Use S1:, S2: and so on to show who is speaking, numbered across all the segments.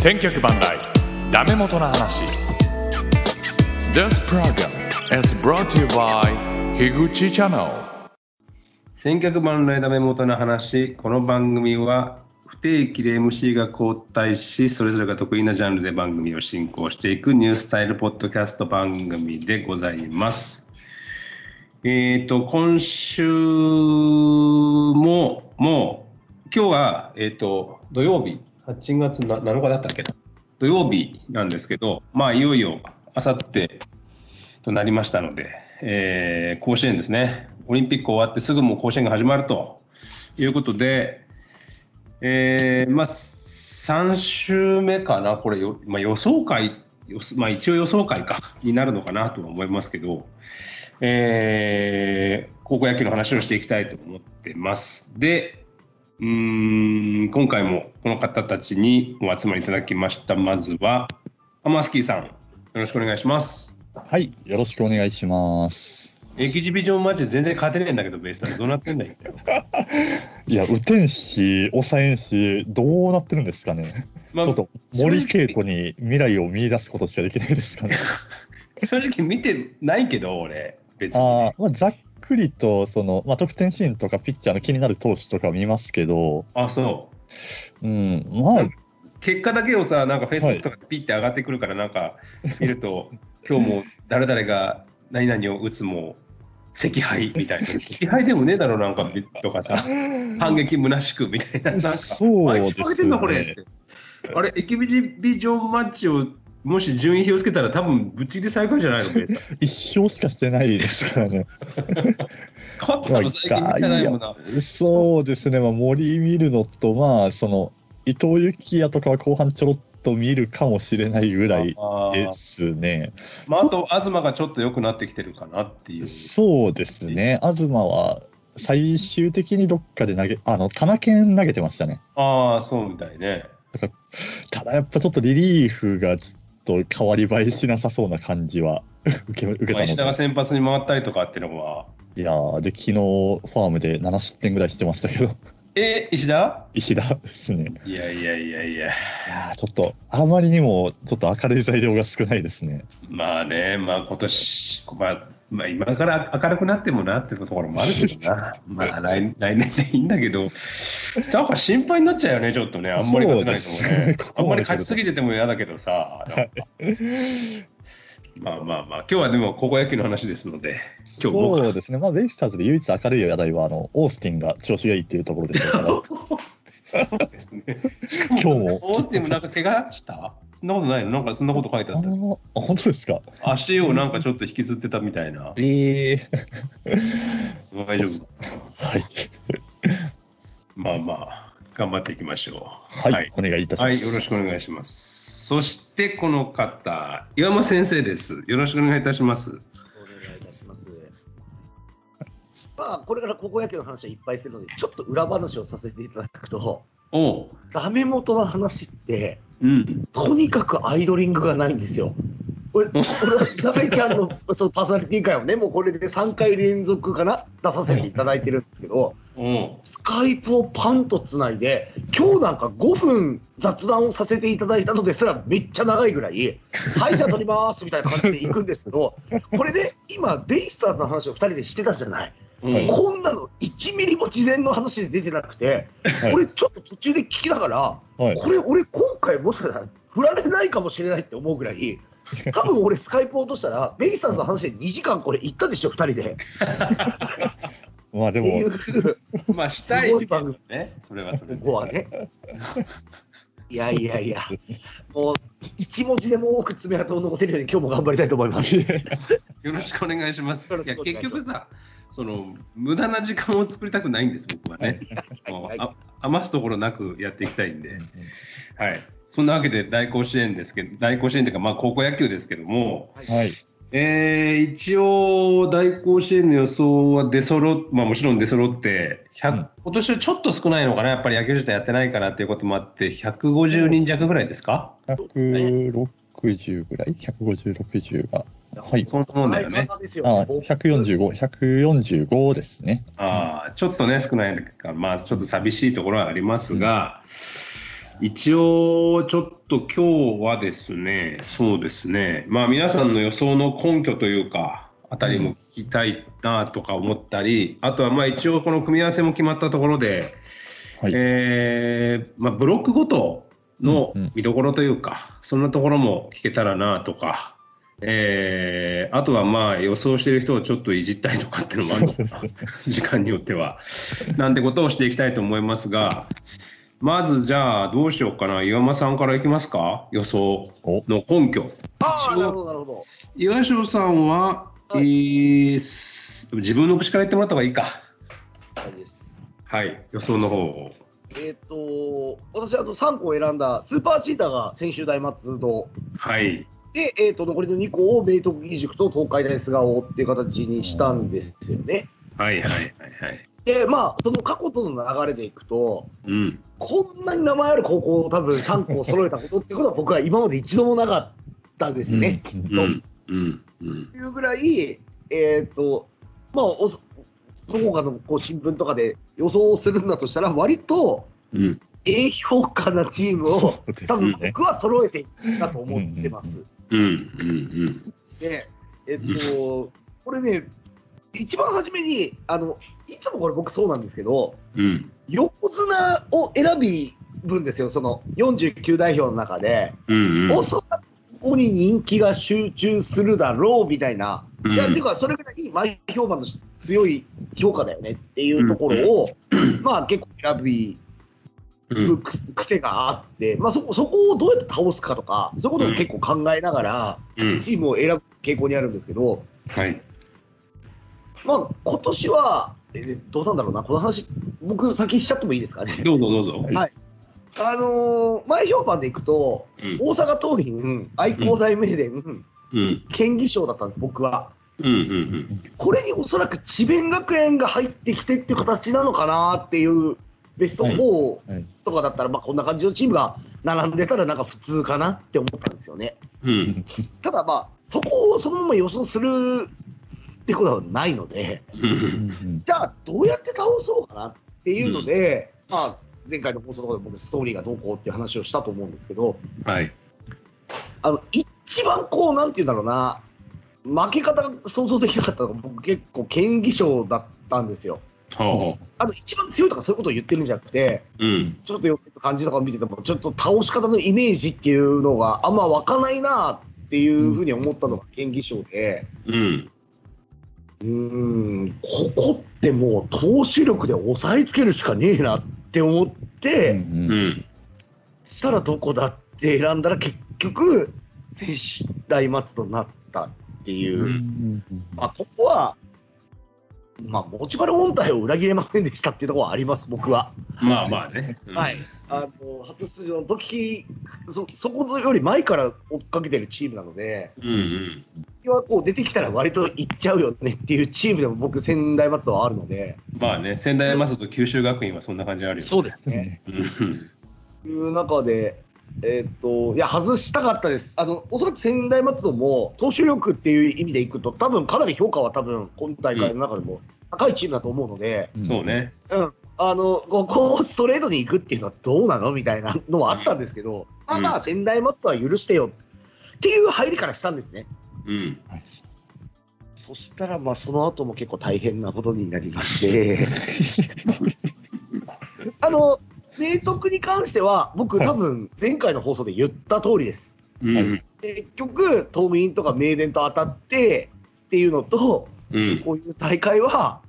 S1: 千脚万来ダメ元な話 This program is brought to you by 樋口 Channel
S2: 千客万来ダメ元の話この番組は不定期で MC が交代しそれぞれが得意なジャンルで番組を進行していくニュースタイルポッドキャスト番組でございますえっ、と今週ももう今日はえっ、と土曜日8月な7日だったっけな土曜日なんですけどまあいよいよあさってとなりましたので、えー甲子園ですね、オリンピック終わってすぐもう甲子園が始まるということで、えーまあ、3週目かな、これよ、まあ、予想会、予想まあ、一応予想会かになるのかなとは思いますけど、えー高校野球の話をしていきたいと思ってます。でうーん今回もこの方たちにお集まりいただきました。まずは、アマスキーさん、よろしくお願いします。
S3: はい、よろしくお願いします。
S2: エキシビジョンマッチで全然勝てねえんだけど、ベイスターズどうなって んだよ。
S3: いや、雨天し、抑えんし、どうなってるんですかね。
S2: まあ
S3: ちょっと森恵子に未来を見出すことしかできないです かね。
S2: 正直見てないけど、俺、別に。
S3: あーまあ、ざっくりとその、まあ、得点シーンとかピッチャーの気になる投手とか見ますけど、
S2: あ、そう。
S3: うん、まあ、
S2: 結果だけをさ、なんかフェイスブックとかでピッて上がってくるから、なんか見る と、今日も誰々が何々を打つも、赤敗みた いな。赤敗でもねえだろ、なんか、とかさ、反撃虚しくみたいな。なんか
S3: そう
S2: あ
S3: で
S2: 聞こえて
S3: す
S2: ん
S3: ね
S2: のこれってあれ、エキビジビジョンマッチを、もし順位表をつけたら、多分ぶっちぎり最下位じゃないの、ベイスターズ
S3: 一勝しかしてないですからね。
S2: 勝ったの最近見てないもんな。
S3: そうですね、まあ、森見るのと、まあ、その伊藤幸也とかは後半ちょろっと見るかもしれないぐらい
S2: あー
S3: ですね。
S2: まあ、あと、東がちょっと良くなってきてるかなっていう。
S3: そうですね、東は最終的にどっかで投げ、あの、棚券投げてましたね。
S2: ああ、そうみたいね。
S3: ただやっぱちょっとリリーフがちょっと変わり映えしなさそうな感じは 受け受け
S2: まあ、
S3: た
S2: 石
S3: の
S2: 田が
S3: で、
S2: 先発に回ったりとかっていうのは。
S3: いやー、で、昨日ファームで7失点ぐらいしてましたけど、
S2: え、石田
S3: 石田ですね。
S2: いやいやいやいや。
S3: いやーちょっと、あまりにもちょっと明るい材料が少ないですね。
S2: まあね、まあ今年、まあ、まあ、今から明るくなってもなってところもあるけど な。まあ来来年でいいんだけど、なんか心配になっちゃうよね、ちょっとね。あんまり勝てないとも
S3: そうです
S2: ね
S3: ね。こ
S2: あん
S3: こ
S2: ま
S3: ま
S2: り
S3: で来ると
S2: 勝ちすぎてても嫌だけど さ。なんかまあまあまあ、今日はでも高校野球の話ですので、今日僕
S3: そうですね、まあ、ベイスターズで唯一明るい話題は、あの、オースティンが調子がいいっていうところでしょうから、
S2: そうですね。
S3: 今日も。
S2: オースティンもなんか怪我したそんなことないのなんかそんなこと書いてあ
S3: あ
S2: った。
S3: のあ本当ですか
S2: 足をなんかちょっと引きずってたみたいな。
S3: ええ
S2: 大丈夫。
S3: はい、
S2: まあまあ、頑張っていきましょ
S3: はい、
S2: はい
S3: お願いいたし
S2: う。
S3: ます。
S2: はい、よろしくお願いします。そしてこの方、岩間先生です。よろしくお願いいたします。
S4: お願いいたします。まあ、これから高校野球の話はいっぱいするので、ちょっと裏話をさせていただくと、
S2: おう。
S4: ダメ元の話って、
S2: うん。
S4: とにかくアイドリングがないんですよ。俺、俺はダメちゃんのそのパーソナリティ会をね、もうこれで3回連続かな、出させていただいてるんですけど、
S2: おう。
S4: スカイプをパンとつないで、今日なんか5分雑談をさせていただいたのですら、めっちゃ長いぐ らい、はい、じゃあ撮りますみたいな感じで行くんですけど、これで今、ベイスターズの話を2人でしてたじゃない、
S2: うん
S4: こんなの1ミリも事前の話で出てなくて、
S3: はい
S4: 俺、ちょっと途中で聞きながら、
S3: はい、
S4: これ、俺、今回、もしかしたら振られないかもしれないって思うぐら い、多分俺、スカイプ落としたら、ベイスターズの話で2時間これ、行ったでしょ、2人で。
S3: まあで
S4: ってい
S3: も、
S4: う
S2: まあ、したい
S4: すごい番組
S2: ね。それはそれ
S4: ここはね。いやいやいや、もう一文字でも多く爪痕を残せるように今日も頑張りたいと思います。
S2: よろしくお願いします。い
S4: よろし
S2: や
S4: くお願いし
S2: 結
S4: ま
S2: 局
S4: す
S2: さ、その無駄な時間を作りたくないんです、僕はね。もうあ余すところなくやっていきたいんで。はい。そんなわけで大甲子園ですけど、大甲子園というか、まあ高校野球ですけども、
S3: はい、
S2: えー一応大甲子園の予想は出揃っ、まあもちろん出揃って、100
S3: うん
S2: 今年はちょっと少ないのかな、やっぱり野球自体やってないからっていうこともあって、150人弱ぐらいですか
S3: 160ぐらい ?150、60が。はい。
S2: そんなもんだよね。
S4: 相方ですよ
S3: あ、145、145ですね。
S2: ああ、ちょっとね、少ないから、まあ、ちょっと寂しいところはありますが、一応、ちょっと今日はですね、そうですね、まあ皆さんの予想の根拠というか、あたりも聞きたいなとか思ったり、あとはまあ一応、この組み合わせも決まったところで、
S3: はい
S2: えーまあ、ブロックごとの
S3: うんうん
S2: 見どころというか、そんなところも聞けたらなとか、えーあとはまあ予想してる人をちょっといじったりとかっていうのもあるのかな、 時間によっては。なんてことをしていきたいと思いますが、まずじゃあどうしようかな、岩間さんからいきますか、予想
S3: お
S2: の根拠。
S4: ああ、なるほど、なるほど。
S2: 岩城さんは、
S4: は
S2: えーす自分の口から言ってもらった方がいいか。
S4: 大事です
S2: はい、予想の方を。
S4: えっ、と、私、あの、3個を選んだスーパーチーターが先週大松戸
S2: はい、
S4: で、えっ、と、残りの2個を明徳義塾と東海大菅生っていう形にしたんですよね。
S2: はい、はい、はい、はい。
S4: で、まあ、その過去との流れでいくと、
S2: うん、
S4: こんなに名前ある高校を多分3校揃えたことってことは僕は今まで一度もなかったですね、
S3: うん
S4: きっ
S2: う
S4: と。
S2: ん、うん、うん。
S4: いうぐらい、えっ、と、まあ、おそどこかのこう新聞とかで予想するんだとしたら、割と
S2: うん、
S4: A 評価なチームを
S3: そうですね
S4: 多分僕は揃えていったと思ってます。
S2: うん、うん、
S4: で、えっと、これね、一番初めにあの、いつもこれ僕そうなんですけど、
S2: うん、うん、
S4: 横綱を選び分ですよ、その49代表の中で、
S2: うん、うん。
S4: おそらくここに人気が集中するだろうみたいな、
S2: うん
S4: いやていうか、それぐらい前評判の強い評価だよねっていうところを、 まあ結構選び
S2: うん、
S4: く癖があって、まあ、そこそこをどうやって倒すかとか、そういうことを結構考えながら、
S2: うん、
S4: チームを選ぶ傾向にあるんですけど、
S2: はい。
S4: まあ今年は、えーどうなんだろうな、この話、僕、先しちゃってもいいですかね。
S2: どうぞ、どうぞ。
S4: あのー前評判でいくと、
S2: うん、
S4: 大阪桐蔭、愛工大名電、
S2: うん、
S4: 県議賞だったんです、僕は。
S2: うん、うん、
S4: これにおそらく智弁学園が入ってきてっていう形なのかなっていう、ベスト
S3: はいはい
S4: 4とかだったら、まあこんな感じのチームが並んでたら、なんか普通かなって思ったんですよね。
S2: うん、
S4: ただまあ、そこをそのまま予想するってことはないので、
S2: うん、
S4: じゃあどうやって倒そうかなっていうので、まあ、前回の放送のところで僕、ストーリーがどうこうっていう話をしたと思うんですけど、
S2: はい。
S4: あの一番こう、なんていうんだろうな、負け方が想像できなかったのが、僕、結構、県議賞だったんですよ。
S2: ほ
S4: あの一番強いとかそういうことを言ってるんじゃなくて、
S2: う。うん、
S4: ちょっと寄せた感じとかを見てても、ちょっと倒し方のイメージっていうのがあんま湧かないなっていうふうに思ったのが県議賞で。
S2: うん、
S4: うーんここってもう投手力で抑えつけるしかねえなって思って、
S2: うん、
S4: したらどこだって選んだら結局選手大松となったっていう、
S2: うん
S4: まあ、ここは、まあ、持ち場本体を裏切れませんでしたっていうところはあります僕は、
S2: まあまあね。
S4: はい。あの初出場の時そそこより前から追っかけてるチームなので
S2: うん、うん、
S4: 敵はこう出てきたら割といっちゃうよねっていうチームでも僕仙台松戸はあるので
S2: まあね、仙台マサと九州学院はそんな感じあるよ。
S4: そうですね
S2: うん、
S4: いう中で、えーっといや外したかったです、あのおそらく専大松戸も投手力っていう意味でいくと、多分かなり評価は多分今大会の中でも高いチームだと思うので、
S2: そうね。
S4: あのここをストレートに行くっていうのはどうなのみたいなのはあったんですけど、まあまあ、専大松戸は許してよっていう入りからしたんですね。
S2: うん、
S4: そしたら、まあ、その後も結構大変なことになりまして、 あの、明徳に関しては、僕、多分前回の放送で言った通りです。
S2: うん、
S4: 結局、党員とか名電と当たってっていうのと、
S2: うん、
S4: こういう大会は、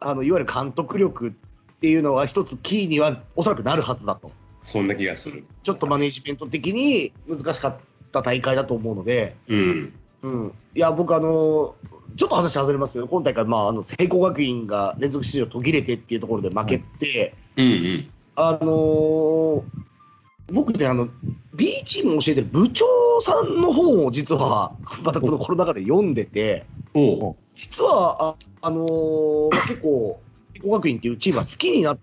S4: あのいわゆる監督力っていうのは、一つキーにはおそらくなるはずだと、
S2: そんな気がする。
S4: ちょっとマネジメント的に難しかった大会だと思うので、
S2: うん、
S4: うん、いや、僕、あのちょっと話外れますけど、今大会、まあ、あの聖光学院が連続出場途切れてっていうところで負けて、
S2: うん、うん、
S4: あのー僕ね、あの B チームを教えてる部長さんの本を実は、 またこのコロナ禍で読んでて、
S2: おう、
S4: 実は、あ、あのー結構、聖光学院っていうチームは好きになっ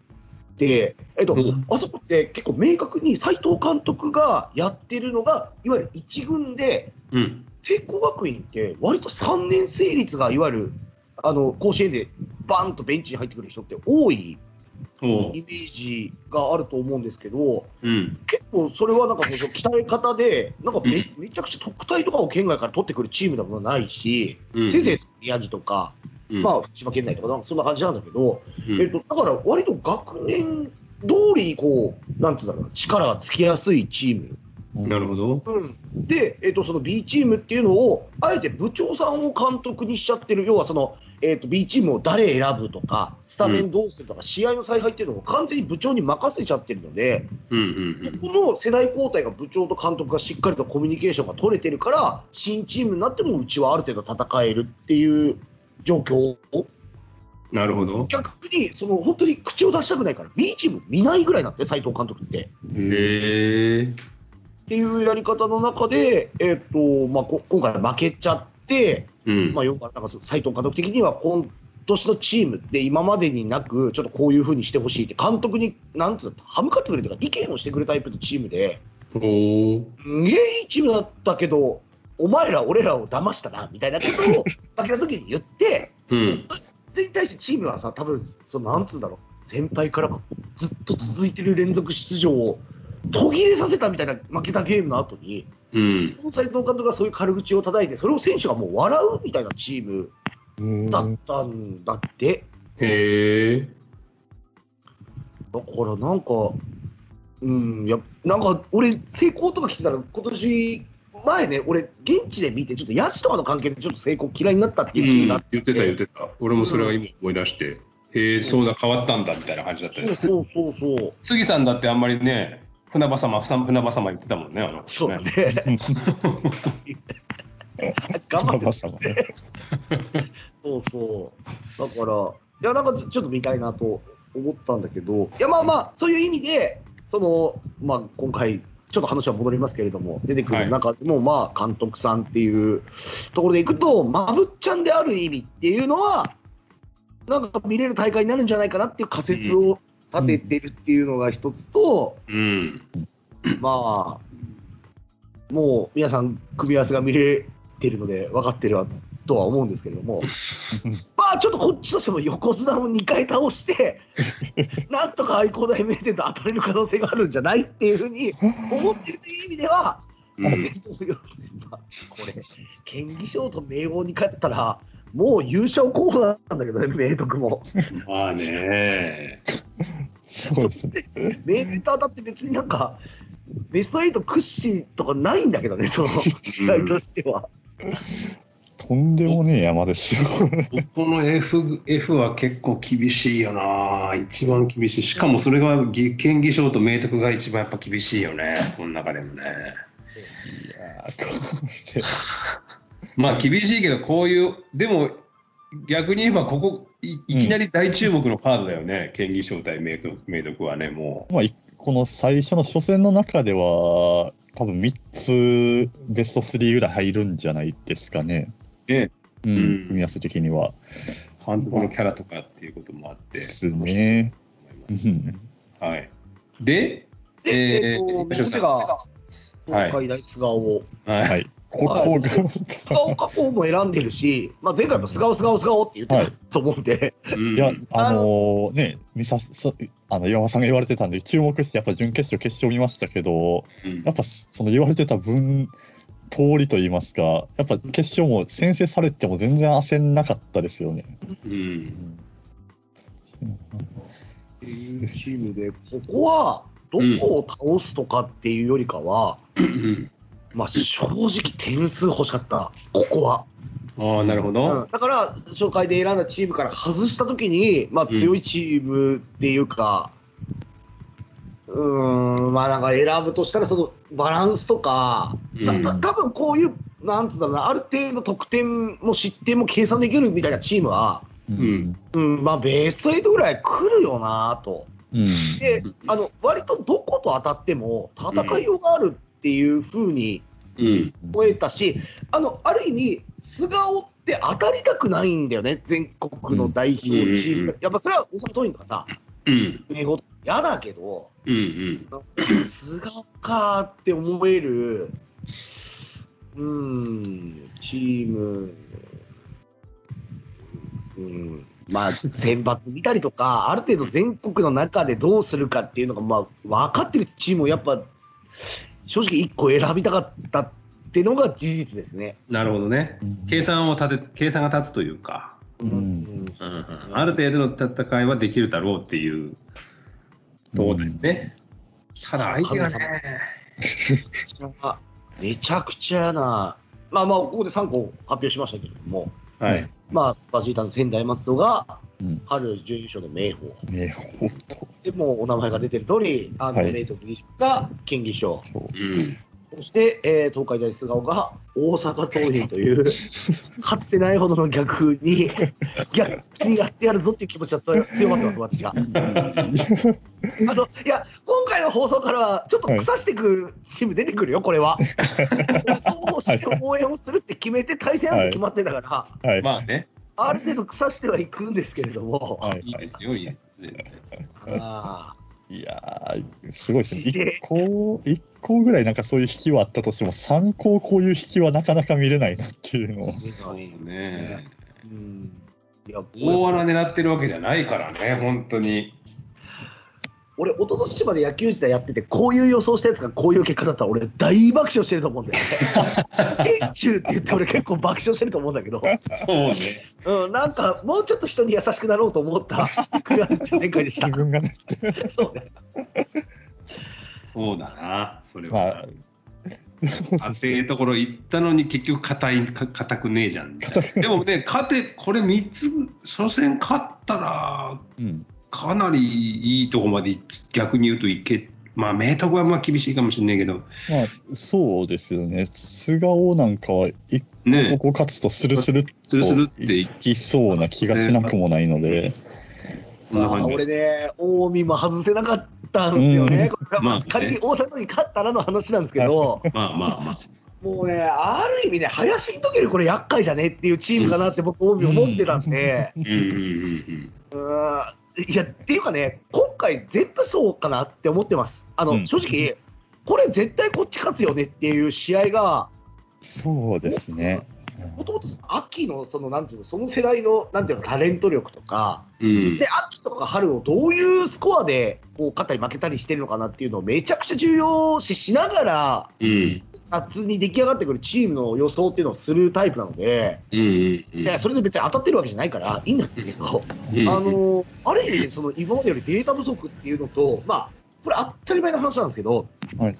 S4: て、えっと、
S2: うん
S4: あそこって結構明確に斎藤監督がやってるのが、いわゆる一軍で、
S2: うん、
S4: 帝光学院って割と3年生率がいわゆるあの甲子園でバンとベンチに入ってくる人って多い
S2: おう
S4: イメージがあると思うんですけど
S2: うん、
S4: 結構それはなんかもう鍛え方で、なんかめ,、めちゃくちゃ特待とかを県外から取ってくるチームでもないし、
S2: うん
S4: 先生、宮城とか、
S2: うん
S4: まあ、福島県内とか、なんかそんな感じなんだけど、
S2: うん
S4: えっと、だから割と学年通りにこう、なんていうんだろう、力がつきやすいチーム。
S2: なるほど。
S4: うん、で、えっと、その B チームっていうのを、あえて部長さんを監督にしちゃってる、要はその、えっと、B チームを誰選ぶとか、スタメンどうするとか、試合の采配っていうのを完全に部長に任せちゃってるので、
S2: うん
S4: ここの世代交代が部長と監督がしっかりとコミュニケーションが取れてるから、新チームになってもうちはある程度戦えるっていう状況を、
S2: うん。なるほど。
S4: 逆にその本当に口を出したくないから、B チーム見ないぐらいなんで、斎藤監督って。
S2: へえ。
S4: っていうやり方の中で、えっとまあ、こ今回負けちゃって、
S2: うん
S4: ま。あ、よくなんか斎藤監督的には今年のチームって今までになくちょっとこういうふうにしてほしいって監督になんつうの歯向かってくれるというか意見をしてくれるタイプのチームで
S2: おお。
S4: すげえいいチームだったけどお前ら俺らを騙したなみたいなことを負けた時に言って
S2: うん。
S4: それに対してチームはさ多分そのなんつうんだろう先輩からずっと続いてる連続出場を途切れさせたみたいな負けたゲームの後に
S2: うん。
S4: 斎藤監督がそういう軽口を叩いてそれを選手がもう笑うみたいなチーム だったんだって、
S2: へえ。
S4: だからなんか、うん、いやなんか俺、成功とか来てたら、今年前ね、俺、現地で見て、ちょっとヤシとかの関係で、ちょっと成功嫌いになったって
S2: う
S4: いう気
S2: ん
S4: になっ
S2: 言ってた言ってた。俺もそれは今思い出して。へえ、そうだ、変わったんだみたいな感じだった
S4: て、
S2: よ。
S4: そうそうそうそう、
S2: 杉さんだってあんまりね、船場様、船場様言ってたもんね、あの。
S4: そうだ ね、頑張っ
S3: 馬
S4: て
S3: 場様ね
S4: そうそう。だから、いや、なんかちょちょっと見たいなと思ったんだけど、いや、まあまあ、そういう意味で、その、まあ、今回、ちょっと話は戻りますけれども、出てく
S2: はい
S4: る中でも、まあ、監督さんっていうところでいくと、まぶっちゃんである意味っていうのは、なんか見れる大会になるんじゃないかなっていう仮説を立ててるっていうのが一つと、
S2: うん。
S4: まあ、もう皆さん、組み合わせが見れてるので分かってるわとは思うんですけれども、まあちょっとこっちとしても横綱を2回倒して、なんとか愛工大名電と当たれる可能性があるんじゃないっていうふうに思ってるという意味では、
S2: うん
S4: まあこれ、県議賞と名簿に勝ったら、もう優勝候補なんだけどね、明徳も。
S2: まあね。
S3: そうですね。
S4: 名電と当たって別になんか、ベスト8屈指とかないんだけどね、その試合としては。
S3: とんでもねえ山ですよ。
S2: ここの F, F は結構厳しいよな、一番厳しい、しかもそれがぎ県議賞と明徳が一番やっぱ厳しいよね、この中でもね。まあ厳しいけど、こういう、でも逆に言えば、ここい、いきなり大注目のカードだよね、県議賞対明徳明徳はね、も
S3: まあ、いこの最初の初戦の中では、多分3つベスト3ぐらい入るんじゃないですかね。
S2: え
S3: うん、
S2: うん
S3: 組み合わせ的には。
S2: う、監督のキャラとかっていうこともあって、
S3: ですね。
S2: 面白いと思いま
S3: う
S2: す
S3: ん
S2: はい、で、
S4: で、
S2: えー
S4: えー、っと、
S2: 一緒さ
S4: 手
S2: ん
S4: が
S2: はい
S4: 東海大菅生を、
S2: はい
S3: はいここが、
S4: 菅生加工も選んでるし、まあ、前回も菅生、菅生、菅生って言ってると思うんで、
S2: うん
S3: いや、あのーね、見さすあの岩間さんが言われてたんで、注目して、やっぱ準決勝、決勝見ましたけど、
S2: うん
S3: やっぱその言われてた分、通りと言いますか、やっぱ決勝も先制されても全然焦んなかったですよね。
S2: うん
S4: っていうチームで、ここはどこを倒すとかっていうよりかは、
S2: うん
S4: まあ、正直、点数欲しかった、ここは。
S2: ああ、なるほ
S4: う
S2: ど
S4: ん。だから、紹介で選んだチームから外したときに、まあ、強いチームっていうか、うーん、まあ、なんか選ぶとしたら、そのバランスとか、だ
S2: うん
S4: だ多分こういう、なんつうんだろうな、ある程度得点も失点も計算できるみたいなチームは、
S3: うんん。
S4: うん、まあ、ベスト8ぐらい来るよなと。
S3: うん。
S4: で、あの割とどこと当たっても戦いようがあるっていう風に
S2: うん。
S4: 思えたし、あのある意味、菅生って当たりたくないんだよね、全国の代表チーム、
S2: うんうん
S4: やっぱそれは大阪桐蔭とかさ、
S2: うん。
S4: 明豊嫌だけど、
S2: うん。
S4: 菅生かーって思える、うん、チーム、うん、まあ、選抜見たりとか、ある程度全国の中でどうするかっていうのが、まあ、分かってるチームをやっぱ正直1個選びたかったってのが事実ですね。
S2: なるほどね。計算を立て、計算が立つというか、
S4: うんん
S2: うんうんある程度の戦いはできるだろうっていうところですね。ただ相手がね、
S4: めちゃくちゃな、まあまあ、ここで3個発表しましたけれども、
S2: はい、
S4: まあ、スパジータの仙台松戸が
S3: うん
S4: 春準優勝の明豊、
S3: ねほんと
S4: でもうお名前が出てる通り、アンド
S3: はい
S4: レイト義塾が県議賞、
S2: うん、
S4: そして、えー東海大菅生が大阪桐蔭という、かつてないほどの逆風に、逆にやってやるぞっていう気持ちが強強まってます、私が。あのいや、今回の放送からは、ちょっと腐していくチーム出てくるよ、これは。放送をして応援をするって決めて、対戦相手決まってたから、
S3: はい、
S2: まあね、
S4: ある程度腐してはいくんですけれども、
S3: はい
S2: いい
S3: は
S2: で
S3: い
S2: すよ、いいです。全然
S4: あ
S3: いやーすごいですね1校一校ぐらいなんかそういう引きはあったとしても3校こういう引きはなかなか見れないなっていうのを
S4: ーす
S2: そ
S4: ご
S2: う
S4: い
S2: ね。
S4: うんいや
S2: 大穴狙ってるわけじゃないからね、本当に。
S4: 俺、一昨年まで野球時代やってて、こういう予想したやつがこういう結果だったら、俺、大爆笑してると思うんだよね。天中って言って、俺、結構爆笑してると思うんだけど、
S2: そうね。
S4: うん、なんか、もうちょっと人に優しくなろうと思った9月前回でした
S3: 自。分がね
S4: そうね
S2: そうだな、それ
S3: ま
S2: は
S3: あ。
S2: あていうところ行ったのに結局硬いか硬くねえじゃんみたいなでもね勝てこれ3つ初戦勝ったら
S3: うん
S2: かなりいいとこまで逆に言うといけまあ明徳はまあ厳しいかもしれないけど
S3: まあそうですよね菅生なんかは一
S2: ね
S3: ここ勝つとスルスルっ
S2: スルスルってい
S3: いきそうな気がしなくもないので、
S2: こんな感じ
S4: 俺ね、近江も外せなかったんですよ
S3: う
S4: ね
S3: ん、
S4: これが
S2: まあね
S4: 仮に大阪に勝ったらの話なんですけど、
S2: まあまあまあ
S4: もうね、ある意味ね、林にとけるこれ、厄介じゃねっていうチームかなって、僕、近江思ってたんで、
S2: うんうんうん
S4: いや、っていうかね、今回、全部そうかなって思ってます、あの、
S3: うん
S4: 正直、これ、絶対こっち勝つよねっていう試合が、
S3: そうですね。
S4: もともと秋の、そのなんていうの、その世代の、なんていうの、タレント力とか。
S2: うん
S4: で秋とか春をどういうスコアでこう勝ったり負けたりしてるのかなっていうのをめちゃくちゃ重要視しながら
S2: うん
S4: 夏に出来上がってくるチームの予想っていうのをするタイプなので、
S2: うんうんうん
S4: いやそれで別に当たってるわけじゃないからいいんだけど、
S2: うん
S4: あのある意味その今までよりデータ不足っていうのと、まあ、これ当たり前の話なんですけど、
S3: はい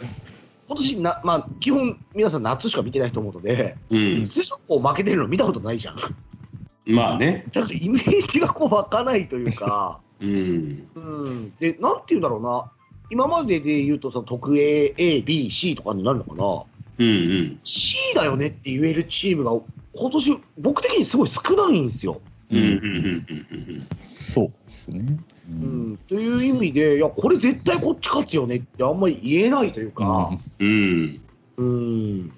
S4: 今年な、まあ、基本皆さん夏しか見てないと思うので
S2: うん
S4: 出場校負けてるの見たことないじゃん。
S2: まあね
S4: なんかイメージがこう湧かないというか。
S2: うん
S4: うん、で、なんて言うんだろうな、今までで言うと、その特 A、A、B、C とかになるのかな、
S2: うんうん
S4: C だよねって言えるチームが、今年僕的にすごい少ないんですよ。
S2: うんうんうんうん
S3: そうですね。う
S4: うんん、という意味で、いや、これ絶対こっち勝つよねってあんまり言えないというか、
S2: うんうん
S4: うん、い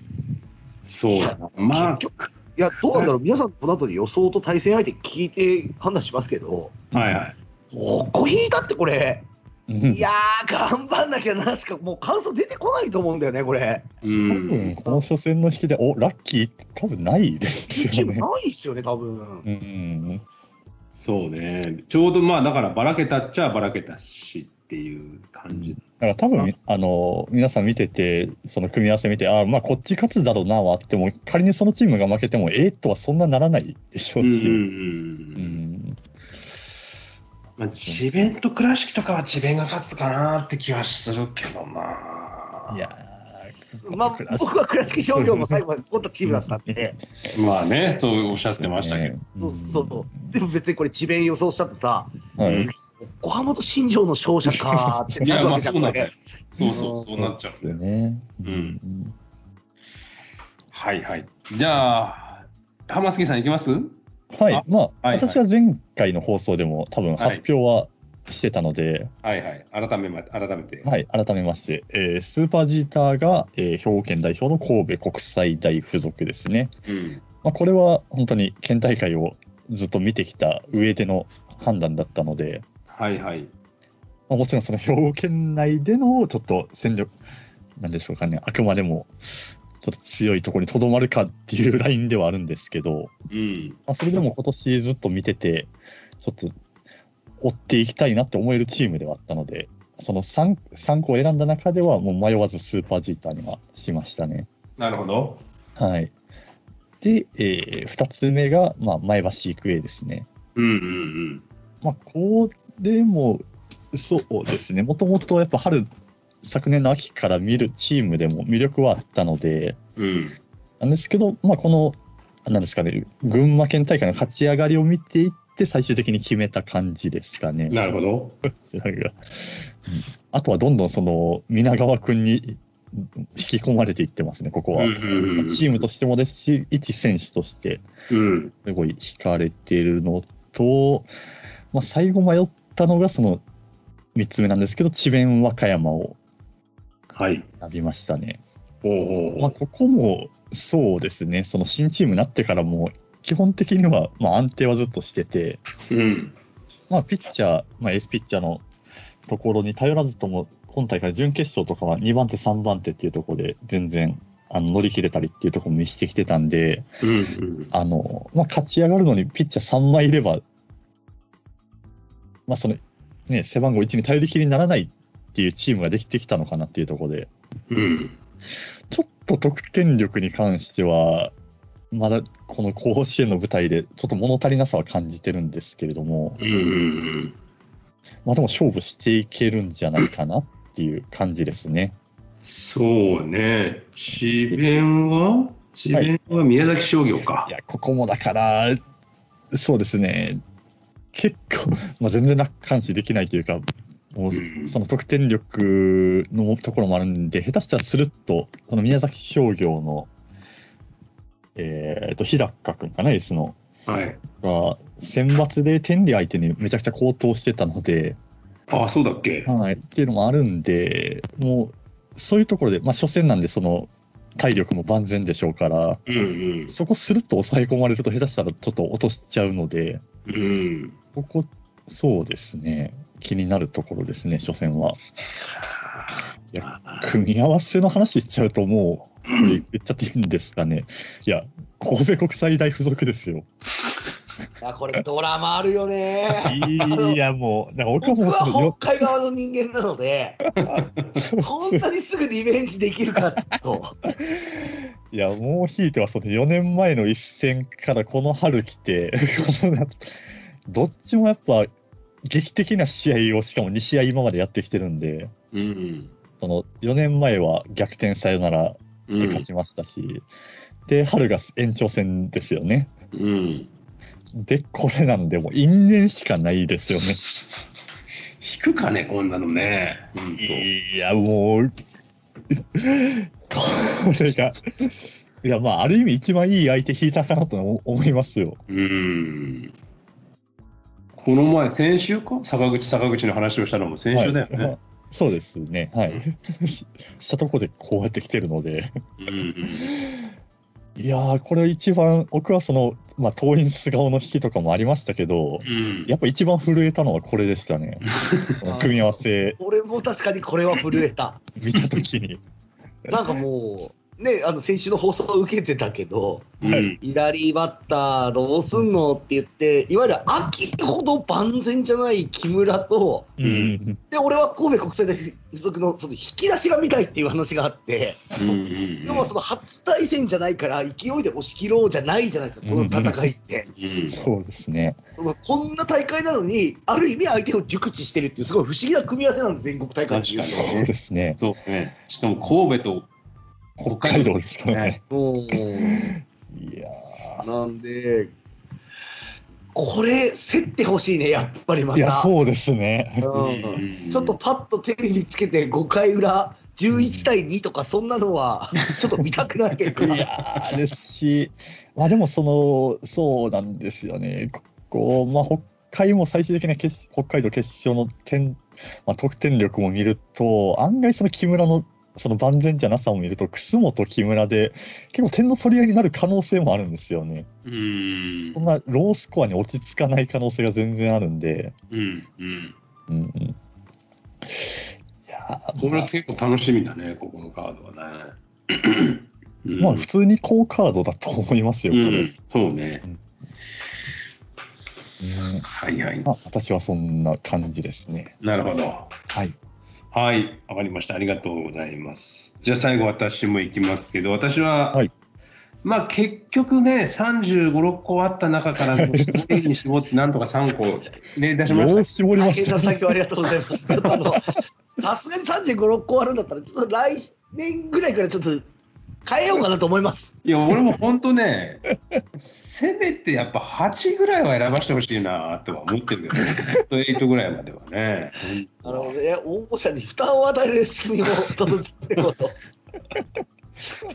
S2: そうだなまあ
S4: 結や、どうなんだろう、皆さん、この後で予想と対戦相手聞いて判断しますけど、
S2: はいはい
S4: ここ引いたってこれ、
S3: うん
S4: いやー、頑張んなきゃなしか、もう感想出てこないと思うんだよね、これ。
S2: う
S3: 多
S2: ん
S3: 分この初戦の引きで、おラッキーって多分ないです
S4: いいチ
S3: よ
S4: ーム
S3: ね。
S4: ないですよね、多分。
S3: うん、
S2: そうね、ちょうどまあだからばらけたっちゃばらけたしっていう感じ。
S3: だから多分あの皆さん見てて、その組み合わせ見て、ああ、まあこっち勝つだろうなはあっても、仮にそのチームが負けても、ええとはそんなならないでしょ
S2: う
S3: うん
S2: うん
S3: し、うん
S2: うんうんまあ、智弁と倉敷とかは智弁が勝つかなって気はするけどな。
S3: いやー、
S4: まあ、僕は倉敷商業も最後まで取ったチームだったんで、
S2: まあね、そうおっしゃってましたけど。
S3: ど
S4: そうそうでも別にこれ、智弁予想したってさ、
S3: はい
S4: 小浜と新庄の勝者かーって
S2: い
S4: な
S2: や、
S4: る
S2: ま
S4: わ
S2: あ
S4: けじゃ
S2: そ
S4: ん、
S2: うな
S4: これ
S2: んだよ。そうそう、そうなっちゃう
S3: で
S2: ん
S3: す
S2: だよ。
S3: ね。
S2: うんはいはい。じゃあ、浜杉さんいきます
S3: はい
S2: あ、
S3: まあ、
S2: はい
S3: 私は前回の放送でも多分
S2: はい
S3: 発表はしてたので、
S2: はいはい。改めま改めて。
S3: はい、改めまして、えースーパージーターが、えー兵庫県代表の神戸国際大付属ですね。
S2: うん
S3: まあ、これは本当に県大会をずっと見てきた上での判断だったので、
S2: はいはい。
S3: まあ、もちろんその兵庫県内でのちょっと戦力、なんでしょうかね、あくまでもちょっと強いところにとどまるかっていうラインではあるんですけど、
S2: うん。
S3: まあ、それでも今年ずっと見てて、ちょっと追っていきたいなって思えるチームではあったので、その 3, 3個を選んだ中では、もう迷わずスーパージーターにはしましたね。
S2: なるほど。
S3: はい。で、え2つ目が、まあ、前橋育英ですね。
S2: うんうん
S3: まあ、これも、そうですね、もともとやっぱ春、昨年の秋から見るチームでも魅力はあったので、
S2: うん。うん。
S3: なんですけど、まあ、この、なんですかね、群馬県大会の勝ち上がりを見ていって、最終的に決めた感じですかね。
S2: なるほど。
S3: なんかあとはどんどんその皆川君に引き込まれていってますね、ここは。
S2: うんうんうんうん
S3: チームとしてもですし、一選手として
S2: うん。
S3: すごい惹かれてるのと、まあ、最後迷ったのがその3つ目なんですけど、智弁和歌山を
S2: はい。
S3: 選びましたね。
S2: おうお
S3: まあ、ここもそうですね、その新チームになってからも、基本的にはまあ安定はずっとしてて、
S2: う。うん。
S3: まあ、ピッチャー、まあ、エースピッチャーのところに頼らずとも、今大会準決勝とかは2番手、3番手っていうところで、全然あの乗り切れたりっていうところも見せてきてたんで、
S2: うんうん。
S3: あのまあ、勝ち上がるのにピッチャー3枚いれば、まあそのね、背番号1に頼りきりにならないっていうチームができてきたのかなっていうところで、
S2: うん。
S3: ちょっと得点力に関しては、まだこの甲子園の舞台で、ちょっと物足りなさは感じてるんですけれども。
S2: うんうん
S3: まあでも勝負していけるんじゃないかなっていう感じですね。
S2: そうね。智弁は智弁は宮崎商業か
S3: い。や、ここもだから、そうですね、結構、まあ、全然楽観視できないというか、もう
S2: うん
S3: その得点力のところもあるんで、下手したらスルッと、その宮崎商業の、えー、と日高君かな、エースの、
S2: はい。
S3: が選抜で天理相手にめちゃくちゃ高騰してたので、
S2: ああ、そうだっけ。
S3: はい、っていうのもあるんで、もうそういうところで、まあ、初戦なんで、その体力も万全でしょうから、
S2: うんうん。
S3: そこすると抑え込まれると、下手したらちょっと落としちゃうので、
S2: うん。
S3: ここ、そうですね、気になるところですね、初戦は。いや組み合わせの話しちゃうと、もう、これ言っちゃっていいんですかね。いや、神戸国際大付属ですよ。
S4: あこれドラマあるよね。
S3: いや、もう、だから僕は
S4: 僕
S3: もうその
S4: は北海側の人間なので、こんなにすぐリベンジできるかと。
S3: いや、もうひいてはその4年前の一戦からこの春来て、 このどっちもやっぱ劇的な試合をしかも2試合今までやってきてるんで、
S2: うん。
S3: その4年前は逆転サヨナラ
S2: う
S3: で
S2: ん
S3: 勝ちましたし、で、春が延長戦ですよね。
S2: うん。
S3: で、これなんでもう因縁しかないですよね。
S2: 引くかね、こんなのね。うんと
S3: いや、も う、これが、いや、まあ、ある意味一番いい相手引いたかなと思思いますよ。
S2: うん。この前、先週か坂口、坂口の話をしたのも先週だよね。
S3: はいそうですね、は
S2: う
S3: い。 したとこでこうやってきてるので、
S2: うん
S3: いやー、これ一番、僕はその、まあ、党員素顔の引きとかもありましたけど、
S2: うん。
S3: やっぱ一番震えたのはこれでし たね。この組み合わせ
S4: 俺も確かにこれは震えた。
S3: 見たときに。
S4: なんかもう、ね、あの先週の放送を受けてたけど、
S2: うん
S4: 左バッターどうすんのって言って、いわゆる秋ほど万全じゃない木村と、
S3: うんうん
S4: で俺は神戸国際大付属のその引き出しが見たいっていう話があって、
S2: うんうん
S4: でもその初対戦じゃないから、勢いで押し切ろうじゃないじゃないですか、この戦いって。
S2: うん
S3: そうですね。
S4: そのこんな大会なのに、ある意味相手を熟知してるっていう、すごい不思議な組み合わせなんです、全国大会っていう
S2: 確か
S3: そうですね。
S2: そうね。しかも神戸と
S3: 北海道ですからね。
S4: のも
S3: いや
S4: うなんで、これ、競ってほしいね、やっぱりま
S3: ー、い
S4: た。
S3: や、そうですね。
S4: うん
S2: うん
S4: ちょっとパッとテレビつけて5回裏11対2とかそんなのはちょっと見たくないけど
S3: いやーですし、まあでもその、そうなんですよね、ここ、まあ、北海も最終的な決北海道決勝の点、まあ、得点力も見ると、案外、その木村のその万全じゃなさを見ると、楠本、木村で、結構点の取り合いになる可能性もあるんですよね。
S2: うん
S3: そんなロースコアに落ち着かない可能性が全然あるんで、
S2: うんうん
S3: うんうん。いやー
S2: これは結構楽しみだね、ここのカードはね。うん
S3: まあ、普通に好カードだと思いますよ、
S2: う
S3: これ。うん
S2: ん、そうね。はいはい。
S3: まあ、私はそんな感じですね。
S2: なるほど。
S3: はい。
S2: はい、わかりました。ありがとうございます。じゃあ最後私も行きますけど、私は、
S3: はい
S2: まあ結局ね、35、6個あった中から絞りに絞ってなんとか3個ね、出しま
S3: よう
S2: し
S3: 絞り
S4: 大
S3: ま
S4: 変
S3: し
S4: な
S3: たね。
S4: 作業ありがとうございます。ちょっとあのさすがに35、6個あるんだったら、ちょっと来年ぐらいからちょっと変えようかなと思います。
S2: た。いや、俺も本当ね、せめてやっぱ8ぐらいは選ばせてほしいなとは思ってるけど、ね、8ぐらいまではね。
S4: あのね、応募者に負担を与える仕組みを整え ようと。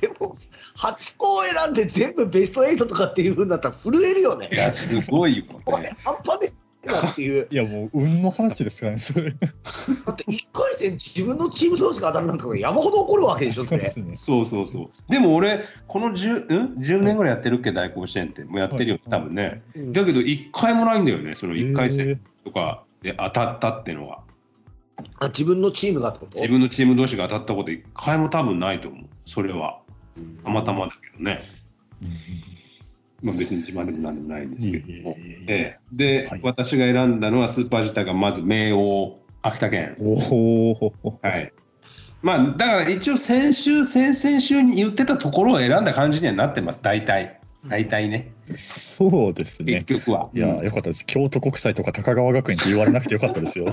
S4: でも、8個を選んで全部ベスト8とかっていうんだったら震えるよね
S2: い。や、すごいよ
S4: これ
S2: ね。
S4: 半端ねえなっていう。
S3: いや、もう、運の話で すからね、それ。
S4: だって1回戦自分のチーム同士が当たるなんか山ほど怒るわけでしょ、そ
S3: そうで
S4: れ。
S3: すね。
S2: そうそうそう。でも俺、この 10, ん10年ぐらいやってるっけ、大甲子園って。もうやってるよ、多分ね。
S4: うん
S2: だけど、一回もないんだよね、その一回
S3: え
S2: 戦
S3: ー
S2: とかで当たったっていうのは。
S4: あ自分のチームがってこと
S2: 自分のチーム同士が当たったこと、一回も多分ないと思う、それは。たまたまだけどね。まあ、別に自慢でもなんでもないんですけども。
S3: いえいえいえいえ
S2: ええで、
S3: はい
S2: 私が選んだのは、スーパー自体がまず明王、秋田県。
S3: おお。
S2: はい。まあ、だから一応先週、先々週に言ってたところを選んだ感じにはなってます、大体。大体ね、
S3: そうですね
S2: 結。局は。
S3: いや、よかったです。京都国際とか高川学園って言われなくてよかったですよ。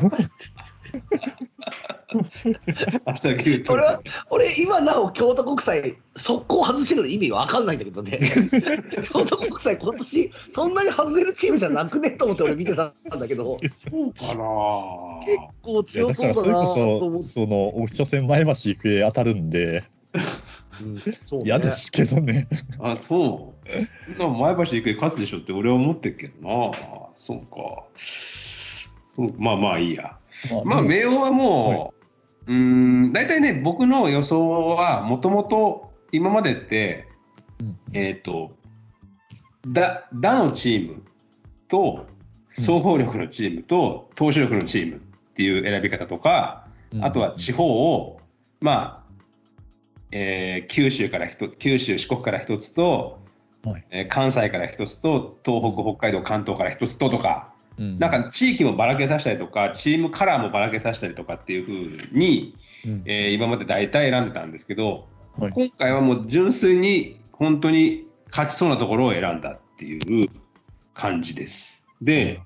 S2: あれだけ言うと
S4: 俺は俺今なお京都国際速攻外してるの意味わかんないんだけ どね京都国際今年そんなに外れるチームじゃなくねと思って俺見てたんだけど結
S2: そうかな
S4: 構
S3: いや
S4: 強
S3: だか
S4: そう
S3: ら
S4: だ
S3: そ
S4: な
S3: れ
S4: と思
S3: こ
S4: っ て
S3: そ、その、初戦前橋育英当たるんで、
S4: うんそうね
S3: 嫌ですけどね。
S2: あそう。そんな前橋育英勝つでしょって俺は思ってるけどな。そうか。そうまあまあいいや。まあ
S3: でも
S2: 明桜はもう、うーん大体ね僕の予想はもともと今までって、
S3: うん
S2: えっ、とだ打のチームと総合力のチームと投手力のチームっていう選び方とか、あとは地方を、まあえー九州から一つ九州、四国から一つと、
S3: はい
S2: えー関西から一つと、東北、北海道、関東から一つととか、
S3: うん、
S2: なんか地域もばらけさせたりとか、チームカラーもばらけさせたりとかっていう風に、
S3: うん、
S2: えー今まで大体選んでたんですけど、
S3: はい
S2: 今回はもう純粋に本当に勝ちそうなところを選んだっていう感じです。で、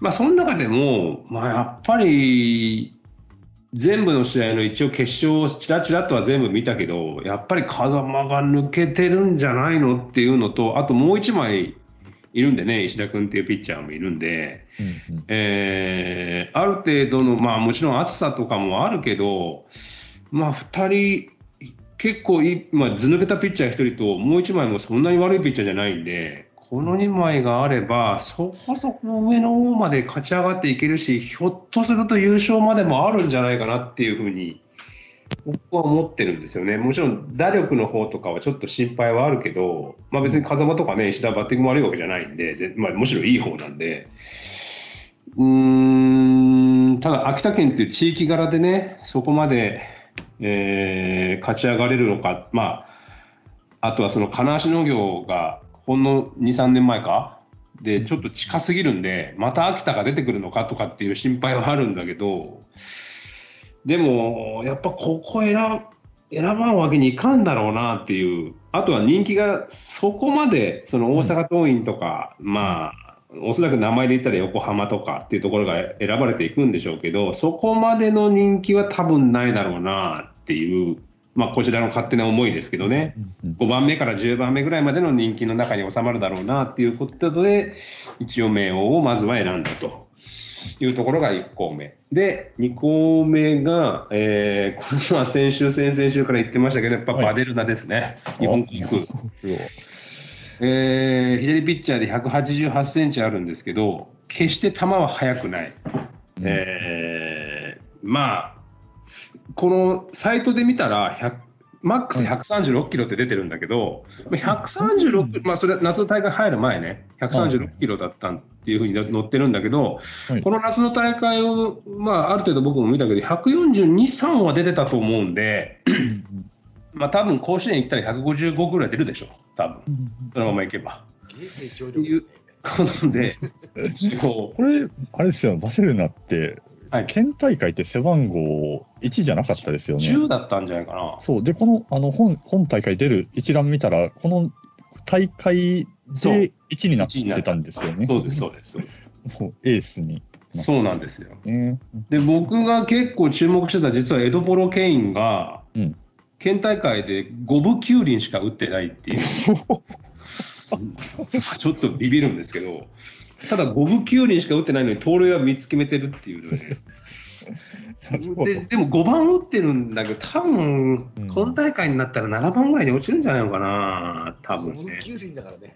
S2: まあ、その中でも、まあ、やっぱり全部の試合の一応決勝をちらちらっとは全部見たけどやっぱり風間が抜けてるんじゃないのっていうのとあともう1枚いるんでね石田君っていうピッチャーもいるんで、
S3: うんうん
S2: えーある程度の、まあ、もちろん暑さとかもあるけど、まあ、2人結構いい、まあ、図抜けたピッチャー1人ともう1枚もそんなに悪いピッチャーじゃないんでこの2枚があればそこそこ上の方まで勝ち上がっていけるしひょっとすると優勝までもあるんじゃないかなっていうふうに僕は思ってるんですよねもちろん打力の方とかはちょっと心配はあるけど、まあ、別に風間とかね石田バッティングも悪いわけじゃないんで、ぜまあ、むしろいい方なんで。うーんただ秋田県っていう地域柄でねそこまで、えー勝ち上がれるのか、まあ、あとはその金足農業がほんの23年前かでちょっと近すぎるんでまた秋田が出てくるのかとかっていう心配はあるんだけどでもやっぱここ選選ばんわけにいかんだろうなっていうあとは人気がそこまでその大阪桐蔭とか、まあおそらく名前で言ったら横浜とかっていうところが選ばれていくんでしょうけどそこまでの人気は多分ないだろうなっていう、まあ、こちらの勝手な思いですけどね
S3: うんうん
S2: 5番目から10番目ぐらいまでの人気の中に収まるだろうなっていうことで一応名王をまずは選んだというところが1項目で2項目が、えー、これは先週先々週から言ってましたけどやっぱバデルナですね、日本航空。えー左ピッチャーで188センチあるんですけど、決して球は速くない。えーまあ、このサイトで見たら、100マックス136キロって出てるんだけど、136、まあ、それは夏の大会入る前ね、136キロだったっていうふうに載ってるんだけど、
S3: はい
S2: この夏の大会を、まあ、ある程度僕も見たけど、142、3は出てたと思うんで、
S3: うん
S2: まあ多分甲子園行ったら155ぐらい出るでしょ、多分
S3: うん
S2: そのまま行けば。
S4: 成長
S2: いうことで、こ
S3: これ、あれですよ、バセルナって、
S2: うはい
S3: 県大会って背番号1じゃなかったですよね。
S2: 10だったんじゃないかな。
S3: そうでこのあの本本大会出る一覧見たらこの大会
S2: そう
S3: で1になってたんですよね。
S2: そうです、そうです、そうで
S3: そうエースに、
S2: す。そうなんですよ。
S3: ね。
S2: で、僕が結構注目してた、実はエドボロ・ケインが、
S3: うん
S2: 県大会で5分9厘しか打ってないって いう、ちょっとビビるんですけど、ただ5分9厘しか打ってないのに、盗塁は3つ決めてるっていうね、ででも5番打ってるんだけど、多分
S3: うん
S2: 今大会になったら7番ぐらいに落ちるんじゃないのかな、多
S4: ゴ
S2: 分
S4: ム
S2: ね。
S4: キュウリンだからね。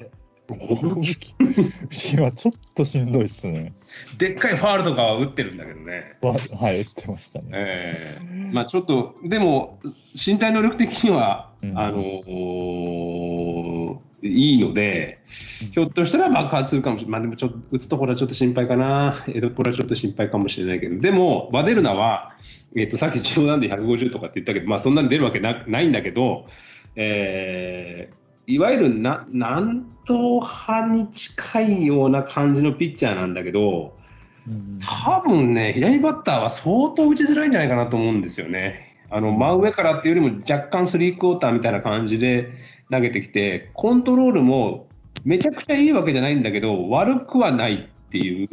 S3: 今ちょっとしんどいですね。
S2: でっかいファールとかは打ってるんだけどね。
S3: わはい、言ってましたね。
S2: ええまあちょっと、でも、身体能力的には、
S3: うん
S2: あのーいいので、
S3: うん
S2: ひょっとしたら爆発するかもしれない、まあ、でもちょっと、打つところはちょっと心配かな、江戸っ子はちょっと心配かもしれないけど、でも、バデルナは、えっとさっき冗談で150とかって言ったけど、まあ、そんなに出るわけなないんだけど、えーいわゆるな南東派に近いような感じのピッチャーなんだけど、
S3: うん
S2: 多分ね、左バッターは相当打ちづらいんじゃないかなと思うんですよね。あの真上からっていうよりも若干スリークォーターみたいな感じで投げてきて、コントロールもめちゃくちゃいいわけじゃないんだけど、悪くはないっていう、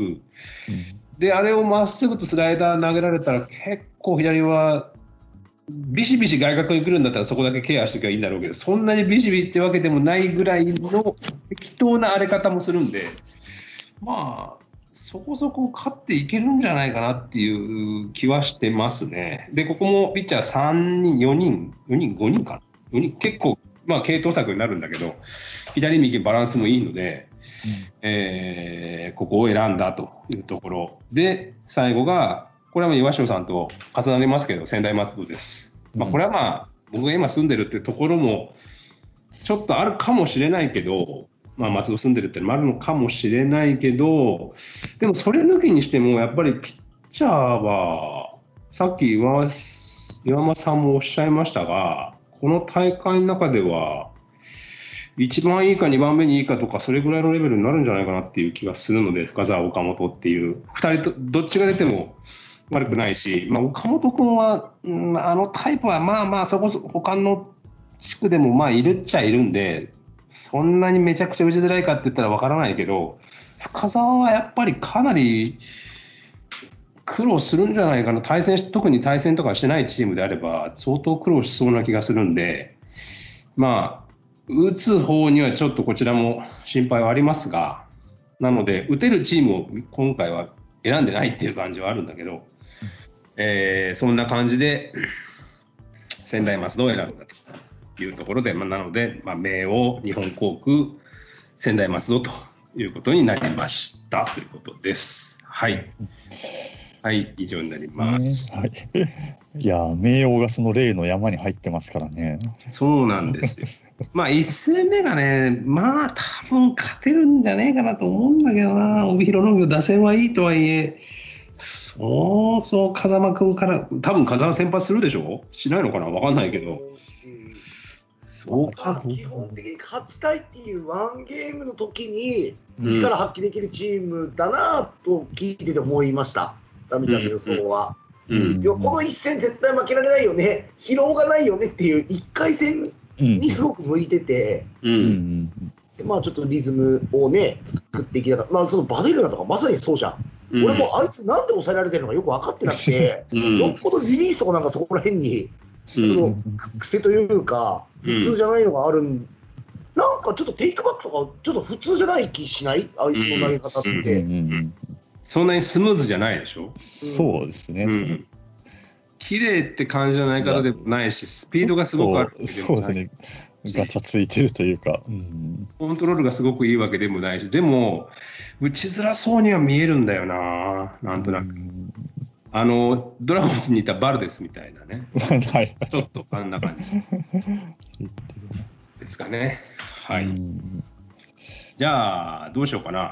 S2: であれをまっすぐとスライダー投げられたら、結構左はビシビシ外角に来るんだったら、そこだけケアしておけばいいんだろうけど、そんなにビシビシってわけでもないぐらいの適当な荒れ方もするんで、まあ、そこそこ勝っていけるんじゃないかなっていう気はしてますね。で、ここもピッチャー3人、4人、4人、5人かな、4人結構、まあ、系統策になるんだけど、左右バランスもいいので、えーここを選んだというところで最後がこれはもう岩塩さんと重なりますけど仙台松戸です、まあ、
S3: うん
S2: これはまあ僕が今住んでるってところもちょっとあるかもしれないけど、まあ、松戸住んでるってのもあるのかもしれないけどでもそれ抜きにしてもやっぱりピッチャーはさっき岩岩間さんもおっしゃいましたがこの大会の中では一番いいか2番目にいいかとかそれぐらいのレベルになるんじゃないかなっていう気がするので深澤、岡本っていう2人とどっちが出ても悪くないし、まあ、岡本君は、うんあのタイプはまあまあそこそこ他の地区でもまあいるっちゃいるんでそんなにめちゃくちゃ打ちづらいかって言ったらわからないけど深澤はやっぱりかなり苦労するんじゃないかな対戦し特に対戦とかしてないチームであれば相当苦労しそうな気がするんでまあ打つ方にはちょっとこちらも心配はありますが、なので、打てるチームを今回は選んでないっていう感じはあるんだけど、えーそんな感じで、仙台松戸を選んだというところで、まあ、なので、まあ、名を日本航空、仙台松戸ということになりましたということです。はい。はい、以上になります。
S3: はい、いやー、名誉がその例の山に入ってますからね。
S2: そうなんですよ。まあ、1戦目がね、まあ、多分勝てるんじゃねえかなと思うんだけどな、帯広農業、打線はいいとはいえ、そうそう、風間君から、多分風間先発するでしょしないのかな、わかんないけど、
S4: うん
S2: そう
S4: まあ
S2: か、
S4: 基本的に勝ちたいっていうワンゲームの時に力発揮できるチームだなと聞いてて思いました、ダミちゃんの予想は。
S2: うん、うん
S4: いやこの一戦、絶対負けられないよね、疲労がないよねっていう、1回戦
S3: うん
S4: にすごく向いてて、
S2: う
S3: うん
S2: ん、
S3: ん
S4: でまあ、ちょっとリズムをね、作っていきながら、まあ、そのバデルナとかまさにそうじゃん、
S2: うん
S4: 俺もあいつ、なんで抑えられてるのかよく分かってなくて、
S2: うん、
S4: よっぽどリリースとかなんかそこら辺に
S2: うん
S4: そ
S3: うん
S4: の癖というか、
S2: うん
S4: 普通じゃないのがあるん、なんかちょっとテイクバックとか、ちょっと普通じゃない気しない、ああいう投げ方って。
S3: うんうん
S2: そんなにスムーズじゃないでしょ、
S3: そうですね。
S2: うん、綺麗って感じの投げ方でもないし、スピードがすごくあるわけで
S3: そう
S2: も
S3: で
S2: な
S3: す
S2: い
S3: ね。ガチャついてるというか。うん
S2: コントロールがすごくいいわけでもないし、でも、打ちづらそうには見えるんだよな、なんとなく。
S3: うん
S2: あの、ドラゴンズにいたバルデスみたいなね、
S3: はい。
S2: ちょっとあんな感じですかね。は
S3: う
S2: い。
S3: ん
S2: じゃあ、どうしようかな。
S3: うん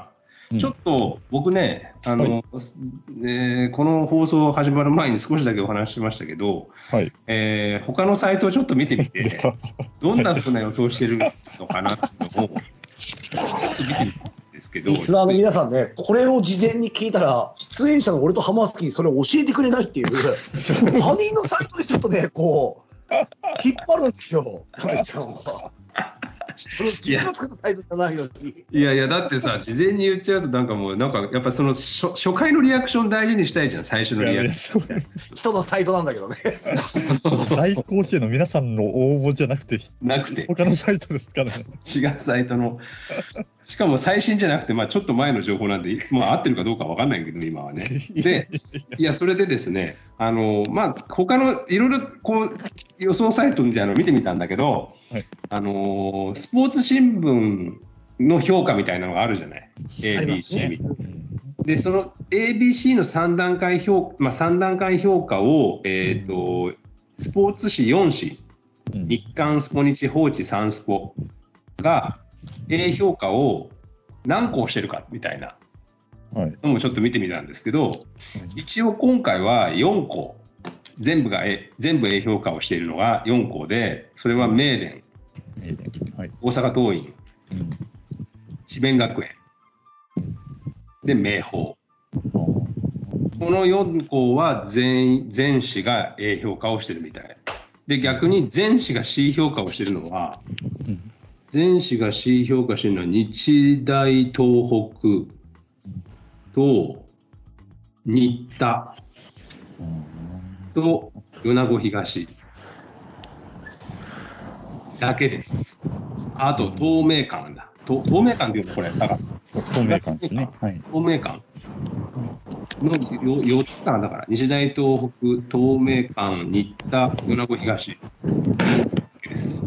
S2: ちょっと僕ね、あの、えーこの放送始まる前に少しだけお話ししましたけど、
S3: はい。
S2: えー他のサイトをちょっと見てみて、
S3: 出 た。
S2: どんなふうな予想してるのかなっていうのを、ちょっと見てみたんですけどけど
S4: リスナーの皆さんね、これを事前に聞いたら、出演者の俺とハマスキーにそれを教えてくれない っていう、他人のサイトでちょっとね、こう、引っ張るんですよ、カメちゃんは。人の自分が作ったサイトじゃないのに。
S2: いやいや、だってさ、事前に言っちゃうと、なんかもう、なんか、やっぱその初、初回のリアクション大事にしたいじゃん、最初のリアクシ
S4: 人のサイトなんだけどね。
S2: ョン。そうそう
S3: 大
S2: そ
S3: 甲子園の皆さんの応募じゃなくて、
S2: うなくて、
S3: 他のサイトですからね。
S2: 違うサイトの。しかも最新じゃなくて、まあ、ちょっと前の情報なんで、まあ、合ってるかどうかわかんないけど、今はね。で、いや、それでですね、あの、まあ、他の、いろいろ、こう、予想サイトみたいなのを見てみたんだけど、
S3: はい
S2: あの、スポーツ新聞の評価みたいなのがあるじゃない。
S4: あります
S2: ABC
S4: ね
S2: みたいな。でその ABC の3段階評,、まあ、3段階評価を、えーとスポーツ紙4紙
S3: うん
S2: 日刊スポニチ放置サンスポが A 評価を何個押してるかみたいな
S3: はい
S2: のもちょっと見てみたんですけど、一応今回は4個全部が A 全部 A 評価をしているのが4個でそれは名電
S3: はい。
S2: 大阪桐蔭
S3: うん
S2: 智弁学園で明豊
S3: あー
S2: この4校は全員全市が A 評価をしてるみたい。で逆に全市が C 評価をしてるのは
S3: うん
S2: 全市が C 評価してるのは日大東北と新田と米子東だけです。あと透明感だ。と透明感っていうのこれ佐賀
S3: 透明感 ですね。はい。
S2: 透明感のよ4つかな、だから、西大東北、東明館、新田、米子東です。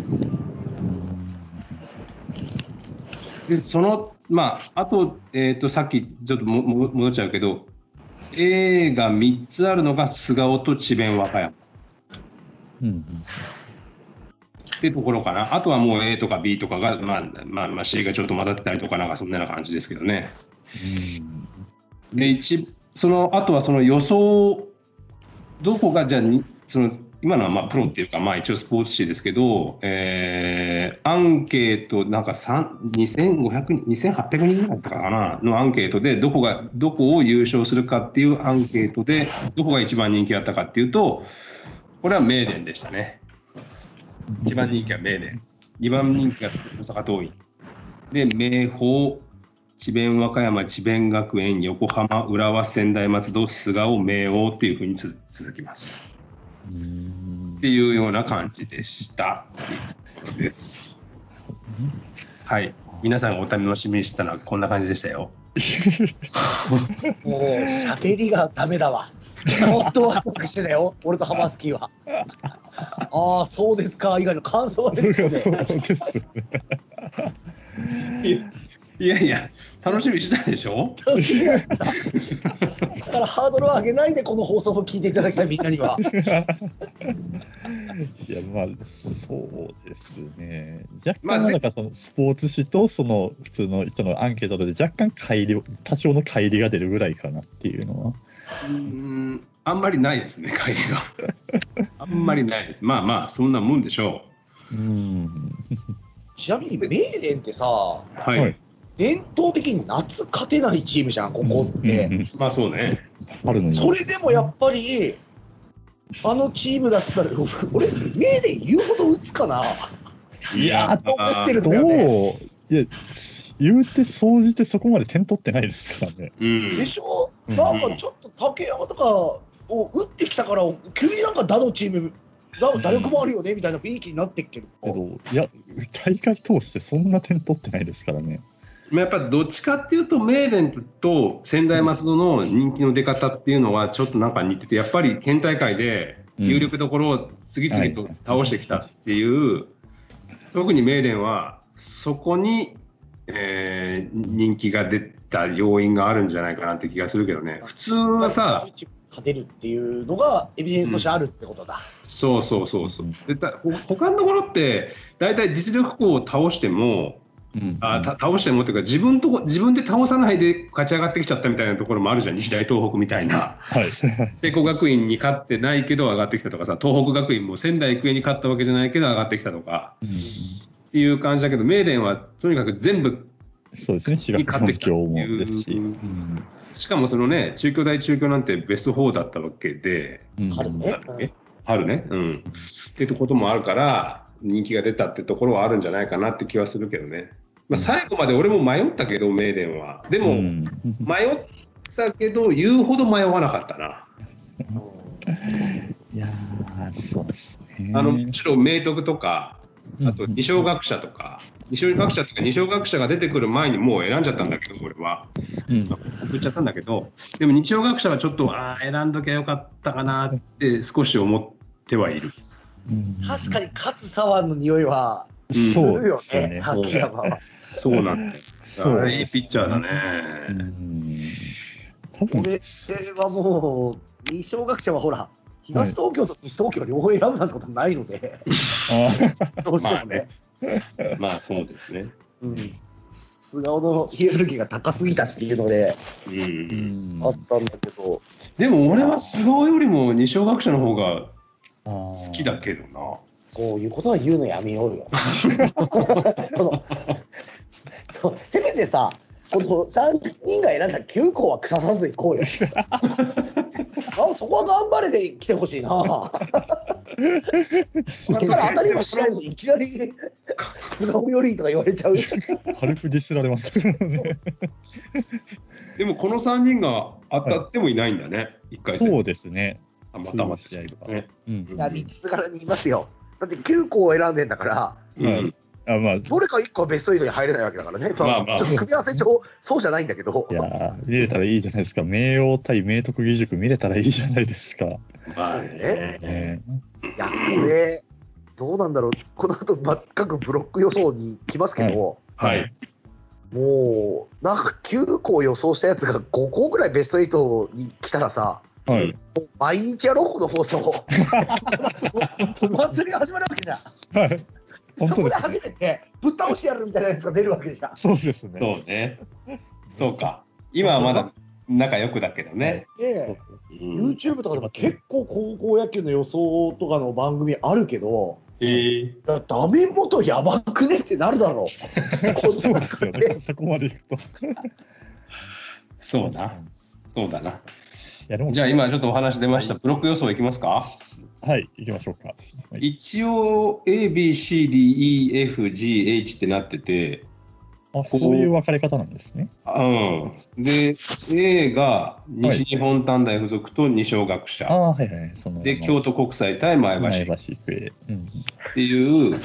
S2: で、その、まあ、あと、えっ、と、さっきちょっともも戻っちゃうけど、A が3つあるのが菅生と智弁和歌山
S3: うん
S2: ってところかな。あとはもう A とか B とかが、まあ、まあ、まあ、C がちょっと混ざってたりとか、なんかそんなような感じですけどね。で一そのあとはその予想どこがじゃあにその今のはまあプロっていうかまあ一応スポーツ紙ですけど、えーアンケートなんか3 2500人2800人ぐらいだったかなのアンケートでどこがどこを優勝するかっていうアンケートでどこが一番人気だったかっていうとこれは名電でしたね一番人気は名電2番人気が大阪桐蔭で明豊智弁和歌山、智弁学園、横浜、浦和、仙台松戸、菅生、明桜っていうふうにつ続きます。
S3: うん
S2: っていうような感じでした。っていうところです。はい。皆さんがお楽しみにしてたのはこんな感じでしたよ。
S4: もう、喋りがダメだわ。ちょっとワクワクしてたよ、俺とハマスキーは。ああ、そうですか、以外の感想が出てきたね。
S3: そうですよね。
S2: いやいや、楽しみにしてたでしょ
S4: だからハードルを上げないでこの放送を聞いていただきたいみんなには。
S3: いや、まあ、そうですね。若
S2: まあ
S3: 干、
S2: ね
S3: なんかそのスポーツ紙とその普通の人のアンケートで若干乖離を、多少の乖離が出るぐらいかなっていうのは。
S2: うーん、あんまりないですね、会議が。あんまりないです。まあまあ、そんなもんでしょ
S3: うん。
S4: ちなみに、メーデンってさ、
S2: う。はい。
S3: はい
S4: 伝統的に夏勝てないチームじゃん、ここって。
S3: うん
S2: まあそうね。
S3: あるのに。
S4: それでもやっぱり、あのチームだったら、俺、メーデン言うほど打つかな。
S3: いやー、
S4: と思ってるん
S3: ど
S4: だよね。
S3: ういや、言うて、総じてそこまで点取ってないですからね。
S2: うん。
S4: でしょ
S3: うん
S4: なんかちょっと竹山とかを打ってきたから、急になんか打のチーム、打打力もあるよねみたいな雰囲気になってっけど。
S3: けど、いや、大会通してそんな点取ってないですからね。
S2: まあ、やっぱりどっちかっていうと、メーデンと仙台松戸の人気の出方っていうのは、ちょっとなんか似てて、やっぱり県大会で有力どころを次々と倒してきたっていう、特にメーデンは、そこに、えー人気が出た要因があるんじゃないかなって気がするけどね、普通はさ、
S4: 勝てるっていうのがエビデンスとしてあるってことだ。
S2: そうそうそうそう、でたほ他のところって、大体実力校を倒しても、
S3: うん
S2: あた倒してもというか自分とこ自分で倒さないで勝ち上がってきちゃったみたいなところもあるじゃん日大東北みたいな
S3: はい。
S2: 聖光学院に勝ってないけど上がってきたとかさ東北学院も仙台育英に勝ったわけじゃないけど上がってきたとか
S3: うん
S2: っていう感じだけど名電はとにかく全部
S3: そうですね、滋賀
S2: に勝って
S3: 県
S2: きたって
S3: 境も
S2: い
S3: ですし。
S2: う。しかもそのね、中京大中京なんてベスト4だったわけで、
S3: うん
S4: 春ね
S2: だっけ春ね、うん。っていうこともあるから、人気が出たってところはあるんじゃないかなって気はするけどね。まあ、最後まで俺も迷ったけど、メーデンは。で
S3: う
S2: も、
S3: ん
S2: 迷ったけど、言うほど迷わなかったな。
S3: いやーそうですね。
S2: あのむしろ明徳とか、あと二小学者とか、二小学者とか二小学者が出てくる前にもう選んじゃったんだけど、俺は。
S3: うん
S2: 送っちゃったんだけど、でも二小学者はちょっと、ああ、選んどきゃよかったかなって少し思ってはいる。
S3: うん
S4: 確かに勝沢の匂いはする
S3: そう
S4: よ
S3: ですよ
S4: ね、
S3: ね。
S4: 秋山は。
S2: そうなんだよ。
S3: そう
S2: あいいピッチャーだ
S3: う
S2: ね。
S3: ん多
S4: こ
S3: 分
S4: れはもう、二小学者はほら、東東京と西東京両方選ぶなんてことないの で、
S3: あ
S4: どうしてもね。
S2: まあそうですね。
S4: うん菅生のヒエルギーが高すぎたっていうので、
S2: う、
S3: うんん
S4: あったんだけど、
S2: でも俺は菅生よりも二小学者の方が好きだ
S3: あ
S2: けどな。
S4: そういうことは言うのやめよう よ。そのそうせめてさ、この3人が選んだ9校は腐さずいこうよ。あそこは頑張れで来てほしいな。だから当たりもしないのにいきなり菅生よりとか言われちゃう。
S3: ー軽くディスられまし たからね。
S2: でもこの3人が当たってもいないんだね、一回戦。
S3: そうですね。
S2: あまたまたですけどね。
S3: うん
S4: いや、道すがらにいますよ。だって9校を選んでんだから。
S2: うん
S3: あまあい
S4: どれか一個はベスト8に入れないわけだからね、
S2: まあまあ
S4: ちょっと組み合わせ上、そうじゃないんだけど、
S3: やー見れたらいいじゃないですか。明王対明徳義塾見れたらいいじゃないですか。
S2: まあね。
S3: ね
S4: いや、これ、どうなんだろう、この後ま各ブロック予想に来ますけど、
S2: はい。
S4: もう、なんか9個予想したやつが5個ぐらいベスト8に来たらさ、
S3: はい。
S4: 毎日やろう、この放送。お祭りが始まるわけじゃん。
S3: はい。本
S4: そ
S3: 当
S4: こ
S3: で
S4: です初めてぶっ倒してやるみたいなやつが出るわけじゃん。
S3: そうですね。
S2: そうね。そうか。今はまだ仲良くだけどね。
S4: で、
S2: うん、
S4: YouTube とかでも結構高校野球の予想とかの番組あるけど、
S2: えー
S4: だダメ元やばくねってなるだろう。こん
S3: そう
S4: な
S3: ですよね。そこまでいくと。
S2: そうだ。そうだな。
S3: やでも
S2: じゃあ今ちょっとお話出ました。ブロック予想いきますか。
S3: はい、行きましょうか。はい
S2: 一応 A B C D E F G H ってなってて、
S3: あ、そういう分かれ方なんですね。
S2: うん。で A が西日本短大附属と二小学
S3: あ
S2: 者。
S3: あ、はいはい。その、
S2: で京都国際対前
S3: 前
S2: 橋
S3: 橋
S2: っ
S3: 育英。うん。
S2: ていう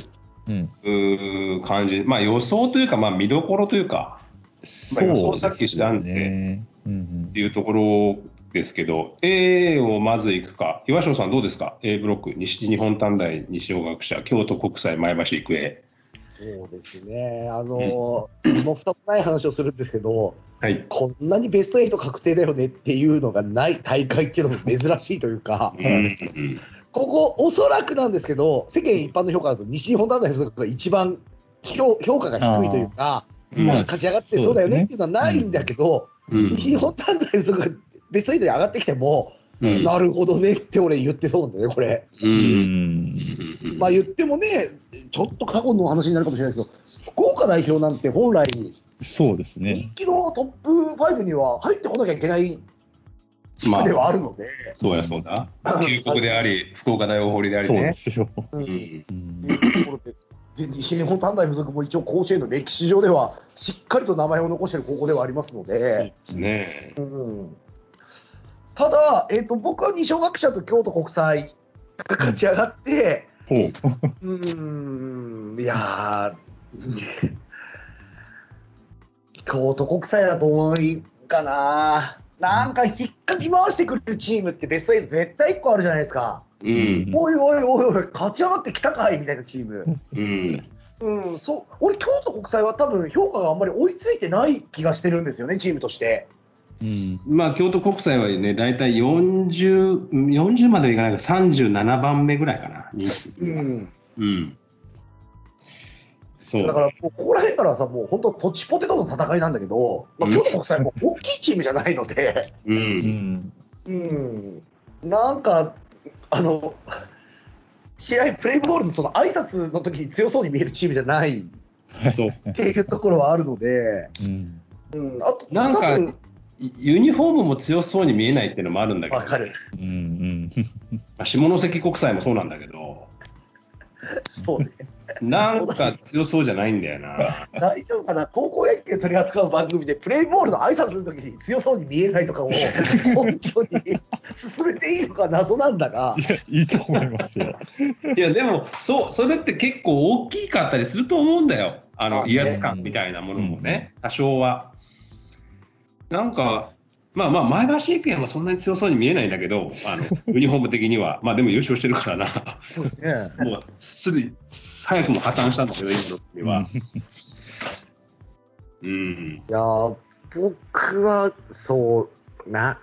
S3: うん。
S2: うー感じ、まあ、予想というか、まあ、見どころというか
S3: そう
S2: 予想さっきしたんで
S3: ね。うん
S2: っていうところですけど A をまずいくか岩城さんどうですか A ブロック西日本短大西小学者京都国際前橋育英
S4: そうですね。あの、もう蓋もない話をするんですけど、
S2: はい
S4: こんなにベスト8確定だよねっていうのがない大会っていうのも珍しいというか
S2: う、ん
S4: ここ、おそらくなんですけど、世間一般の評価だと西日本団体付属が一番評評価が低いというか、
S2: うん
S4: なんか勝ち上がってそうだよねっていうのはないんだけ
S2: う
S4: ど、
S2: ん
S4: 西日本団体付属がベスト8に上がってきても、
S2: うん
S4: なるほどねって俺言ってそうなんだよね、これ。
S2: う
S3: うんん。
S4: まあ言ってもね、ちょっと過去の話になるかもしれないですけど、福岡代表なんて本来、
S3: そうですね
S4: 人。気のトップ5には入ってこなきゃいけない地
S2: ま
S4: 区
S2: あ
S4: ではあるので、
S2: そうやそうだ旧国であり福岡大大堀であり
S3: そうで
S2: ね
S3: すよ。
S4: うん
S2: うん
S3: うん
S4: っていうところで。で西日本短大付属も一応甲子園の歴史上ではしっかりと名前を残している高校ではありますので、
S2: ですね
S4: うんただ、えーと、僕は二小学者と京都国際が勝ち上がって、
S3: ほう。
S4: うーん、いやー、 京都国際だと思うかな。なんか引っかき回してくれるチームってベスト8絶対1個あるじゃないですか。
S2: うん
S4: おいおいおいおい、勝ち上がってきたかいみたいなチーム。
S2: うん
S4: うん、そう、俺、京都国際は多分評価があんまり追いついてない気がしてるんですよね、チームとして。
S3: うん。
S2: まあ京都国際はね大体4040 40まではいかないから37番目ぐらいかな人気
S4: うん、
S2: うんそう
S4: だから、ここら辺からはさ、もう本当、土地ポテトの戦いなんだけど、まあ、京都国際も大きいチームじゃないので。
S2: う
S3: うんん。
S4: うん、なんか、あの試合、プレーボールのその挨拶の時に強そうに見えるチームじゃない
S2: そう
S4: っていうところはあるので、
S3: うん
S4: うん、あと
S2: なんか
S4: 多分
S2: ユニフォームも強そうに見えないっていうのもあるんだけど、
S4: わかる、
S3: うんうん
S2: まあ下関国際もそうなんだけ ど、
S4: そうね、
S2: なんか強そうじゃないんだよな。
S4: 大丈夫かな、高校野球取り扱う番組で、プレイボールの挨拶の時に強そうに見えないとかを根拠に 進めていいのか謎なんだが、
S3: いいと思いますよ。
S2: いや、でも、そう、それって結構大きかったりすると思うんだよ。あ
S4: まあ
S2: の、
S4: ね
S2: 威圧感みたいなものもね、多少は。なんか、まあまあ、前橋育英もそんなに強そうに見えないんだけど、あ の、ユニフォーム的には。まあ、でも優勝してるから な。
S4: そうね、
S2: もう、すでに、早くも破綻したんだけど、今の国は。うん。
S4: いやー僕はそうな、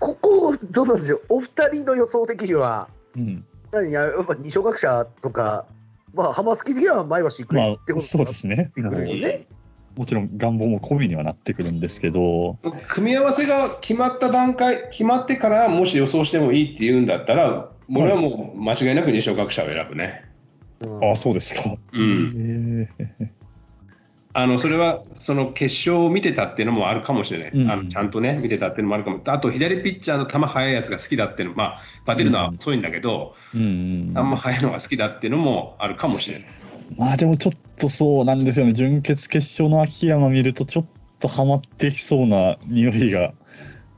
S4: ここ、どうなんでしょう、お二人の予想的には、
S3: うん、
S4: 何ややっぱ二小学者とか、まあ、浜好き的には前橋行く
S3: ま
S4: っ
S3: あ
S4: てこと
S3: そうですね、
S4: な
S3: は
S4: る
S3: い
S4: よね。
S3: もちろん願望も込みにはなってくるんですけど、
S2: 組み合わせが決まった段階、決まってからもし予想してもいいって言うんだったら、俺はもう間違いなく二小学者を選ぶね。
S4: うん
S3: あそうですか。
S2: うん。
S3: ええ
S2: あのそれはその決勝を見てたっていうのもあるかもしれない、
S3: うん
S2: あのちゃんとね、見てたっていうのもあるかも、あと左ピッチャーの球速いやつが好きだっていうのも、まあ、バテるのは遅いんだけど、
S3: うん
S2: あんま速いのが好きだっていうのもあるかもしれない。
S3: まあでもちょっとそうなんですよね、準決決勝の秋山見ると、ちょっとハマってきそうな匂いが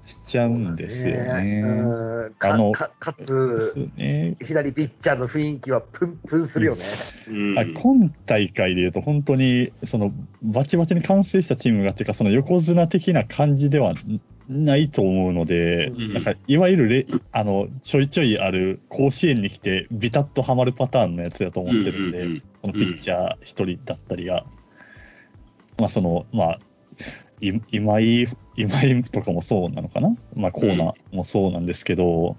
S3: しちゃうんですよね。
S4: うん
S3: あ
S4: か
S3: の
S4: かか
S3: で
S4: つ
S3: すね
S4: 左ピッチャーの雰囲気はプンプンするよね。
S2: うん
S3: あ今大会でいうと、本当にそのバチバチに完成したチームがっていうか、その横綱的な感じではないと思うので、
S2: うん
S3: なんかいわゆるレあのちょいちょいある甲子園に来て、ビタッとはまるパターンのやつだと思ってるんで、
S2: うんうんうん
S3: このピッチャー一人だったりが、まあその、まあ、い今井、今井とかもそうなのかな、まあコーナーもそうなんですけど、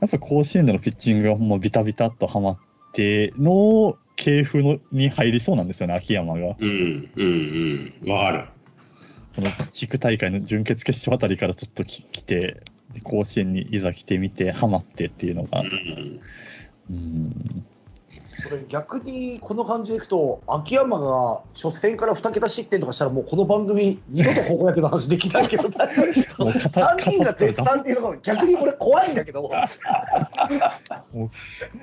S3: やっぱ甲子園でのピッチングがもうビタビタっとはまっての系譜のに入りそうなんですよね、秋山が。
S2: うんうんうん、わかる。
S3: その地区大会の準決決勝あたりからちょっとき来て、で甲子園にいざ来てみて、はまってっていうのが。
S2: うん
S3: うん
S4: これ逆にこの感じでいくと、秋山が初戦から2桁失点とかしたら、もうこの番組、二度と高校野球の話できないけど、
S3: もう片
S4: 3人が絶賛っていうのが逆にこれ怖いんだけど、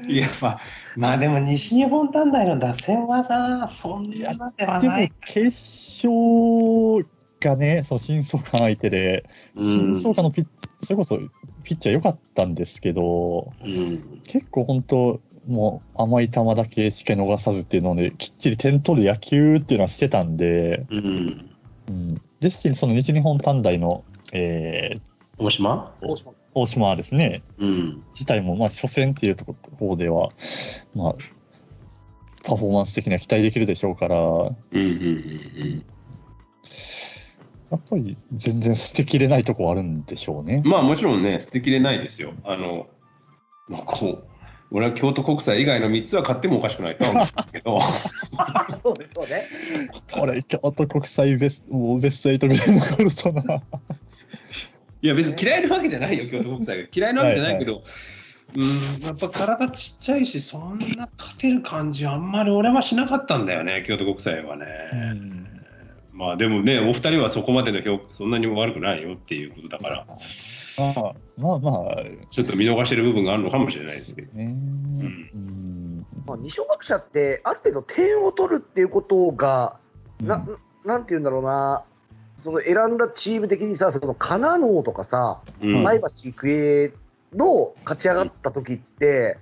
S2: いや、まあ、まあでも西日本短大の打線はさ、そんなでは
S3: でも。決勝がね、その新総監相手で、
S2: うん
S3: 新総監のピッそれこそピッチャー良かったんですけど、
S2: うん
S3: 結構本当、もう甘い球だけしか逃さずっていうので、きっちり点取る野球っていうのはしてたんで、
S2: うん、
S3: うん、ですし、その西日本短大の、えー
S2: 大島、
S4: 大島
S3: 大島ですね、
S2: うん、
S3: 自体もまあ初戦っていうところでは、まあ、パフォーマンス的には期待できるでしょうから、
S2: うんうんうん
S3: やっぱり全然捨てきれないとこはあるんでしょうね
S2: うん。。まあもちろんね、捨てきれないですよ。あの、まあ、こう、俺は京都国際以外の3つは買ってもおかしくないとは思うんですけ ど、
S4: そうですよね。
S3: これ、京都国際ベスト、もうベスト8ぐらい残るとな。
S2: いや別に嫌いなわけじゃないよ、京都国際が。嫌いなわけじゃないけど、うん、やっぱ体ちっちゃいし、そんな勝てる感じ、あんまり俺はしなかったんだよね、京都国際はね。まあでもね、お二人はそこまでの評価、そんなにも悪くないよっていうことだから、
S3: まあまあまあ、
S2: ちょっと見逃してる部分があるのかもしれないですけど。
S3: ね。うん。
S4: まあ、二小学者って、ある程度点を取るっていうことが、なななんていうんだろうな、その選んだチーム的にさ、その神奈能とかさ、
S2: うん
S4: 前橋育英の勝ち上がった時って、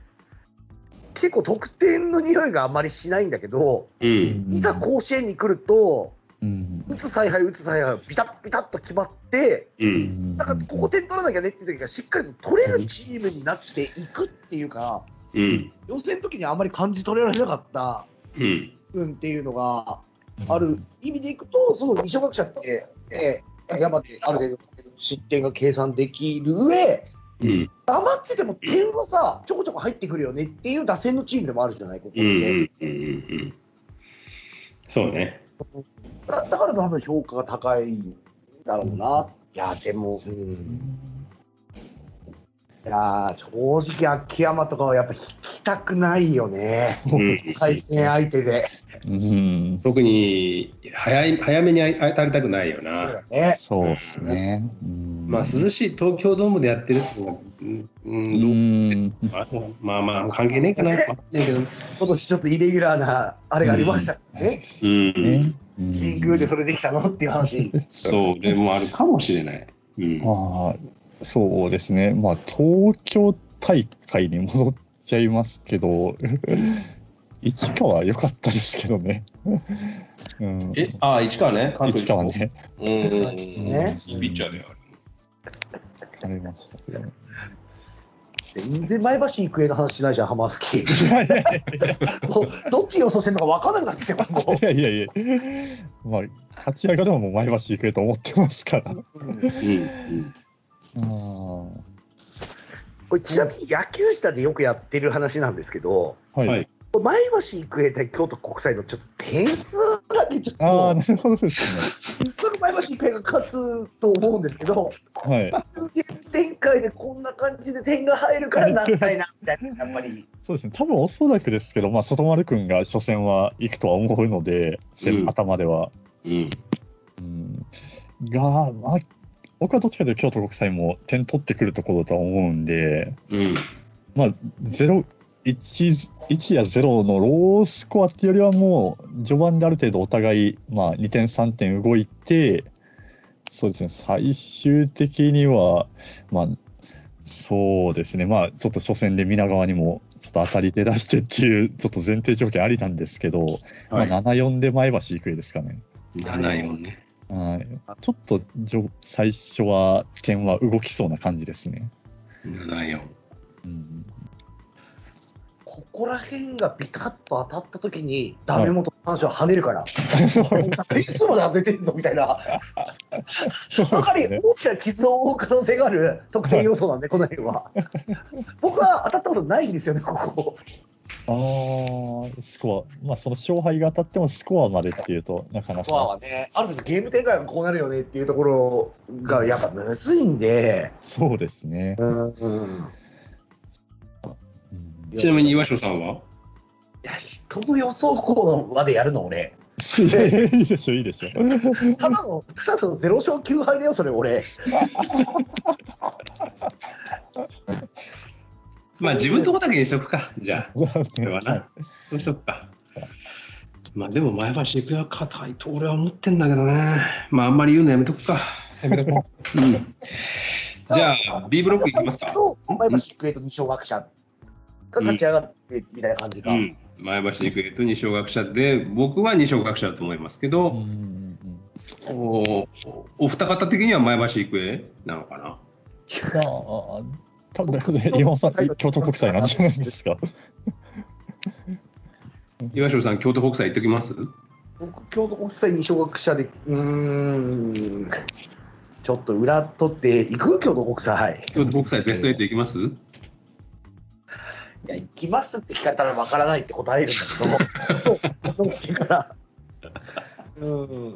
S4: 結構得点の匂いがあまりしないんだけど、
S2: うん
S4: いざ甲子園に来ると、
S3: うん。
S4: 打つ采配、打つ采配、ビタッビタッと決まって、
S2: うん
S4: なんかここ点取らなきゃねっていう時がしっかりと取れるチームになっていくっていうか、
S2: うん
S4: 予選の時にあんまり感じ取れられなかった
S2: うん
S4: 分っていうのがある意味でいくと、その二小学者って、えー山である程度失点が計算できる上、
S2: うん
S4: 黙ってても点はさ、ちょこちょこ入ってくるよねっていう打線のチームでもあるじゃない、ここっ
S2: う
S4: て。
S2: んうんうんうんうんそうね。
S4: だだから多分評価が高いんだろうな。いや、でも、うん、いやー、正直、秋山とかはやっぱ引きたくないよね、対戦相手で。
S3: うん、
S2: 特に早い早めに当たりたくないよ
S4: そう
S2: な、
S4: だね。
S3: そうですね。うん
S2: まあ、涼しい東京ドームでやってるってのは、うんうんどう
S3: うん
S2: まあまあまあ関係ねえかな、わかんないけど
S4: 今年ちょっとイレギュラーなあれがありましたからね。
S2: うん、
S3: ねうん
S4: 神宮でそれできたのっていう話。
S2: そう、でもあるかもしれない。うん、
S3: まあ、そうですね、まあ、東京大会に戻っちゃいますけど、市川良かったですけどね。うん、
S2: え、ああ、市川ね、関東
S3: 市川。ね、
S2: うん、うん、うん。
S4: です
S3: ね
S2: ピッチャーだよ。
S3: ありましたけどね。
S4: 全然前橋育英の話しないじゃん、ハマース キー。もうどっち予想してるのか分からなくなってきてるも
S3: いやいやいや、まあ、勝ち上がりはもう前橋行くと思ってますから。
S4: ううん
S2: うん、うん。
S3: うん
S4: これちなみに野球下でよくやってる話なんですけど、
S3: はい、
S2: はい
S4: 前橋育英対京都国際のちょっと点数だけちょっ
S3: ああ、
S4: と、
S3: なるほどですね。
S4: すぐ前橋育英が勝つと思うんですけど、
S3: はい、
S4: ゲーム展開でこんな感じで点が入るからなんないなみたいな、やっぱり。
S3: そうですね、多分おそらくですけど、まあ、外丸君が初戦は行くとは思うので、
S2: うん
S3: 頭では。
S2: うん。
S3: うんが、まあ、僕はどっちかというと京都国際も点取ってくるところだとは思うんで、
S2: うん。
S3: まあ、0 1, 1や0のロースコアっていうよりはもう序盤である程度お互い、まあ、2点3点動いてそうですね最終的にはまあそうですねまあちょっと初戦で皆川にもちょっと当たり手出してっていうちょっと前提条件ありなんですけど、
S2: はい
S3: ま。あ、7-4で前橋育英ですかね。
S2: 七四ね。
S3: はい、ちょっとじょ最初は点は動きそうな感じですね。
S2: 七四。
S3: うん、
S4: ここら辺がビタッと当たった時に、ダメ元の話は跳ねるから、いつまで当ててんぞみたいな、
S3: そう
S4: その
S3: で
S4: 代
S3: す
S4: わり
S3: ね。
S4: 大きな傷を負う可能性がある得点要素なんで、この辺は。僕は当たったことないんですよね、ここ。
S3: ああ、スコア、まあその勝敗が当たってもスコアまでっていうとなか
S4: ス
S3: な
S4: コア
S3: か
S4: はね、ある時ゲーム展開がこうなるよねっていうところがやっぱむずいんで、
S3: そうですね。
S4: うんうん、
S3: うん
S2: ちなみに岩所さんはい
S4: や人の予想校までやるの俺、
S3: いやいいでしょいいでしょ。
S4: ただの、ただの0勝9敗だよ、それ俺。
S2: まあ自分とこだけにしとくか。じゃあ、それは
S3: はい
S2: な。そうしとくか。まあでも前橋行くは硬いと俺は思ってんだけどね。まああんまり言うのやめとく か。やめとこう。 うん。じゃあ B ブロックいきますか。
S4: と、前橋育英と二小学者が勝ち上がってみたいな感じが。
S2: うん、前橋育英と二小学者で僕は二小学者だと思いますけ
S3: うんう
S2: ど、
S3: んうん
S2: おお二方的には前橋育英なのかな
S3: まあ、ただ、今さん、京都国際なんじゃないですか。
S2: 岩城さん京都国際行っときます
S4: 僕、京都国際二小学者で、うーん、ちょっと裏取っていく、京都国際。
S2: 京都国際ベスト8行きます
S4: いや、行きますって聞かれたらわからないって答えるんだけど、そう、 思ってから。うん。い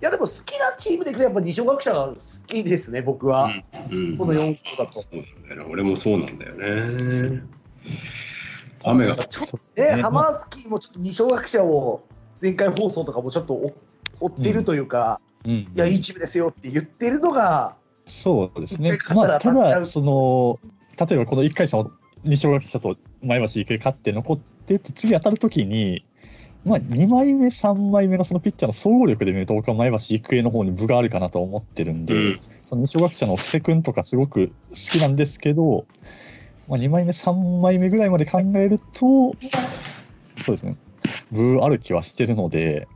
S4: や、でも好きなチームでいくと、やっぱ二小学者が好きですね、僕は。
S2: うん
S4: この4区だと
S2: そ。うなんだよな俺もそうなんだよね雨が
S4: ちょっとね、ハマースキーもちょっと二小学者を前回放送とかもちょっと追追ってるというか、
S3: うん
S4: いや、いいチームですよって言ってるのが、
S3: そうですね
S4: 一、回勝
S3: まあ、
S4: った
S3: た
S4: ら
S3: だ、その例えばこの1回戦を二小学者と前橋育英勝って残ってって次当たるときに、まあ、2枚目、3枚目のそのピッチャーの総合力で見ると、僕は前橋育英の方に分があるかなと思ってるんで、
S2: うん
S3: その二小学者の布施君とか、すごく好きなんですけど、まあ、2枚目、3枚目ぐらいまで考えると、そうですね、ブーある気はしてるので、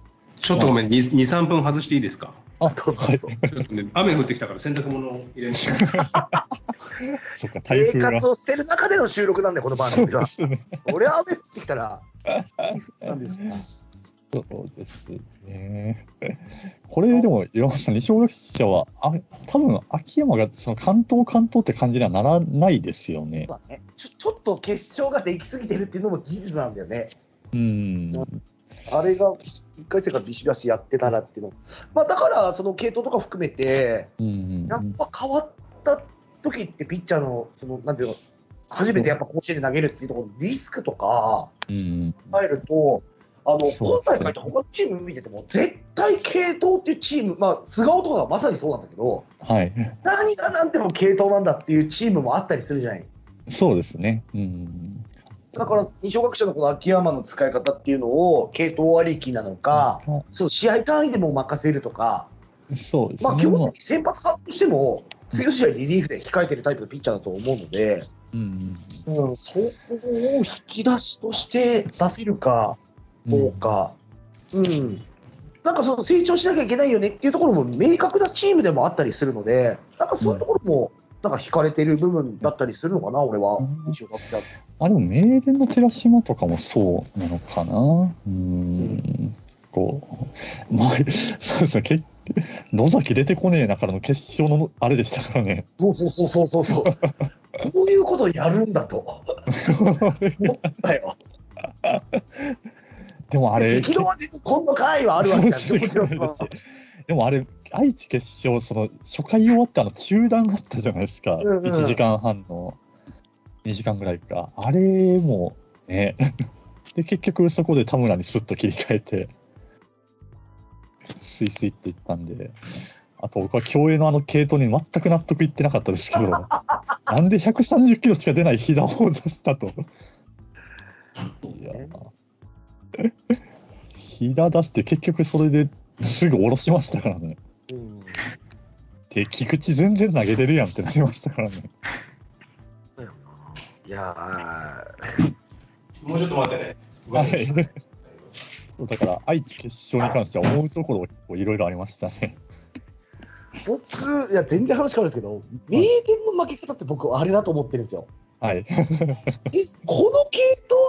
S2: ちょっとごめん23分外していいですか
S3: あ
S4: どうぞどうぞ
S2: ちょっとね 雨降ってきたから洗濯物を入れる
S3: そっか、台
S4: 生
S3: 風が
S4: 活。をしてる中での収録なんで、この番組 は。俺は雨降ってきたら、なんですか
S3: そうですね。これでも、岩本さん、二小学者は、あ多分秋山がその関東、関東って感じにはならないですよね。
S4: まあねちょちょっと決勝ができすぎてるっていうのも事実なんだよね。
S3: うん。
S4: あれが1回戦からビシバシやってたらっていうの。まあ、だから、その系統とか含めて、
S3: うん
S4: やっぱ変わった時ってピッチャーのそのなんていうの初めてやっぱ甲子園で投げるっていうところのリスクとか
S3: うん、
S4: 考えると、あの
S3: そう
S4: 今大会って他のチーム見てても、絶対継投っていうチーム、まあ、菅生とかがまさにそうなんだけど、
S3: はい、
S4: 何が何でも継投なんだっていうチームもあったりするじゃない。
S3: そうですね。うん、
S4: だから二小学者のこの秋山の使い方っていうのを系統ありきなのか、そう試合単位でも任せるとか、
S3: そうですね。
S4: まあ、基本的に先発さんとしても、次の試合リリーフで控えてるタイプのピッチャーだと思うので、
S3: うん、
S4: うん、そこを引き出しとして出せるかどうか、うんなんかその成長しなきゃいけないよねっていうところも明確なチームでもあったりするので、なんかそういうところも、なんか惹かれてる部分だったりするのかな、俺は
S3: う。ん
S4: 一応学者
S3: あ、でも、名電の寺島とかもそうなのかな。うん、こう、まあ、 そうですね、結野崎出てこねえなからの決勝のあれでしたからね。
S4: そうそうそうそうそうそう。こういうことやるんだと思ったよ。
S3: でもあれ、
S4: 赤道は出てこんの回はあるわけ じゃん。
S3: でもあれ、愛知決勝、その初回終わったあの中断があったじゃないですか、
S4: うんうん
S3: 1時間半の2時間ぐらいか、あれもね、 で結局そこで田村にすっと切り替えて、スイスイっていったんで、あと僕は競泳のあの系統に全く納得いってなかったです けど、なんで130キロしか出ない飛弾を出したと。いや 飛弾出して結局それですぐ下ろしましたからね。
S4: うん
S3: で菊池全然投げれるやんってなりました からね。
S4: いや
S2: もうちょっと待ってね。
S3: はい。そう だから愛知決勝に関しては思うところ結構いろいろありましたね。
S4: ー僕、いや、全然話変わるんですけど、名電の負け方って僕、あれだと思ってるんですよ。
S3: はい。
S4: えこの系統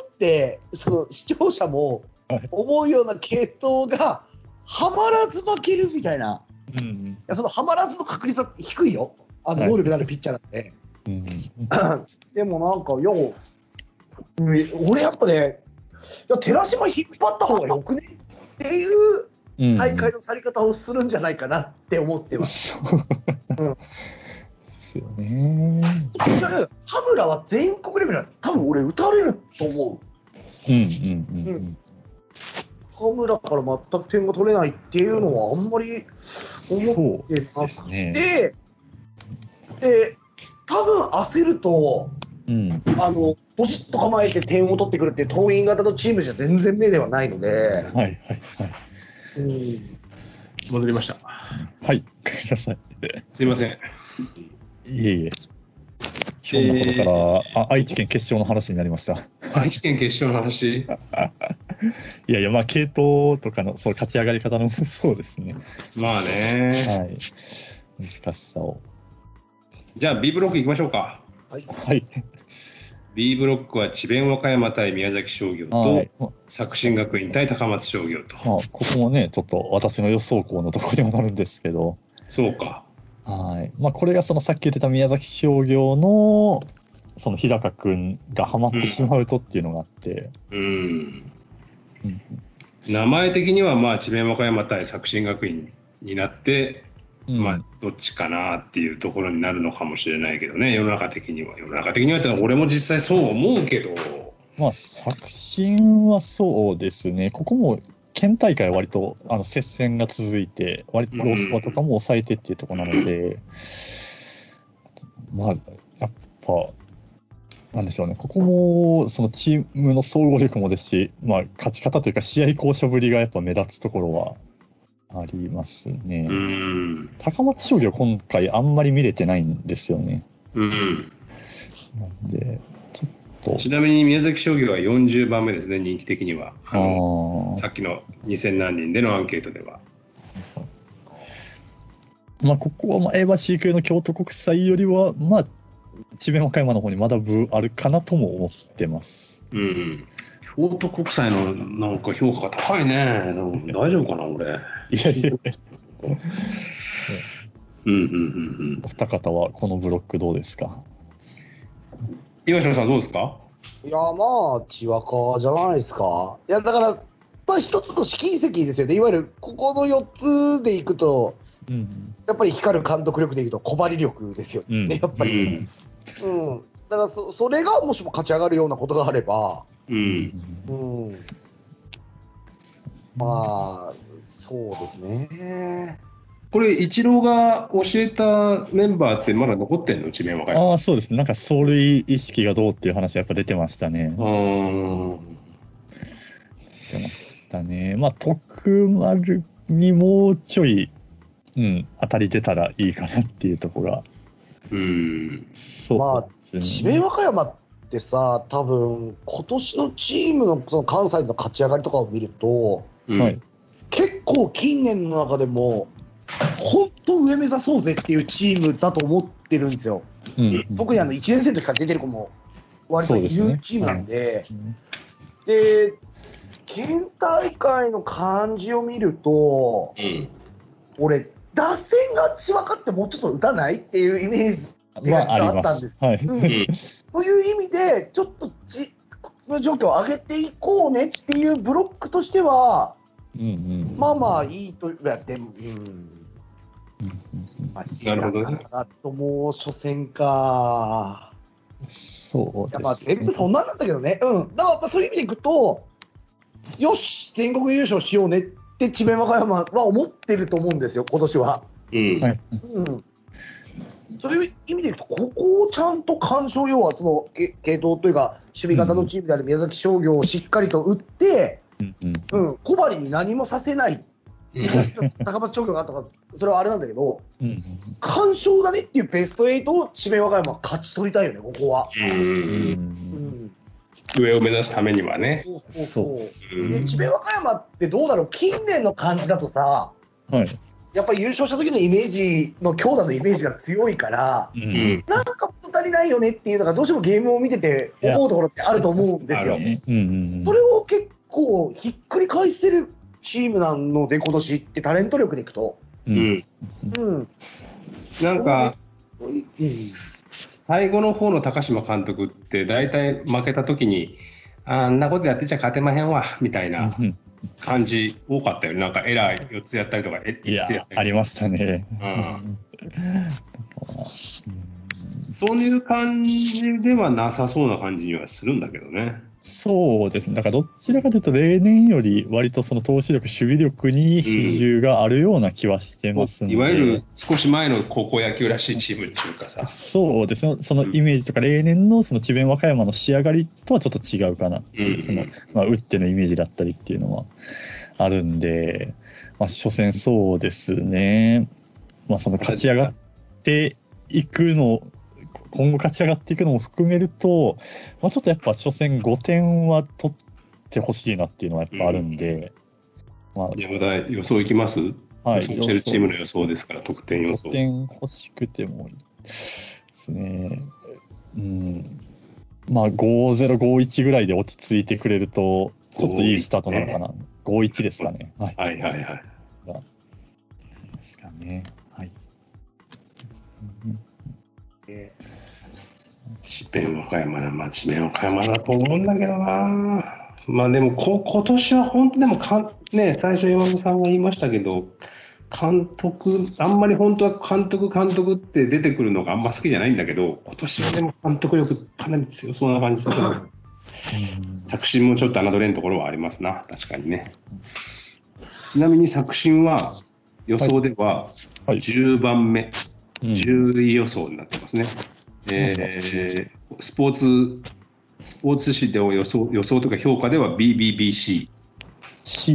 S4: って、その視聴者も思うような系統が、はまらず負けるみたいな、い
S3: うん。
S4: やそのはまらずの確率は低いよ、あの
S3: はい
S4: 能力のあるピッチャーなんで。
S3: うん。
S4: でもなんか、よう、うん俺やっぱね、いや寺島引っ張った方がよくねっていう
S3: うん
S4: 大会の去り方をするんじゃないかなって思ってます。
S3: そう。ですよね。
S4: いやいや田村は全国レベルだ多分俺打たれると思う。
S3: うんうんうんうん。
S4: 田村から全く点が取れないっていうのはあんまり
S3: そ
S4: 思ってな
S3: うで
S4: く
S3: すね。
S4: て、で、多分焦ると、
S3: うん。
S4: あの、ポシッと構えて点を取ってくるっていう党員型のチームじゃ全然目ではないので、
S3: はいはいはい。
S4: うん、
S2: 戻りました。
S3: はい。ごめんなさい。
S2: すいません。
S3: いえいえ。ひょんなことから、あ愛知県決勝の話になりました。
S2: 愛知県決勝の話。
S3: いやいや、まあ、系統とかの、そう、勝ち上がり方の、そうですね。
S2: まあね。
S3: はい。難しさを。
S2: じゃあ B ブロック行きましょうか。
S3: はい。
S2: B ブロックは智弁和歌山対宮崎商業
S3: は
S2: と
S3: い。まあ、
S2: 作新学院対高松商業と。
S3: ここもね、ちょっと私の予想校のところにもなるんですけど、
S2: そうか。
S3: はい。まあ、これがそのさっき言ってた宮崎商業の、その日高君がハマってしまうとっていうのがあって、
S2: うん。
S3: うん
S2: 名前的にはまあ智弁和歌山対作新学院になって、
S3: うん
S2: まあどっちかなっていうところになるのかもしれないけどね世の中的には世の中的にはってのは俺も実際そう思うけど
S3: まあ、作新はそうですね、ここも県大会は割とあの接戦が続いて、割とロースコアとかも抑えてっていうところなので、まあ、やっぱ、なんでしょうね、ここもそのチームの総合力もですし、まあ、勝ち方というか、試合巧者ぶりがやっぱ目立つところはありますね。
S2: うん
S3: 高松商業、今回、あんまり見れてないんですよね。
S2: うん
S3: なんで、ちょっと。
S2: ちなみに宮崎商業は40番目ですね人気的にはあ
S3: あ
S2: の
S3: ー
S2: さっきの2000何人でのアンケートでは
S3: まあ、ここはまあ前橋育英の京都国際よりは、まあ、智弁和歌山の方にまだ分あるかなとも思ってます。
S2: うん京都国際のなんか評価が高いねなんか大丈夫かな俺
S3: いやいや、
S2: うんうんうんうん
S3: お二方はこのブロックどうですか
S2: 東野さんどうですか
S4: 山内はかじゃないですか。いやだから、まあ、一つの試金石ですよね、いわゆるここの4つでいくと、
S3: うん。
S4: やっぱり光る監督力でいくと、小張り力ですよね、
S3: うん
S4: やっぱり。うんだからそそれがもしも勝ち上がるようなことがあれば、
S2: うん。
S4: うん、まあ、そうですね。
S2: これ、イチローが教えたメンバーってまだ残ってんの智弁和歌山。
S3: ああ、そうですね。なんか走塁意識がどうっていう話はやっぱ出てましたね
S2: う。ーん。
S3: だね。まあ、徳丸にもうちょい、うん、当たり出たらいいかなっていうところが。
S2: うん。
S3: そうです
S4: 智
S3: ね。
S4: 弁和歌山ってさ、多分今年のチームのその関西の勝ち上がりとかを見ると、
S2: うん
S3: はい。
S4: 結構近年の中でも、本当上目指そうぜっていうチームだと思ってるんですよ。
S3: うん、
S4: 特にあの1年生の時から出てる子も割とい
S3: そうです
S4: る
S3: ね
S4: チームなんで、
S3: うん
S4: で県大会の感じを見ると、
S2: うん。
S4: 俺、打線が血分かって、もうちょっと打たないっていうイメージ
S3: まあ、あ
S4: あ
S3: り
S4: った
S3: ま
S4: んです
S3: す。はい。
S4: う
S2: うんん。
S4: という意味で、ちょっと血の状況を上げていこうねっていうブロックとしては、
S3: うんうん。
S4: まあまあいいというや、でも、うん、
S3: うんうん
S4: まあ、
S2: なるほどね
S4: なかともう初戦か。
S3: そう
S4: い
S3: です
S4: や
S3: ね。
S4: まあ全部そんなんなんだけどね、うん、だからやっぱそういう意味でいくと、よし、全国優勝しようねって、智弁和歌山は思ってると思うんですよ、今年は。
S2: うん。
S3: はい。
S4: うんそういう意味で言うと、ここをちゃんと干渉、要はそのけ系統というか、守備型のチームである宮崎商業をしっかりと打って、
S3: うんうん
S4: うん、小針に何もさせない、
S2: うん
S4: 高松商業があったから、それはあれなんだけど、
S3: うんうん
S4: 干渉だねっていうベスト8を智弁和歌山は勝ち取りたいよね、ここは。
S2: う。
S3: うん
S4: うんん、
S2: 上を目指すためにはね。
S4: そうそうそうう。で、
S2: ん。
S4: 智弁和歌山ってどうだろう、近年の感じだとさ、
S3: はい。
S4: やっぱり優勝した時のイメージの強打のイメージが強いから。
S3: う。
S2: うんん。
S4: なんか物足りないよねっていうのがどうしてもゲームを見てて思うところってあると思うんです
S2: いやあ
S4: よ
S2: る。
S3: ねうんうんうん
S4: それを結構ひっくり返せるチームなので今年ってタレント力でいくと。
S3: う
S2: うんん。
S4: うん、
S2: なんか、
S4: そうです
S2: 最後の方の高島監督って大体負けた時にあんなことやってちゃ勝てまへんわみたいな
S3: うん
S2: 感じ多かったよねなんかエラー4つやったりとかえ
S3: い
S2: 5
S3: や
S2: つやっ、た
S3: あ
S2: り
S3: りましたね。
S2: う
S3: うんん
S2: そういう感じではなさそうな感じにはするんだけどね
S3: そうですね、だからどちらかというと、例年より割とその投手力、守備力に比重があるような気はしてますので、
S2: いわゆる少し前の高校野球らしいチームっていうかさ
S3: そうですね、そのイメージとか、例年のその智弁和歌山の仕上がりとはちょっと違うかなっていう、
S2: うん
S3: そのまあ、打ってのイメージだったりっていうのはあるんで、まあ、所詮そうですね、まあ、その勝ち上がっていくの、今後勝ち上がっていくのも含めると、まあ、ちょっとやっぱ所詮5点は取ってほしいなっていうのはやっぱあるんで、ま
S2: 山田予想いきます、
S3: あ、はい、
S2: 予想してるチームの予想ですから得点予想
S3: 得点欲しくてもですね、うん、まあ5-0、5-1ぐらいで落ち着いてくれると、ちょっといいスタートなのかな、5-1ですかね。はい、
S2: はいはいはい
S3: ですかね。はい、
S4: ね
S2: 智弁和歌山な、まあ、智弁和歌山だと思うんだけどな、まあでもこ、今年は本当、でもかん、ね、最初、山本さんが言いましたけど、監督、あんまり本当は監督、監督って出てくるのがあんま好きじゃないんだけど、今年はでも監督力、かなり強そうな感じするな作新もちょっと侮れんところはありますな、確かにね。ちなみに作新は、予想では
S3: はい
S2: 10番目。
S3: うん
S2: 10位予想になってますね。えースポーツ、スポーツ紙では予想予想とか評価では BBBC、
S3: C。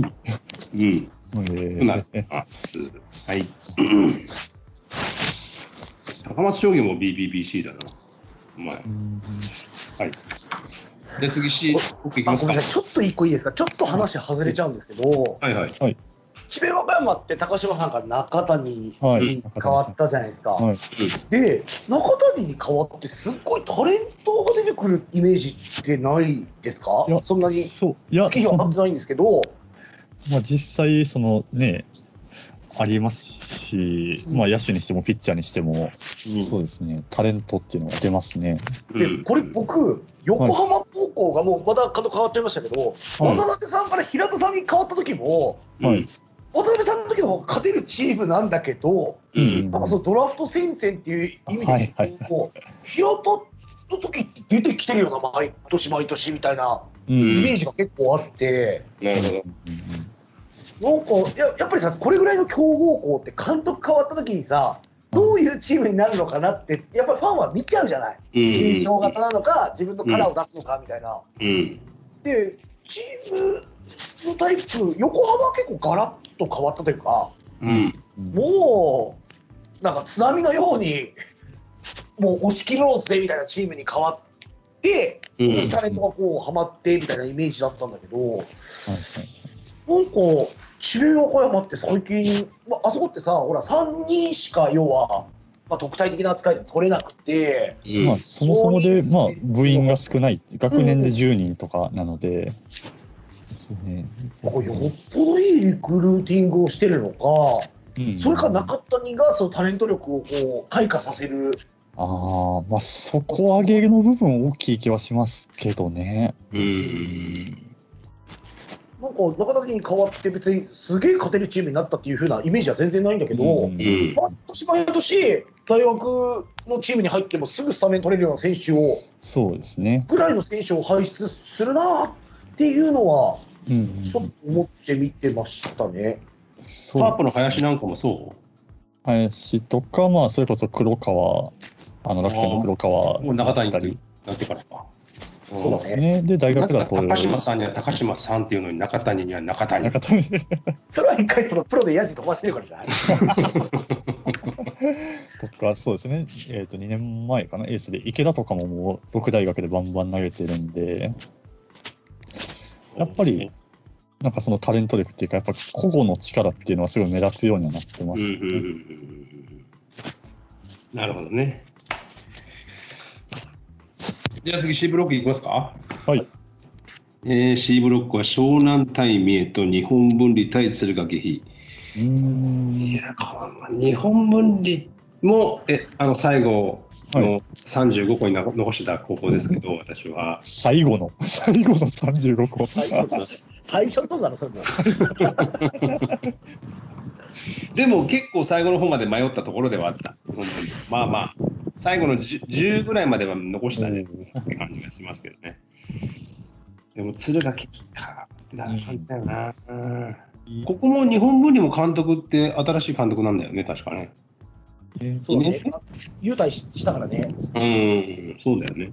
S2: うん、
S3: え
S2: となっ
S3: ー
S2: てます。はい。 高松商業も BBBC だな。お前。
S3: うん
S2: はい。で、次 C、奥行きま
S4: あご
S2: す
S4: め
S2: か
S4: んな。さいちょっと一個いいですか、ちょっと話外れちゃうんですけど、
S2: はいはい。
S4: 智弁和歌山って高島さんから中谷に
S3: はい、
S2: うん
S4: 変わったじゃないですか、
S3: はい
S4: で、中谷に変わって、すっごいタレントが出てくるイメージってないですか
S3: いや、
S4: そんなに
S3: そういや、
S4: 月日は
S3: そ
S4: 経っ
S3: ん
S4: てないんですけど、
S3: まあ、実際、そのね、ありますし、まあ、野手にしてもピッチャーにしても、そうですね、タレントっていうのが出ますね。
S4: で
S2: うん
S4: これ、僕、横浜高校がもうまた監督変わっちゃいましたけど、
S3: はい
S4: 渡辺さんから平田さんに変わった時も、
S2: うん
S4: 渡辺さんの時の方が勝てるチームなんだけど、
S2: うん
S4: なんかそのドラフト戦線っていう意味で、
S3: はいはい
S4: こう平田の時って出てきてるよな、毎年毎年みたいな
S3: う
S4: イ
S2: ん
S4: メージが結構あって、
S2: なるほど。
S4: なんかややっぱりさ、これぐらいの強豪校って監督変わった時にさ、どういうチームになるのかなって、やっぱりファンは見ちゃうじゃない、
S2: うん
S4: 継承型なのか、自分のカラーを出すのかみたいな。
S2: うん。
S4: で、チームのタイプ、横浜は結構ガラッと変わったというか、
S2: うん。
S4: もう、なんか津波のように、もう押し切ろうぜみたいなチームに変わって、
S2: う
S4: タレン
S2: ん
S4: トがこうはまってみたいなイメージだったんだけど。なんか、智弁和歌山って最近、まああそこってさ、ほら、3人しか要は、まあ、特待的な扱いで取れなくて、
S2: うん
S3: まあ、そもそもで、まあ
S4: そう、
S3: 部員が少ない、学年で10人とかなので、そうね
S4: これよっぽどいいリクルーティングをしてるのか、
S3: うん
S4: それか中谷がそのタレント力をこう開花させる、
S3: ああ、まあ、底上げの部分大きい気はしますけどね。
S2: うん。
S4: なんか中谷に変わって、別にすげえ勝てるチームになったっていう風なイメージは全然ないんだけど、
S3: うん
S2: うん。
S4: 毎年毎年、大学のチームに入ってもすぐスタメン取れるような選手を、
S3: そうですね。
S4: ぐらいの選手を輩出するなっていうのは。
S3: うん
S4: ちょっと思って見てましたね。
S3: そ
S2: カー
S3: う
S2: プの林なんかもそ
S3: 林とか、まあ、それこそ黒川、あの楽天の黒川
S2: う。もう中谷
S3: だ
S2: に
S3: っ
S2: な
S3: たり
S2: ってからか。
S4: そうだね。
S3: ね、で、大学だと、
S2: 高島さんには高島さんっていうのに中谷には中谷。
S3: 中谷
S4: それは一回そのプロでヤジ飛ばしてるからじゃない。
S3: とか、そうですね、えっと2年前かな、エースで、池田とかももう、六大学でバンバン投げてるんで、やっぱり、なんかそのタレント力っていうか、やっぱ個々の力っていうのはすごい目立つようにはなってま
S2: うん
S3: す、
S2: うん
S3: ね
S2: うんうん。なるほどね。じゃあ次 C ブロックいきますか。
S3: はい。
S2: えー、C ブロックは湘南対三重と日本分離対敦賀気比。
S3: うーん
S2: いや、日本分離もえあの最後の35個にな残してた高校ですけど、私は。
S3: 最後の、最後の35個。
S4: 最初の最初のだろそれも。
S2: でも結構最後の方まで迷ったところではあった、本当にまあまあ、最後の 10, 10ぐらいまでは残したねって感じがしますけどね。でも敦賀気比かってな感じだよな、うんここも日本分離も監督って新しい監督なんだよね、確かね。
S4: そうだね。優待ししたからね。
S2: うん、そうだよね。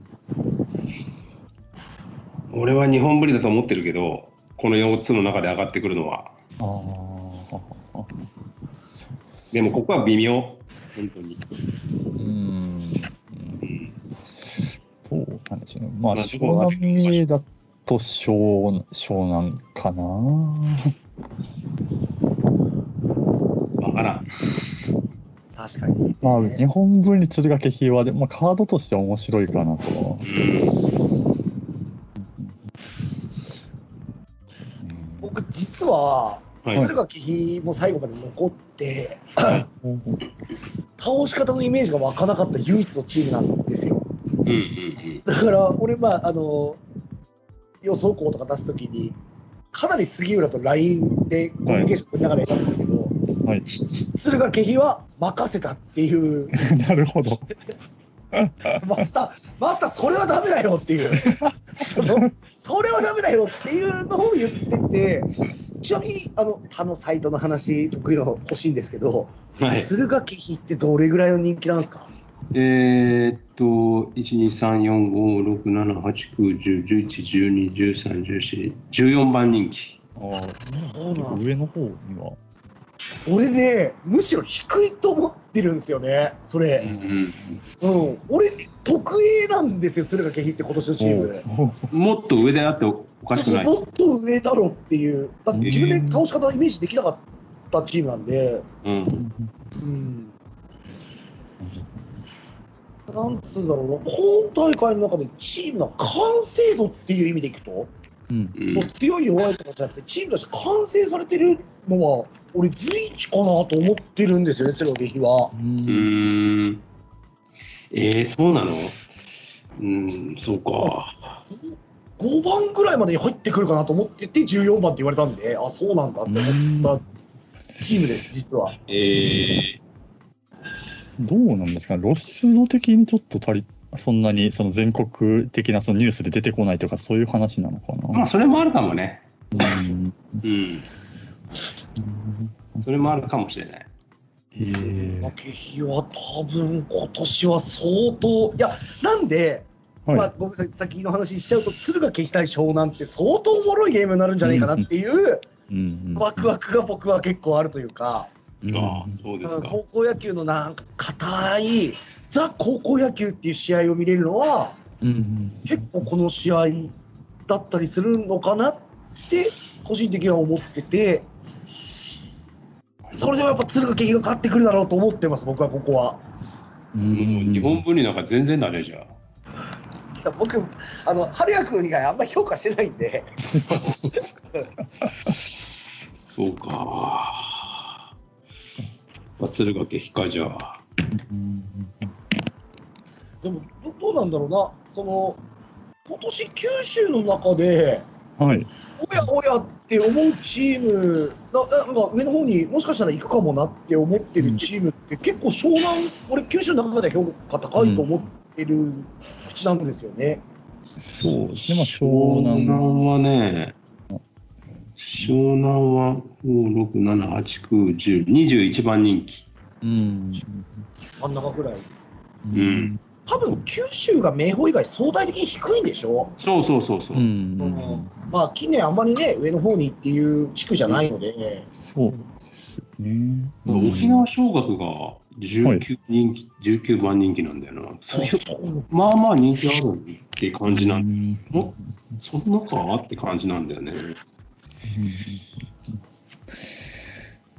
S2: 俺は日本ぶりだと思ってるけど、この4つの中で上がってくるのは。
S3: あー
S2: でもここは微妙、本当に。
S3: うーん
S2: うん、
S3: どうなんでしょうね。まあ、
S2: まあ
S3: 湘南三重だと湘湘南かな。
S2: わからん。
S4: 確かに。
S3: まあ、日本分離鶴ヶ比はで、まあ、カードとしては面白いかなと。うん
S4: 僕実は
S2: はい、
S4: 敦賀気比も最後まで残って
S3: うん
S4: 倒し方のイメージが湧かなかった唯一のチームなんですよ。
S2: うんうん
S4: だから俺まああの予想校とか出すときにかなり杉浦と LINE でコミュニケーション取りながらやったんだけど、
S3: はい
S4: 敦賀気比は任せたって いう。
S3: なるほど。
S4: マスター、マスター、それはダメだよっ ていう、そのそれはダメだよっていうのを言ってて、ちなみにあの他のサイトの話、得意の欲しいんですけど、
S2: うん。はい。
S4: 敦賀気比ってどれぐらいの人気なんですか
S2: えーっと、1、2、3、4、5、6、7、8、9、10、11、12、13、14、14番人気。
S3: あ
S4: そうな
S3: 上の方には。
S4: 俺ね、むしろ低いと思ってるんですよね、それ、うん、俺、得意なんですよ、敦賀気比って今年のチーム。
S3: おう
S2: もっと上であっておかしくない。
S4: もっと上だろっていう、だって自分
S2: え
S4: で
S2: ー
S4: 倒し方のイメージできなかったチームなんで。
S2: うん。
S4: うんなんつうんだろうな、今大会の中でチームの完成度っていう意味でいくと、も
S3: うん
S2: うん
S4: う強い弱いとかじゃなくて、チームとして完成されてるのは、俺、随一かなと思ってるんですよね、鶴岡劇は。
S2: うーん。えー、そうなのうん、そうか。
S4: 5番ぐらいまでに入ってくるかなと思ってて、14番って言われたんで、あ、そうなんだって思ったチームです、実は。
S2: え
S3: どうなんですか露出度的にちょっと足りそんなにその全国的なそのニュースで出てこないとか、そういう話なのか
S2: まあ、
S3: な。
S2: それもあるかもね。
S3: うん
S2: うん。それもあるかもしれない。
S3: へえ
S4: 負け日は多分今年は相当、いや、なんで、ま
S3: は
S4: あ、ごめんなさい、先の話しちゃうと、敦賀気比対湘南って相当おもろいゲームになるんじゃないかなっていう
S3: い。うん
S4: ワクワクが僕は結構あるというか、
S3: うん
S2: そう
S4: うん高校野球のなんか硬い、ザ・高校野球っていう試合を見れるのは、
S3: うんうん
S4: 結構この試合だったりするのかなって、個人的には思ってて、それでもやっぱ敦賀気比が勝ってくるだろうと思ってます、僕はここは。
S3: うん
S2: 日本文理なんか全然だねじゃん。
S4: いや僕あの春也君以外あんまり評価してないんで
S2: そうですか。そうか。まあ、敦賀気比かじゃあ。
S3: うん
S4: でもどどうなんだろうなその今年九州の中で
S3: はい。
S4: おやおやって思うチームななんか上の方にもしかしたら行くかもなって思ってるチームって結構湘南俺九州の中では評価高いと思ってる口なんですよね。
S3: そうですね、まあ、湘
S2: 湘南
S3: 南。
S2: はね、湘南は5、6、7、8、9、10、21番人気。
S3: うん。
S4: 真ん中ぐらい
S2: ん
S4: 多分九州が明豊以外相対的に低いんでしょ
S2: そうそうそうそうう。
S3: ん。
S4: そのまあ近年あんまりね上の方にっていう地区じゃないので、
S3: そうですね。
S2: 沖縄小学が19人気、19番人気なんだよな。それまあまあ人気あるって感じなん
S3: ん
S2: もそんなかって感じなんだよね。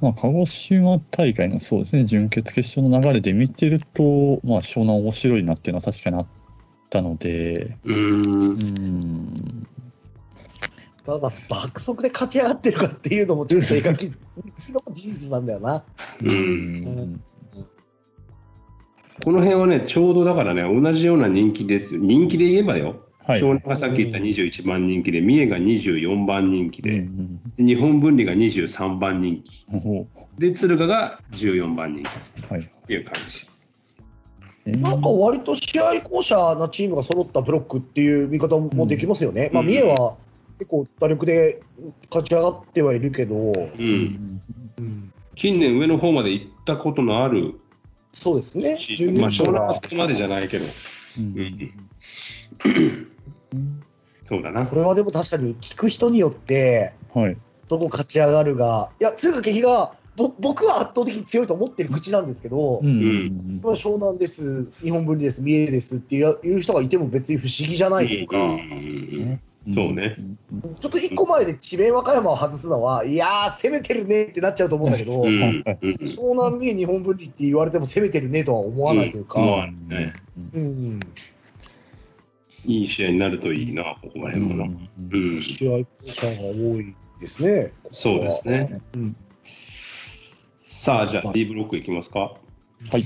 S3: まあ、鹿児島大会のそうですね、準決決勝の流れで見てると、まあ、湘南面白いなっていうのは確かにあったので、
S2: うーん。
S3: うん。
S4: ただ爆速で勝ち上がってるかっていうのも純正がきの事実なんだよな。
S2: うん。この辺はね、ちょうどだからね、同じような人気です。人気で言えばよ。
S3: はい。
S2: 湘南がさっき言った21番人気で、三重が24番人気
S3: う
S2: で、
S3: ん
S2: 日本分離が23番人気。
S3: ほほ
S2: で、敦賀が14番人気
S3: はい。
S2: っていう感じ。
S3: えー
S4: なんか割と試合巧者なチームが揃ったブロックっていう見方もできますよね。
S2: ん
S4: まあ、三重は結構打力で勝ち上がってはいるけど、
S2: うん。近年上の方まで行ったことのある
S4: そうですね、
S2: し、
S4: 準優
S2: まあ、湘
S4: 勝
S2: 南
S4: が
S2: はそこまでじゃないけど、
S3: うん
S2: そうだな。
S4: これはでも確かに聞く人によって、
S3: はい。
S4: どこ勝ち上がるが、いや、敦賀気比がぼ僕は圧倒的に強いと思ってる口なんですけど。
S3: ん
S4: まあ湘南です、日本文理です、三重ですっていういう人がいても別に不思議じゃないというか、
S2: うんそうね。
S4: ちょっと1個前で智弁和歌山を外すのは、いやー、攻めてるねってなっちゃうと思うんだけど、
S2: うん
S3: はいはい
S2: うん
S4: 湘南、三重、日本文理って言われても攻めてるねとは思わないというか、
S2: う
S4: うんん
S2: まあね
S4: うん
S2: いい試合になるといいな、ここら辺もな。うん、
S4: 試合者が多いですね、
S2: そうですね。
S4: うん
S2: さあ、じゃあ D ブロックいきますか。
S3: はい。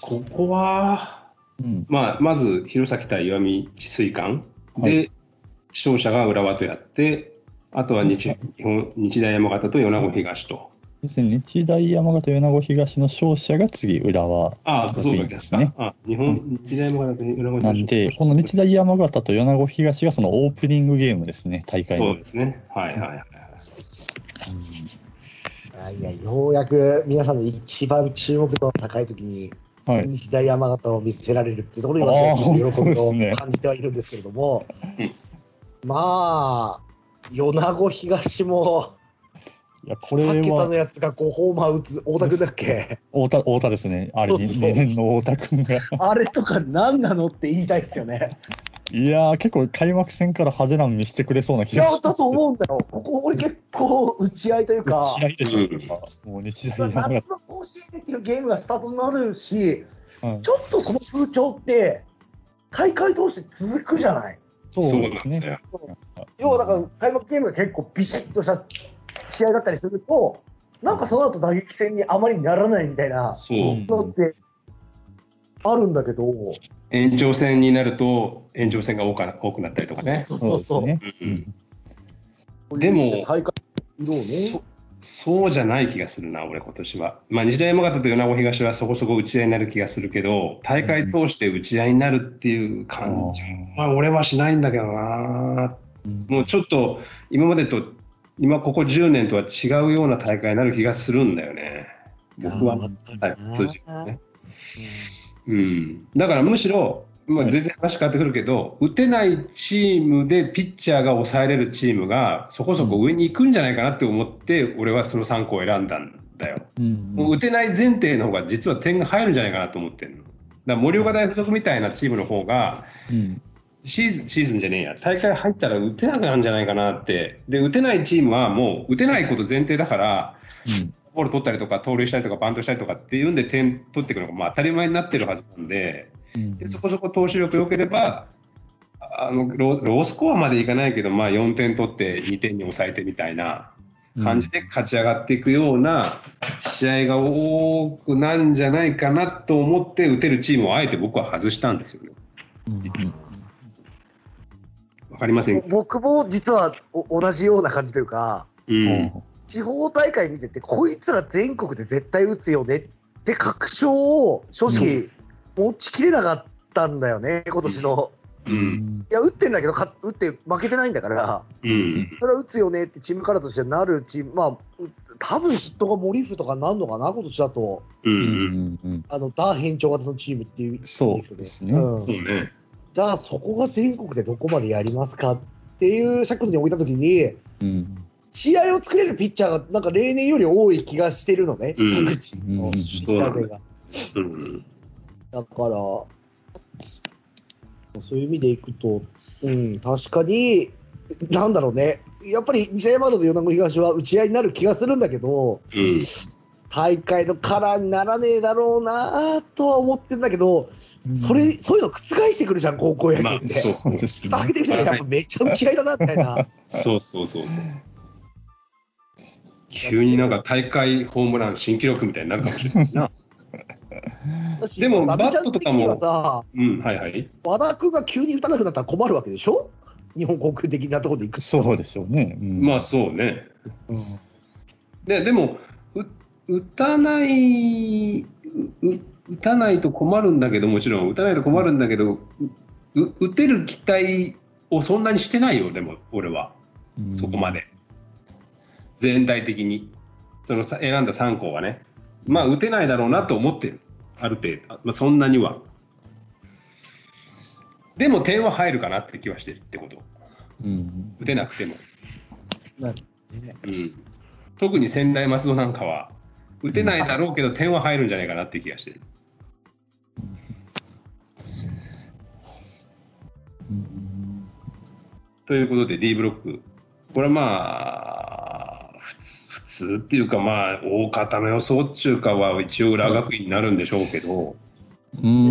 S2: ここは、
S3: うん
S2: まあ、まず弘前対石見智水館で、
S3: は
S2: 勝者が浦和とやって、あとは日日本日大山形と米子東と。
S3: ですね、日大山形米子東の勝者が次、浦和
S2: ああ、そうだ
S3: で
S2: ですす
S3: ね
S2: ね。。あ日本、日大山形と米子東。
S3: なんで、この日大山形と米子東がそのオープニングゲームですね、大会
S2: そ
S3: の。
S2: うですね。はいはいはい。
S4: あいや、ようやく皆さんの一番注目度の高い時に、
S3: うんはい。
S4: 日大山形を見せられるっていうところに
S3: あー
S4: 私はちょっと喜び
S3: そうですね
S4: を感じてはいるんですけれども、
S2: うん
S4: まあ、米子東も
S3: いや、これ
S4: 2桁の
S3: は
S4: やつが5ホーマー打つ、太田君だっけ、
S3: 太田、太田ですね。あれ、
S4: そうそう
S3: 2年の太田君が。
S4: あれとか何なのって言いたいですよね。
S3: いやー、結構開幕戦から派手なの見せてくれそうな気
S4: い
S3: が
S4: や
S3: します。、
S4: だと思うんだよ、ここ、俺結構打ち合いというか、
S3: 試合でしょ、
S2: うん
S3: もう日 大山形。
S4: 夏の甲子園っていうゲームがスタートになるし、
S3: はい
S4: ちょっとその風潮って、大会通して続くじゃない。
S3: そう
S2: そう
S3: です
S2: なんだ
S3: ね。
S2: よ。
S4: 要はだから開幕ゲームが結構ビシッとした試合だったりすると、なんかその後打撃戦にあまりならないみたいな
S2: そう。
S3: うん
S4: のってあるんだけど、
S2: 延長戦になると延長戦が多か多くなったりとかね。
S4: そうそうそう
S3: ですね。
S2: うん
S3: ん
S2: でも
S4: 大会色をね
S2: そそうじゃない気がするな、俺、今年は。まあ、日大山形と米子東はそこそこ打ち合いになる気がするけど、大会通して打ち合いになるっていう感じ、まあ、俺はしないんだけどな、もうちょっと今までと、今ここ10年とは違うような大会になる気がするんだよね、僕は。はい、通じるね。うん、だからむしろ、まあ、全然話変わってくるけど、打てないチームでピッチャーが抑えれるチームがそこそこ上に行くんじゃないかなって思って、俺はその3個を選んだんだよ。
S3: うん
S2: もう打てない前提の方が実は点が入るんじゃないかなと思ってるの。だから盛岡大附属みたいなチームの方が
S3: うん
S2: シーズン、シーズンじゃねえや、大会入ったら打てなくなるんじゃないかなって。で、打てないチームはもう打てないこと前提だから、ボール取ったりとか、盗塁したりとか、バントしたりとかっていうんで、点取っていくのがまあ当たり前になってるはずなんで、
S3: うん
S2: でそこそこ投手力良ければ、あのロロースコアまでいかないけど、まあ、4点取って2点に抑えてみたいな感じで勝ち上がっていくような試合が多くなんじゃないかなと思って、打てるチームをあえて僕は外したんですよね。わかりませんか、
S4: 僕も実はお同じような感じというか、
S2: う
S3: うん
S2: ん
S4: 地方大会見てて、こいつら全国で絶対打つよねって確証を正直、持ちきれなかったんだよね、今年の。
S2: うん
S4: いや、打ってんだけど、か打って負けてないんだから、
S2: うん
S4: それは打つよねってチームカラーとしてなるチーム、まあう、多分ヒットがモリフとかなんのかな、今年だと、
S2: うんう
S3: うんんうん
S4: あのダー変調型のチームっていう、
S3: そうですね
S4: うん
S2: そうね。
S4: じゃあ、そこが全国でどこまでやりますかっていう尺度に置いたときに、
S3: うん
S4: 試合を作れるピッチャーがなんか例年より多い気がしてるのね、
S2: うん
S4: 各地のピッチャーが。
S2: うん
S4: だから、そういう意味でいくと、うん、確かに、なんだろうね、やっぱり西山と米子東は打ち合いになる気がするんだけど、
S2: うん
S4: 大会のカラーにならねえだろうなとは思ってんだけど、それ、そういうの覆してくるじゃん、高校野球って。
S3: そうですね
S4: 開け てみたら、やっぱめっちゃ打ち合いだなみたいな。
S2: そうそうそうそう。急になんか大会ホームラン新記録みたいになるかもしれないな。でも
S4: ダメちゃん的には
S2: バットと
S4: さ、
S2: うん、はいはい。
S4: 和田君が急に打たなくなったら困るわけでしょ、日本航空的なところで行くと
S3: そうでしょうね。うん
S2: まあそうね。
S3: うん
S2: ででもう打たないう打たないと困るんだけどもちろん打たないと困るんだけどうう打てる期待をそんなにしてないよでも俺はそこまで、全体的にそのさ選んだ3校はねまあ打てないだろうなと思ってるある程度、まあ、そんなにはでも点は入るかなって気はしてるってこと
S3: うん。
S2: 打てなくても
S4: なるほどね
S2: うん特に仙台松戸なんかは打てないだろうけど点は入るんじゃないかなって気がしてる、
S3: うん
S2: ということで D ブロックこれはまあ普通普通っていうかまあ大方の予想っちゅうかは一応浦和学院になるんでしょうけど、
S3: うん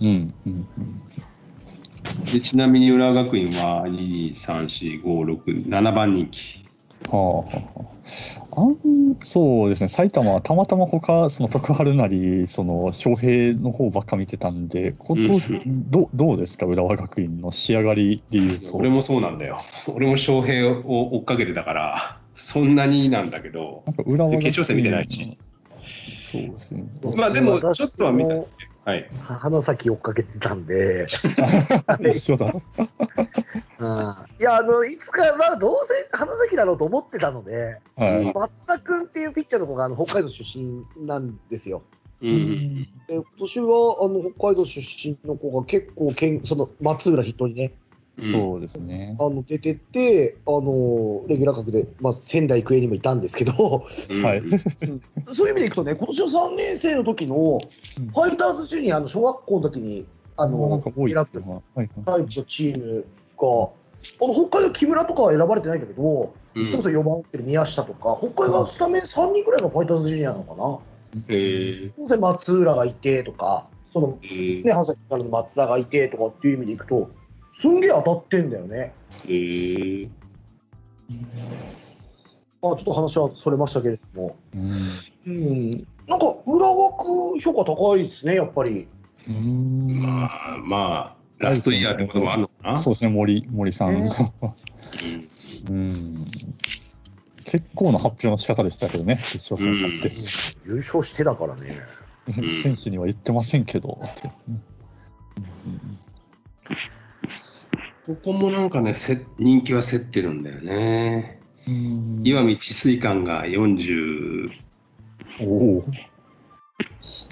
S3: うんうん
S2: でちなみに浦和学院は23456番人気
S3: はあはあ、あんそうですね、埼玉はたまたま他その徳春なり、その翔平の方ばっか見てたんで、今
S2: う
S3: 年どどうですか、浦和学院の仕上がりでいうと。
S2: 俺もそうなんだよ 俺も翔平を追っかけてたからそんなになんだけど
S3: なんか浦和学院
S2: で決勝戦見てないし。
S3: そうですね。
S2: まあでも
S4: 私
S2: ちょっとは見た
S4: も
S2: はい
S4: 花咲追っかけてたんで、
S3: 一 緒だ。
S4: いやあのいつか、まあ、どうせ花咲だろうと思ってたので、
S3: はい。
S4: 松田君っていうピッチャーの子があの北海道出身なんですよ。
S2: うん
S4: で今年はあの北海道出身の子が結構けん、その松浦筆頭にね、
S2: うん
S3: そうですね。
S4: あの出てって、あのレギュラー格で、まあ、仙台育英にもいたんですけど、
S2: うん
S3: はい
S4: そういう意味でいくとね、今年の3年生の時の
S3: うん
S4: ファイターズジュニアの小学校の時に、あ
S3: あなん
S4: の
S3: か多い
S4: 選
S3: な。
S4: ば
S3: はいは
S4: れ
S3: い。
S4: たタイプのチームが、あの北海道、木村とかは選ばれてないんだけど、
S2: うん
S4: それこそ4番打ってる宮下とか、北海道はスタメン3人ぐらいがファイターズジュニアなのかな、
S2: えー
S4: そして松浦がいてとか、その
S2: えー
S4: ね、花咲からの松田がいてとかっていう意味でいくと、すんげえ当たってんだよね。
S2: えー
S4: まあ、ちょっと話はそれましたけれども、
S3: うん
S4: うん、なんか裏枠評価高いですね、やっぱり。
S3: うん
S2: まあ、まあ、ラストイヤーってこともあるのかな。
S3: そうですね、森森さんが。
S2: うん
S3: うん。結構な発表の仕方でしたけどね、決勝戦だって。
S4: 優勝してだからね。
S2: んうん
S3: 選手には言ってませんけど。ってうん
S2: ここもなんかね、せ人気は競ってるんだよね。
S3: うん
S2: 石見智水館が40
S3: おお。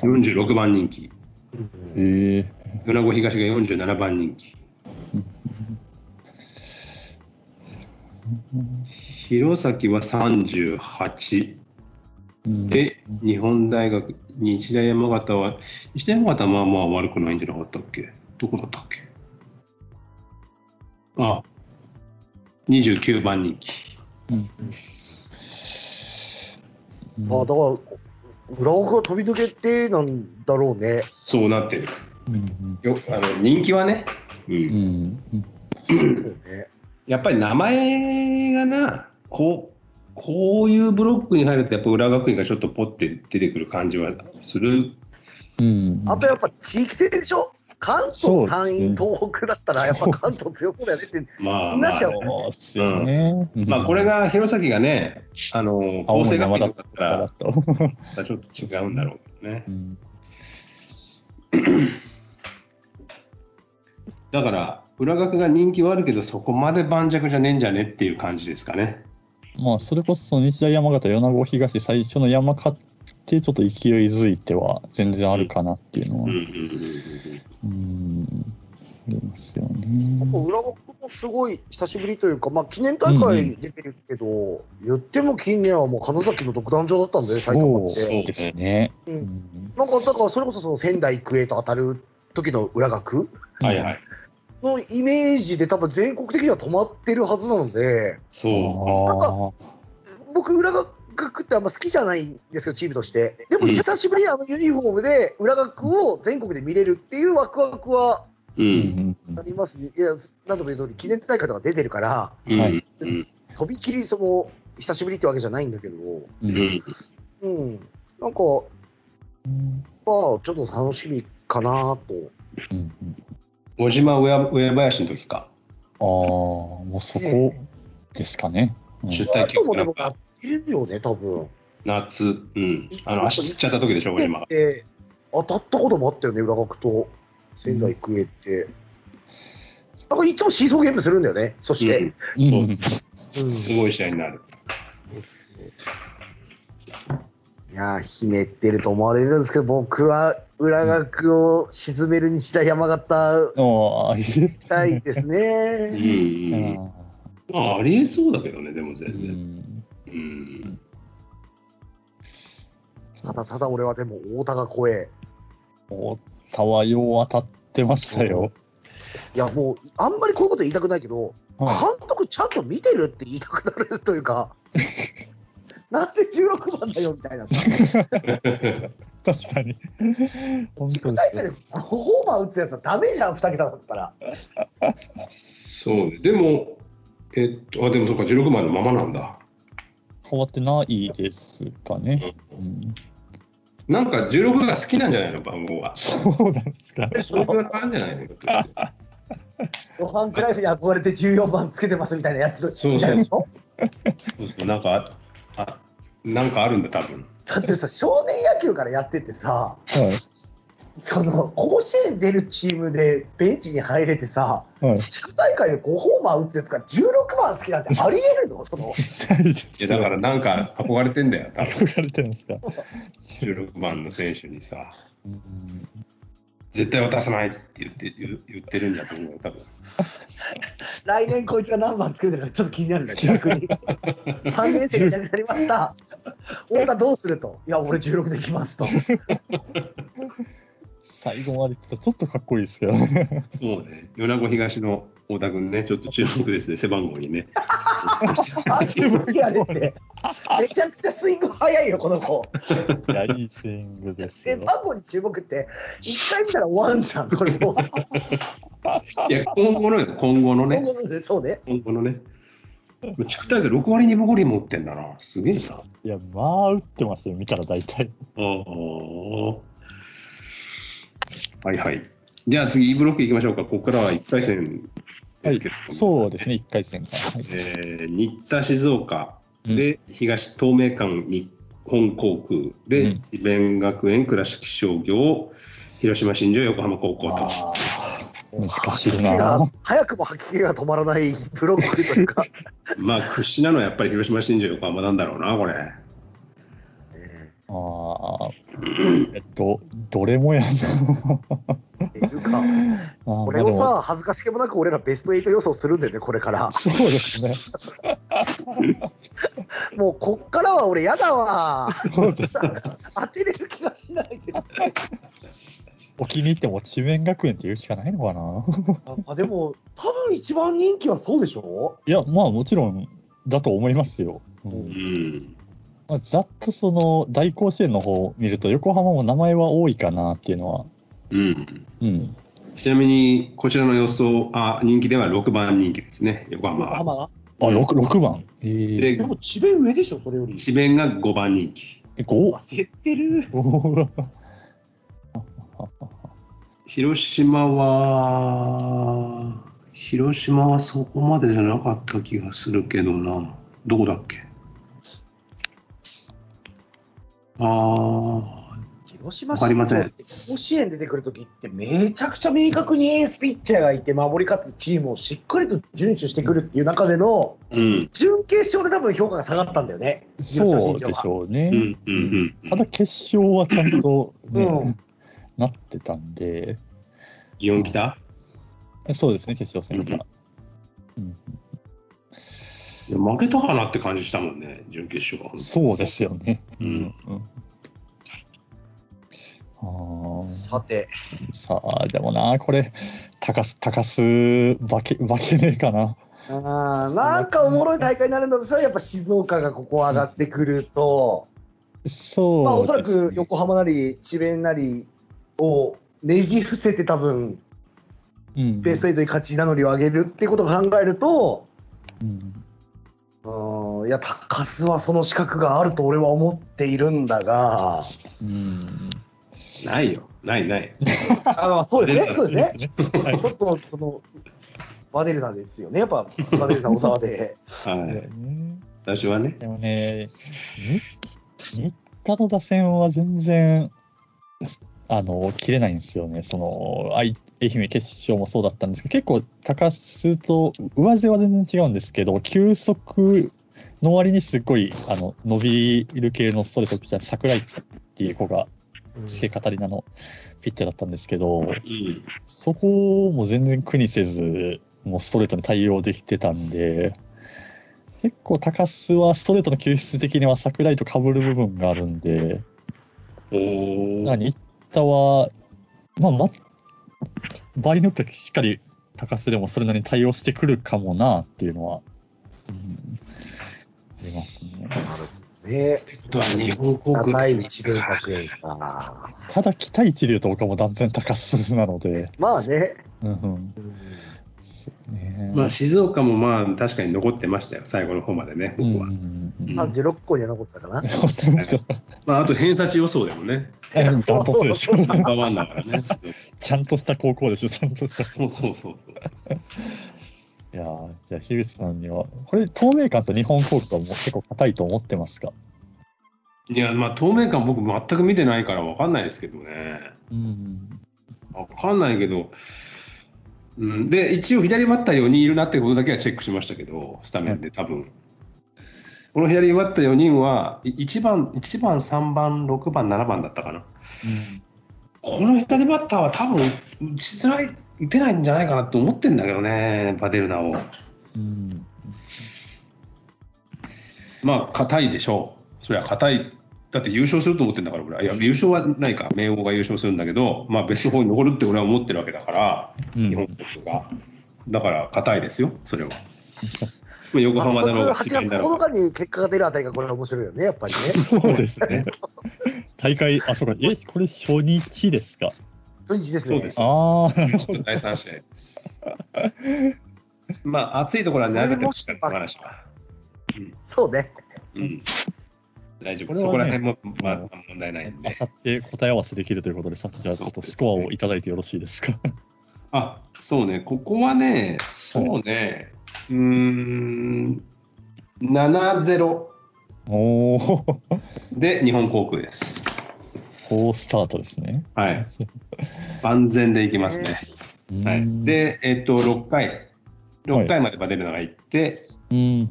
S2: 46番人気、
S3: えー
S2: 米子東が47番人気。弘前は38
S3: うん
S2: で、日本大学、日大山形は、日大山形はまあまあ悪くないんじゃなかったっけどこだったっけあ、29番人気。
S3: うん
S4: あだから、浦和が飛び抜けてなんだろうね。
S2: そうなってる。
S3: うん
S2: よあの人気はね、う
S3: うん
S2: ん、
S3: うん
S4: そうね
S2: やっぱり名前がなこうこういうブロックに入るとやっぱ浦和学院がちょっとポッて出てくる感じはする
S3: うん
S4: あとやっぱ地域性でしょ関
S3: そう
S4: 東、山陰、東北だったら、やっぱ関東強そうだよねって、
S2: まあま
S4: なっ
S2: あ
S4: ちゃう
S3: そうですよね。
S2: まあこれが弘前がねあの構
S3: 青
S2: 成学院
S3: 森山
S2: だ
S3: だ
S2: っ
S3: った
S2: ら
S3: た。
S2: またちょっと違うんだろうけどね
S3: うん
S2: だから浦学が人気はあるけどそこまで盤石じゃねえんじゃねっていう感じですかね
S3: まあそれこそ日大山形、米子東、最初の山勝って、ちょっと勢いづいては全然あるかなっていうのは、
S2: うんう
S3: うん
S2: うんう
S3: ん、
S2: んうん
S3: ありますよね。
S4: もう浦和もすごい久しぶりというか、まあ、記念大会出てるけど、言っても近年はもう金崎の独壇場だったんだよね、埼玉っ
S3: そ
S4: て。
S3: うですね。
S4: う
S3: うんん
S4: なんかだから、それこそその仙台育英と当たる時の浦学
S2: はいはい
S4: のイメージで、多分全国的には止まってるはずなので。
S2: そ
S4: 僕、浦学ってあんま好きじゃないんですけど、チームとして。で
S2: う
S4: も、
S2: ん
S4: 久しぶりにあのユニフォームで浦学を全国で見れるっていうワクワクは
S2: うう
S3: うんん
S4: ありますね。いや、何度も言う通り、記念大会とか出てるから、
S2: うん
S3: はい
S2: うん
S4: とびきりその久しぶりってわけじゃないんだけど、
S3: う
S2: うんん
S4: うん、な
S3: うん
S4: んか、まあ、ちょっと楽しみかなと。
S3: うん
S2: 小島上上林の時か
S3: ああ、もうそこですかね。うん
S2: 出
S4: あ
S2: 退
S4: と
S2: 局
S4: もで
S2: なん
S4: もや
S2: か
S4: ってるよね、多分。
S2: 夏、うん、あの足つっちゃった時でしょ、小島が。
S4: で当たったこともあったよね、浦学と仙台育英って。なんかいつもシーソーゲームするんだよね、そして。
S2: うん
S3: うん
S2: そう
S4: うん
S2: すごい試合になる。
S4: いやー、ひねってると思われるんですけど、僕は裏学を沈める日大山形
S3: ああ、いい
S4: 行きたいです
S2: う
S4: ね。
S2: んうん
S3: あ
S2: まあ、ありえそうだけどね、でも
S3: ーう
S2: 全然。
S3: ん
S2: うん、
S4: ただただ俺はでも太田が怖え。
S3: おタワーよう当たってましたよ。
S4: いや、もうあんまりこういうこと言いたくないけど、
S3: は
S4: 監督ちゃんと見てるって言いたくなるとい うか、なんで16番だよみたいなさ、
S3: い、確かに。本当で
S4: 大
S3: す
S4: 会
S3: よ
S4: で5ホーマー打つやつはダメじゃん、2桁だったら。
S2: そうね、でも、えっと、あ、でもそっか、16番のままなんだ。
S3: 変わってないですかね。うん、
S2: なんか16が好きなんじゃないの、番号は。
S3: そうなんですか。
S2: そういう感じじゃないの
S4: ロハンクライフに憧れて14番つけてますみたいなやつ。
S2: そうそうそそうそう、なんかあ、あなんかあるんだ、多分
S4: だってさ、少年野球からやっててさ、
S3: は
S4: その甲子園出るチームでベンチに入れてさ、
S3: い。はい。
S4: 地区大会で5ホーマー打つやつが16番好きなんてありえるのその
S2: いや、だからなんか憧れてんだよ、多分
S3: 憧れてるんですか。
S2: 16番の選手にさ、
S3: うん
S2: 絶対渡さないって言って言言ってるんだと思うよ、多分
S4: 来年こいつが何番つけてるかちょっと気になる ね、逆に。3年生いなくなりました。太田どうすると。いや、俺16できますと。
S3: 最後まで言ってたらちょっとかっこいいですけどね。
S2: そうね、米子東の太田君ね、ちょっと注目ですね、背番号に ね。
S4: あ、16やれ って。めちゃくちゃスイング早いよ、この 子。
S3: いや、いいスイングです
S4: 背
S3: よ。
S4: 番号に注目って、1回見たら終わんじゃん、 これもう。
S2: いや、今後のよ、今後の
S4: 今
S2: ね、
S4: 後のねそうね。
S2: 今後のね。地区大会6割2分5厘持ってんだな、すげえな。あ
S3: いや、まあ、打ってますよ、見たら大体。
S2: あ。はいはい。じゃあ次、E ブロック行きましょうか。ここからは1回戦ですけど、
S3: そうですね、1回戦が。はい
S2: えー新田、静岡、で東東名間日本航空
S3: う
S2: で
S3: ん
S2: 智弁学園倉敷商業広島新庄横浜高校と
S3: あー難しいな。
S4: 早くも吐き気が止まらないブロックという か、
S2: まあ屈指なのはやっぱり広島新庄横浜なんだろうなこれ
S4: え
S3: ああ、えっと、どれもやな。
S4: ーっていうか、
S3: あー
S4: これを、さ、恥ずかしげもなく俺らベスト8予想するんだよね、これから
S3: まあ でも。そうですね。
S4: もうこっからは俺、やだわ。当てれる気がしないで。
S3: お気に入っても智弁学園って言うしかないのかな。
S4: あでも、多分一番人気はそうでしょ
S3: いや、まあもちろんだと思いますよ。うん
S2: うん
S3: まあ、ざっとその大甲子園の方を見ると、横浜も名前は多いかなっていうのは。
S2: うん
S3: うん。
S2: ちなみにこちらの予想あ人気では6番人気ですね横浜
S5: 横
S2: は
S5: 浜が。
S3: あ、6, 六番。え
S2: で
S5: でも智弁上でしょ、それより。
S2: 智弁が5番人気
S3: え。5?
S5: 焦ってる。
S2: 広島は広島はそこまでじゃなかった気がするけどなどこだっけああ
S5: 広島
S2: わかりません
S4: 甲子園出てくるときって
S5: めちゃくちゃ明確にエースピッチャーがいて守り勝つチームをしっかりと遵守してくるっていう中での
S2: うん
S5: 準決勝で多分評価が下がったんだよね。
S3: そうでしょうね。
S2: うんうんう
S3: た
S2: ん
S3: だ決勝はちゃんと、ね
S5: うん
S3: なってたんで、
S2: 祇園来た
S3: そうですね、決勝戦が。
S2: いや負けたかなって感じしたもんね準決勝は
S3: そうですよね。
S2: うん
S3: うんあー
S4: さて、
S3: さあ、でもな、これ、高す、高す、化け、化けねえかな。
S5: あーなんかおもろい大会になるんだとしたらやっぱ静岡がここ上がってくると、
S3: そう、
S5: まあ、おそらく横浜なり智弁なりをねじ伏せて多分
S3: うん、
S5: ベスト8に勝ち名乗りを上げるってことを考えると、
S3: うん
S5: うん、いや高須はその資格があると俺は思っているんだが
S3: うん
S2: ないよないない
S5: あまあそうですねそうですね
S3: は
S5: ちょっとそのバデルナですよねやっぱバデルナ小沢で
S3: い
S2: はい
S3: ね
S2: 私はね
S3: でもね、新田の打線は全然、あの、切れないんですよね。その、愛愛媛決勝もそうだったんですけど、結構、高須と上背は全然違うんですけど、球速の割にすごい、あの、伸びる系のストレートピッチャー、桜井っていう子が、正語りなのピッチャーだったんですけど、
S2: うん
S3: そこも全然苦にせず、もうストレートに対応できてたんで、結構高須はストレートの球質的には桜井と被る部分があるんで、
S2: お
S3: な
S2: お
S3: んか新田は、まあ、ま、場合によってはしっかり高須でもそれなりに対応してくるかもなっていうのは、うん、ありますね。
S5: ね
S2: とは日本航空
S5: 高い智弁学園か
S3: ただ、期待値でいうと僕はもう断然高須なので、
S5: まあね
S3: うんうんね
S2: まあ、静岡もまあ確かに残ってましたよ最後の方までねこ
S3: うん
S2: こ
S3: う
S2: は、
S3: んうん
S2: うん
S5: 36個には残ったかな
S2: まあ、あと偏差値予想でもね
S3: えダントツでしょ。
S2: ナンバーワンだから ね
S3: ちゃんとした高校でしょ、ちゃんとした。い
S2: そうそうそうそう
S3: やーじゃあ、樋口さんには、これ、透明感と日本航空はもう結構硬いと思ってますか
S2: いや、まあ、透明感、僕、全く見てないから分かんないですけどね。
S3: うん。
S2: 分かんないけど、うん、で、一応、左バッター4人いるなってことだけはチェックしましたけど、スタメンで、多分この左バッター4人は、い1番、1番、3番、6番、7番だったかな。この左バッターは、多分打ちづらい、打てないんじゃないかなと思ってんだけどね、バデルナを。
S3: うん。
S2: まあ、硬いでしょう。そりゃ硬い。だって優勝すると思ってんだから、俺は。いや、優勝はないか。明王が優勝するんだけど、まあ、ベスト4に残るって俺は思ってるわけだから、
S3: う
S2: 日本
S3: ん。
S2: 国が。だから、硬いですよ、それは。 まあ、横浜だろうが、
S5: 8
S2: 芝
S5: 月
S2: だろう
S5: 9
S2: が。
S5: 日に結果が出るあたりがこれ面白いよね、やっぱりね。
S3: そうです ね。大会、あ、そうか、え、これ初日ですか
S5: 土日です
S2: そう
S5: ね。
S2: です。
S3: ああ、なるほど。
S2: 第3試合です。 まあ、暑いところは長くてほしかった話は。
S5: そうね。
S2: うん。大丈夫。
S3: これはね
S2: そこら辺も、まあ、問題ないん
S3: あ
S2: で。
S3: さって答え合わせできるということで、さっきじゃあちょっとスコアをいただいてよろしいですか。
S2: あそうね、ここはね、そうね、うーん、7-0、
S3: おお、
S2: で、日本航空です。
S3: 好スタートですね。
S2: はい。万全でいきますね。は
S3: う
S2: い、
S3: ん、
S2: で、えっと、6回、6回までバデルナが行って、
S3: うん、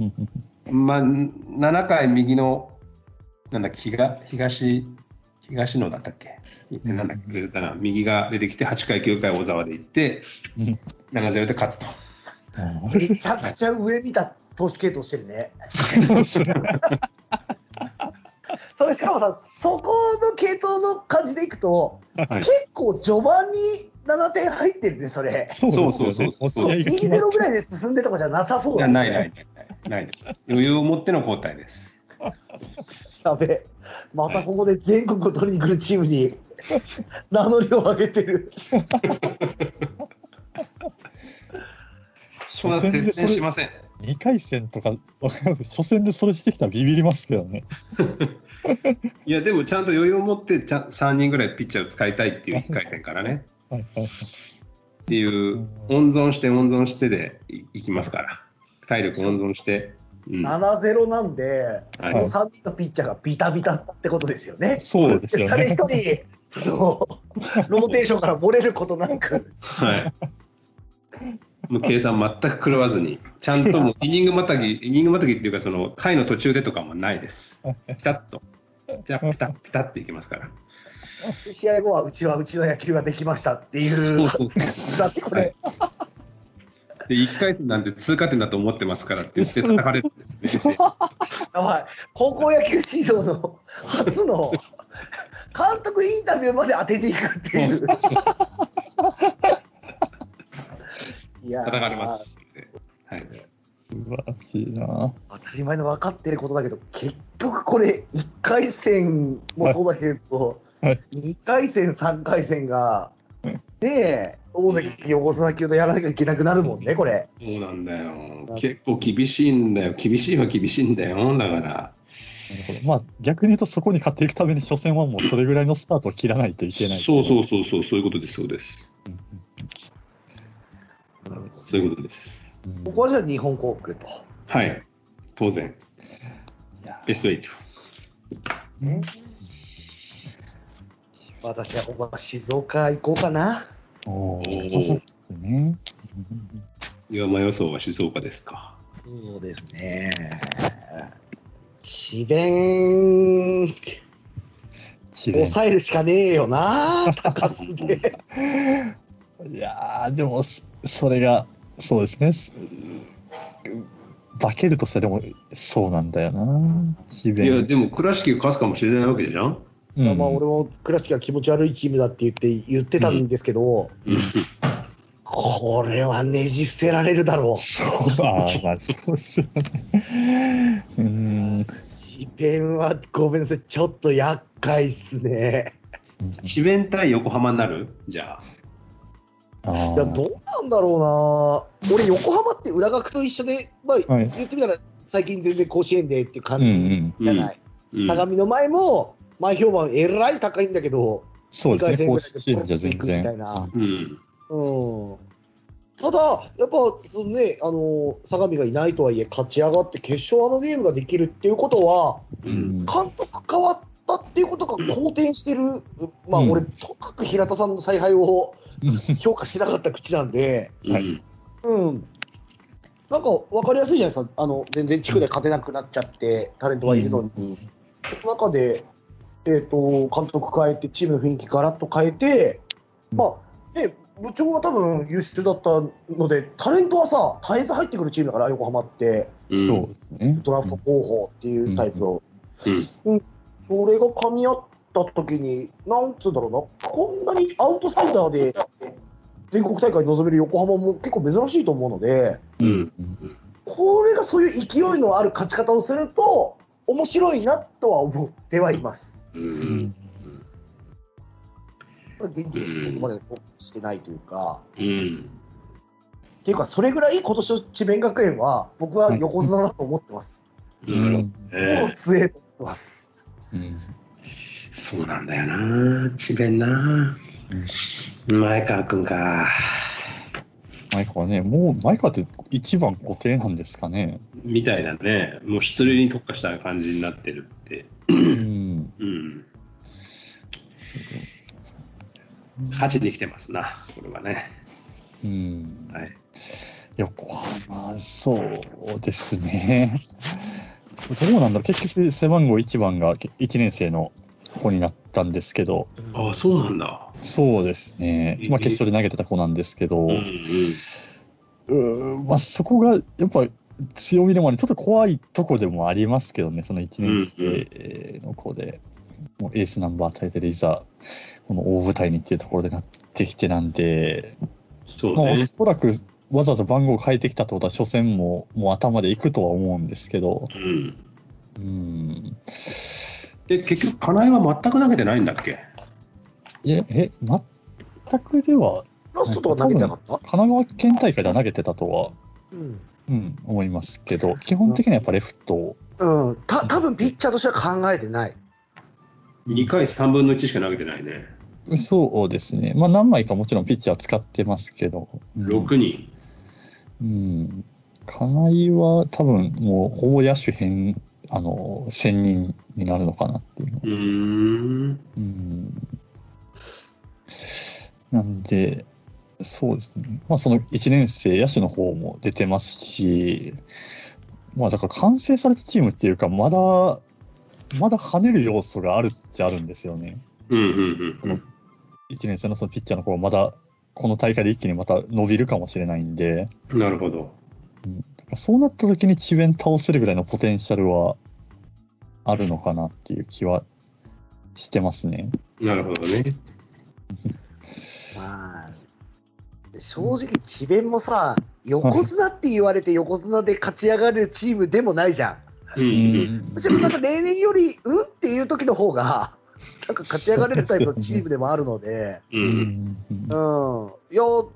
S3: うん
S2: まあ、7回右の、なんだっけ、東、東東野だったっけ、
S3: うん
S2: なんだっけ、ずれたな、右が出てきて、8回、9回、小沢で行って
S3: うん、
S2: 7ゼ0で勝つと。
S4: めちゃくちゃ上見た投手系統してるね。 それしかもさ、そこの系統の感じでいくと、
S2: はい
S4: 結構序盤に7点入ってるね、それ。
S2: そうそう そうそう
S4: そう
S3: 試合が決まっ
S4: 2-0ぐらいで進んでとかじゃなさそう
S2: いや
S4: だね
S2: ないないないないない余裕を持っての交代です。
S4: やべえまたここで全国を取りに来るチームに 名乗りを上げてる。
S2: そんな接戦しません。
S3: 二回戦とか、わかんない初戦でそれしてきたらビビりますけどね。
S2: いや、でもちゃんと余裕を持ってちゃん3人ぐらいピッチャーを使いたいっていう1回戦からね。
S3: はいはい
S2: っていう、温存して温存してでいいきますから、体力温存して、うんは
S4: 7-0なんで、
S2: い
S4: その3人のピッチャーがビタビタってことですよね。
S3: そうですよ
S4: 誰
S3: ね
S4: 一。人、その、ローテーションから漏れることなく、
S2: はい、もう計算全く狂わずに、ちゃんともうイニングまたぎ、イニングまたぎっていうか、その回の途中でとかもないです、ピタッと、じゃピタッピタッていきますから、
S4: 試合後はうちはうちの野球ができましたっていう。
S2: そうそうそう。
S4: だってこ
S2: は
S4: れ
S2: い、で1回戦なんて通過点だと思ってますからって言って叩かれるんですよね
S4: やばい高校野球史上の初の監督インタビューまで当てていくっていう。いやー
S2: 叩かれます。はい、
S3: 素晴らしいな。
S4: 当たり前の分かってることだけど結局これ1回戦もそうだけど、
S3: はい
S4: 2回戦3回戦がねえ大関横綱級とやらなきゃいけなくなるもんねこれ。
S2: そうなんだよ結構厳しいんだよ厳しいは厳しいんだよだから
S3: なるほどまあ逆に言うとそこに勝っていくために初戦はもうそれぐらいのスタートを切らないといけない。。
S2: そうそううそうそうそういうことですそうですそういうことです
S4: ここはじゃあ日本航空と。
S2: はい当然
S3: いや
S2: ベスト8
S4: 私はここは静岡行こうかな。
S3: お
S2: ー
S3: ーそうそうね。
S2: 岩間予想は静岡ですか
S4: そうですね。智弁、
S3: 智弁
S4: 抑えるしかねえよな、高須で。
S3: いやーでもそそれがそうですねす化けるとしたらでもそうなんだよな自
S2: いや
S3: 然
S2: でも倉敷が勝つかもしれないわけじゃん
S3: うん
S4: まあ俺も倉敷が気持ち悪いチームだって言って言ってたんですけど、これはねじ伏せられるだろ
S3: そうあーまあそうですよねうん
S4: う。智弁はごめんなさい、ちょっと厄介っすね。
S2: 智弁対横浜になるじゃあ
S3: あ
S4: い
S3: ー
S4: や、どうなんだろうな。俺、横浜って裏学と一緒で、まあ、
S3: はい
S4: 言ってみたら最近全然甲子園でって
S3: うん
S4: いう
S3: う
S4: 感じ
S3: ん
S4: じゃない。
S2: うん
S4: 相模の前も前評判えらい高いんだけど、
S3: そうですね
S4: 二
S3: 甲
S4: 回戦
S3: 子園じゃ全
S4: ぐらいで
S3: 然
S2: うん
S4: うん、ただ、やっぱその、ね、あの相模がいないとはいえ、勝ち上がって決勝あのゲームができるっていうことは、
S2: う
S3: うんん
S4: 監督変わったっていうことが好転してる、まあ、
S3: うん
S4: 俺、とにかく平田さんの采配を評価してなかった口なんで、
S3: は
S4: うん、なんか分かりやすいじゃないですか、あの全然地区で勝てなくなっちゃって、タレントはいるのに。その中で、えー、と監督変えて、チームの雰囲気ガラッと変えて、まあね、部長は多分優秀だったので、タレントはさ、絶えず入ってくるチームだから、横浜って、
S2: うん
S3: そうですね
S4: ドラフト候補っていうタイプの、
S2: うん
S4: それが噛み合った時に、なんつうんだろうな、こんなにアウトサイダーで全国大会に臨める横浜も結構珍しいと思うので、
S2: うん
S4: これがそういう勢いのある勝ち方をすると、面白いなとは思ってはいます。
S2: う
S3: うんん
S4: 現地でそこまでしてないというか、
S2: うん
S4: っていうか、それぐらい今年の智弁学園は、僕は横綱だと思ってます。
S2: なるほど
S4: も
S2: ね
S4: う強いと思ってます。
S3: うん
S2: そうなんだよな、智弁な。前川君か。
S3: あ前川ね、もう前川って一番固定なんですかね。
S2: みたいなね、もう出塁に特化した感じになってるって。
S3: うん。
S2: うん。勝ちに来てますな、これはね。
S3: うん。
S2: はい。
S3: 横浜、そうですね。どうなんだろう結局、背番号1番が1年生の子になったんですけど、
S2: ああ、そうなんだ。
S3: そうですね、まあ、決勝で投げてた子なんですけど、
S2: う
S3: うん
S2: うん。
S3: ーんまあ、そこがやっぱ強みでもあり、ちょっと怖いとこでもありますけどね、その1年生の子で、もうエースナンバー与えてるいざ、この大舞台にっていうところでなってきてなんで、
S2: そう
S3: まあ、お
S2: ね。
S3: そらくわざわざ番号を変えてきたってことは、初戦ももう頭でいくとは思うんですけど、
S2: うん。
S3: うん。
S2: で、結局、金井は全く投げてないんだっけ
S3: え、え、全くでは、
S4: ラストとか投げてなかった
S3: 神奈川県大会では投げてたとは、
S4: うん
S3: うん、思いますけど、基本的にはやっぱレフトを、
S4: うん、た多分ピッチャーとしては考えてない。
S2: ?2 回3分の1しか投げてないね。
S3: そうですね、まあ、何枚かもちろんピッチャー使ってますけど、うん
S2: 6人。
S3: うん、金井は多分もうほぼ野手編、あの、専任になるのかなっていう。
S2: うーん。
S3: うんなんで、そうですね、まあ、その1年生、野手の方も出てますし、まあ、だから完成されたチームっていうか、まだ、まだ跳ねる要素があるっちゃあるんですよね、
S2: うんうんうん。
S3: 1年生のそのピッチャーの方はまだ、この大会で一気にまた伸びるかもしれないんで、
S2: なるほど。
S3: そうなった時に智弁倒せるぐらいのポテンシャルはあるのかなっていう気はしてますね。
S2: なるほどね。
S4: まあ、正直、智弁もさ、横綱って言われて横綱で勝ち上がるチームでもないじゃん。
S2: うんうん。
S4: むしろなんか例年より、うんっていう時の方 が、なんか勝ち上がれるタイプのチームでもあるので、
S2: う。
S3: うんんうん
S4: うん、いや、ど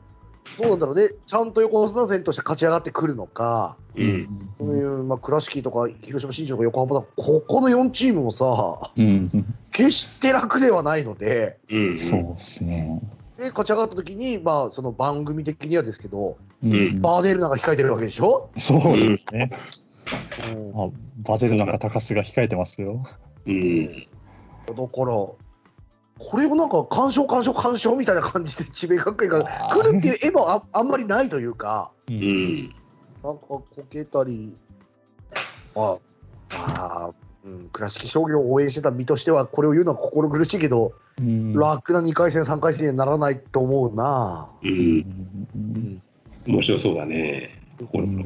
S4: うなんだろうね、ちゃんと横綱戦として勝ち上がってくるのか、
S2: うん。
S4: そういう、まあ、倉敷とか広島新庄とか横浜とか、ここの4チームもさ、
S3: うん
S4: 決して楽ではないので、
S2: うん。
S3: そうですね。
S4: で勝ち上がった時に、まあ、その番組的にはですけど、
S3: うん
S2: うん
S4: バーデールなんか控えてるわけでしょ。
S3: そうですね。
S4: うん
S3: あバゼルなんか高須が控えてますよ。
S2: うん。
S4: だから、これをなんか、鑑賞、鑑賞、鑑賞みたいな感じで、智弁学園が来るっていう絵もああんまりないというか、
S3: う
S2: う。ん。
S4: なんかこけたり、まあ、まあ、うん、倉敷商業を応援してた身としては、これを言うのは心苦しいけど、
S3: うん
S4: 楽な2回戦、3回戦にならないと思うな。
S2: う。
S3: うんん
S2: 面白そうだね。これ
S3: うん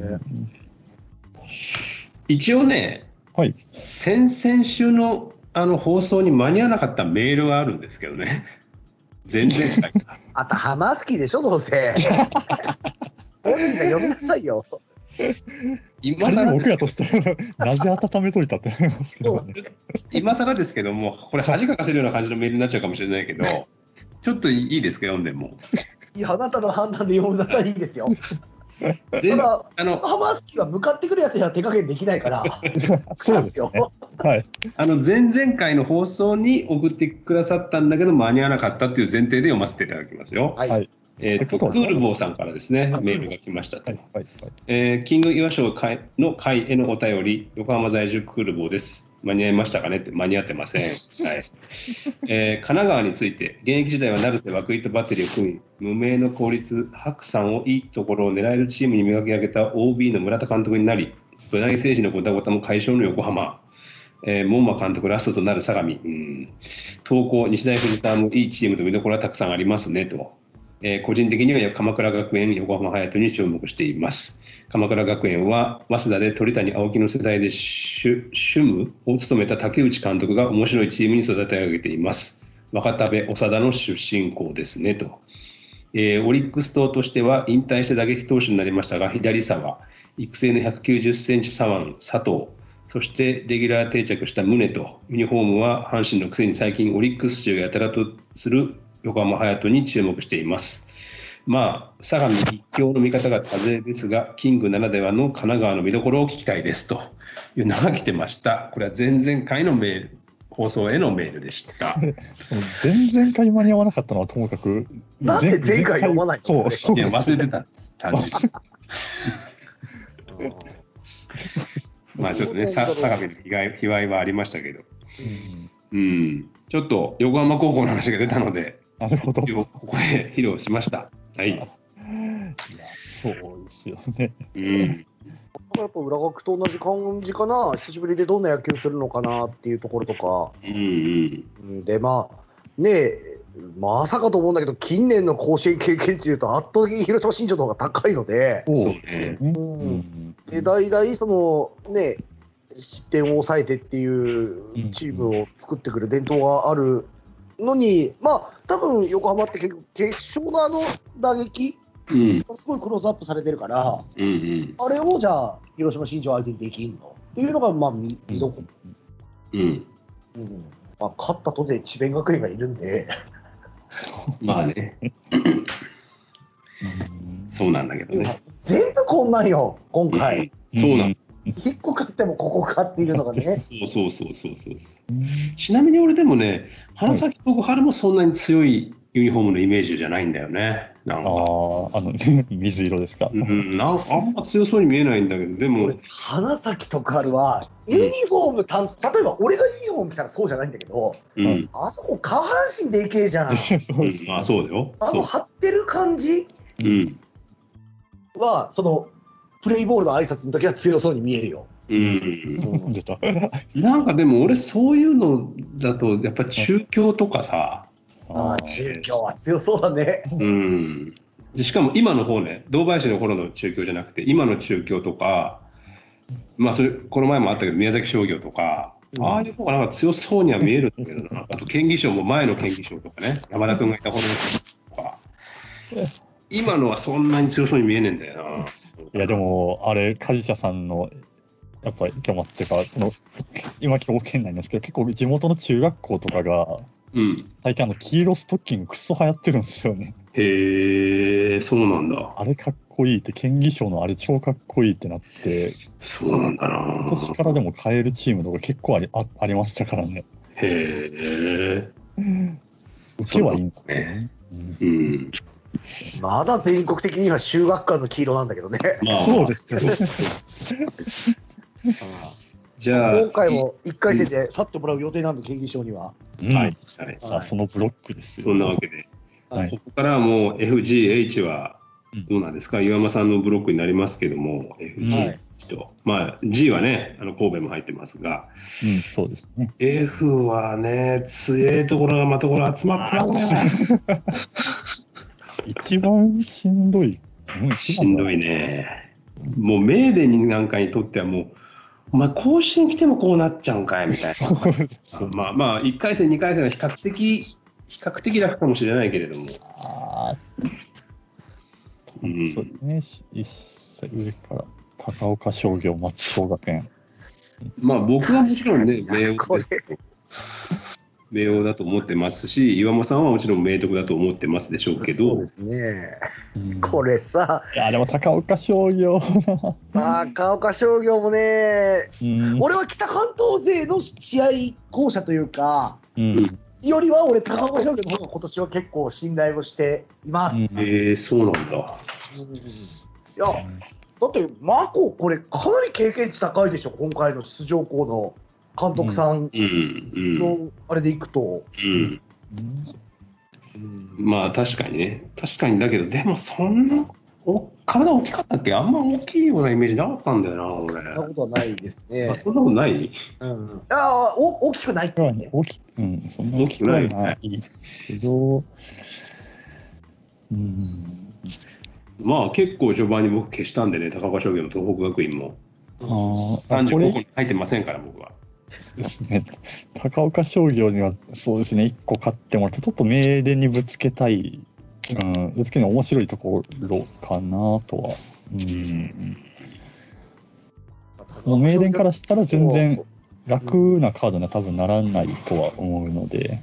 S2: 一応ね、
S3: はい。
S2: 先々週のあの放送に間に合わなかったメールがあるんですけどね。 全 然
S4: あんた、ハマースキーでしょ、どうせ。本人が読みなさいよ。
S2: 今
S3: 仮に
S2: 更
S3: 僕らとしては、 なぜ温めといたって思いますけどね。
S2: 今更ですけども、これ恥かかせるような感じのメールになっちゃうかもしれないけ ど、ちょっといいですか、読んでも。
S5: いや、あなたの判断で読んだったらいいですよ。
S2: 全
S5: ただ
S2: あの
S5: ハマースキーが向かってくるやつには手加減できないから、
S3: そうです
S5: よ。
S3: はい。
S2: あの前々回の放送に送ってくださったんだけど、間に合わなかったっていう前提で読ませていただきますよ。
S4: はい
S3: はい
S2: えーとクールボーさんからですね、メールが来ましたと
S3: はい。はい。
S2: えーキング岩賞会の会へのお便り、横浜在住クールボーです。間に合いましたかねって間に合ってません。はいえー神奈川について、現役時代は成瀬涌井とバッテリーを組み、無名の公立、白さんをいいところを狙えるチームに磨き上げた OB の村田監督になり、部内政治のごたごたも解消の横浜、えー門馬監督、ラストとなる相模、うん、東高、西大藤沢もいいチームと見どころはたくさんありますねと、えー個人的には鎌倉学園、横浜隼人に注目しています。鎌倉学園は早稲田で鳥谷青木の世代で主主務を務めた竹内監督が面白いチームに育て上げています若田部長田の出身校ですねと、えーオリックス党としては引退して打撃投手になりましたが左沢育成の1 9 0センチ左腕佐藤そしてレギュラー定着した宗とユニフォームは阪神のくせに最近オリックス中やたらとする横浜隼人に注目していますまあ、相模一強の見方が風ですが、キングならではの神奈川の見どころを聞きたいですというのが来てました。これは前々回のメール放送へのメールでした。
S3: 前々回間に合わなかったのはともかく、
S6: なんで前回読まないんですか
S3: そう、そう
S2: いや、忘れてたんです、単純に。まあちょっとね、さ坂部に被害被害はありましたけど、うん、ちょっと横浜高校の話が出たので、
S3: なるほど。い
S2: 一
S3: や
S2: 応ここで披露しました。はい。
S3: そうですよね。
S2: うん。
S4: やっぱ裏学と同じ感じかな、久しぶりでどんな野球するのかなっていうところとか、
S2: うんうん。
S4: うんで、まあ、ねえ、まさかと思うんだけど、近年の甲子園経験値でいうと、圧倒的に広島新庄の方が高いので、
S3: そう
S2: そうね。
S3: う
S4: うん
S3: ん
S4: で代々、そのね、失点を抑えてっていうチームを作ってくる伝統があるのに、まあ、多分横浜って結構決勝のあの打撃
S2: うん
S4: がすごいクローズアップされてるから、
S2: うんうん
S4: あれをじゃあ、広島新庄相手にできんのっていうのが、まあ、見見どころ
S2: うん。
S4: うんまあ、勝ったとで智弁学園がいるんで、
S2: まあね、そうなんだけどね。
S4: 全部こんなんよ、今回。
S2: うんそうなん
S4: 一個勝ってもここ勝っているのがね。
S2: そうそうそうそうそうそう。
S3: うん
S2: ちなみに俺でもね、花咲徳栄もそんなに強いユニフォームのイメージじゃないんだよね。なん
S3: あ
S2: か。
S3: あ、あの、 水色です か。
S2: うん、なんあんま強そうに見えないんだけど、でも
S4: 俺、、花咲徳栄は、ユニフォームたん、例えば俺がユニフォーム着たらそうじゃないんだけど、
S2: うん、
S4: あそこ下半身でけえじゃん。
S2: うん、まあそうだよ。
S4: あ
S2: そ
S4: の張ってる感じ
S2: う、うん、
S4: は、その、プレイボールの挨拶の時は強そうに見えるよ。
S2: うん、
S3: 出た。
S2: なんかでも俺そういうのだとやっぱ中京とかさ、
S4: ああ、中京は強そうだね。
S2: うん、でしかも今の方ね、堂林の頃の中京じゃなくて今の中京とか、まあそれこの前もあったけど宮崎商業とか。ああいう方がなんか強そうには見えるんだけどな、あと県議賞も前の県議賞とかね、山田君がいた頃のと か、今のはそんなに強そうに見えねえんだよ
S3: いや、でも、あれ、梶社さんの、やっぱり、今日っていうか、その、今、兵庫県内なんですけど、結構、地元の中学校とかが、
S2: な。うん、
S3: 最近、あの、黄色ストッキング、くっそ流行ってるんですよね。
S2: へえ、そうなんだ。
S3: あれ、かっこいいって、県議賞のあれ、超かっこいいってなって、
S2: そうなんだな
S3: 今。年からでも買えるチームとか結構ありあありましたからね。
S2: へえ。
S3: 受けはいいんだ
S2: そうですね
S3: うん
S2: うん。
S4: まだ全国的には修学館の黄色なんだけどね。
S2: まあ、
S3: そうですよ。
S2: じゃあ、
S4: 今回も1回戦で去ってもらう予定なんで、県議賞には。
S3: うん
S2: 次。はい。はい。
S3: さあ、そのブロックですよ。
S2: そんなわけで、
S3: はい
S2: ここからはもう FGH はどうなんですか、岩間さんのブロックになりますけども、FGH と、まあ、G はね、あの神戸も入ってますが、
S3: うん、そうですね。
S2: F はね、強いところがまたこれ集まってるんだよね
S3: 一番しんどい。うん一
S2: し
S3: 番
S2: ん
S3: だ
S2: どいね。もうメーデンなんかにとってはもう、お前甲子園来てもこうなっちゃうんかいみたいな。まあまあ、1回戦、2回戦は比較的、比較的楽かもしれないけれども。
S3: ああ、
S2: うん
S3: そうですね。し一歳上から、高岡商業、松商学園。
S2: まあ僕はもちろんね、明桜
S4: こ
S2: で
S4: れ
S2: す。明桜だと思ってますし、岩間さんはもちろん明徳だと思ってますでしょうけ
S4: そう
S2: ど
S4: で、すね。
S3: うん
S4: これさ、
S3: いや、でも高岡商業。
S4: 高岡商業もね、
S3: うん、
S4: 俺は北関東勢の試合巧者というか、
S3: うん、うん
S4: よりは俺、高岡商業の方が今年は結構信頼をしています。い
S2: えー、そうなんだ。
S4: や、だって、マコ、これ、かなり経験値高いでしょ、今回の出場校の監督さん
S2: うん、うん、
S4: のあれでいくと。
S2: うん。まあ確かにね、確かにだけど、でもそんな、お体大きかったっけあんま大きいようなイメージなかったんだよな、
S4: そんなこ
S2: 俺。
S4: とはないですね
S2: あ、。そんなことない
S4: うん、あーお大きくないっ
S3: そ
S4: ていうう
S3: だ
S4: ね
S3: ね、。大きうん、そんな大きくはないですけど、うん、
S2: まあ結構序盤に僕消したんでね、高岡商業も東北学院も。
S3: あーあ
S2: 35
S3: こ
S2: 個
S3: れ
S2: に入ってませんから、僕は。
S3: ですね、高岡商業にはそうですね、1個勝ってもらって、ちょっと名電にぶつけたい、うん、ぶつけるの面白いところかなとは。うん、もう名電からしたら全然楽なカードには多分ならないとは思うので。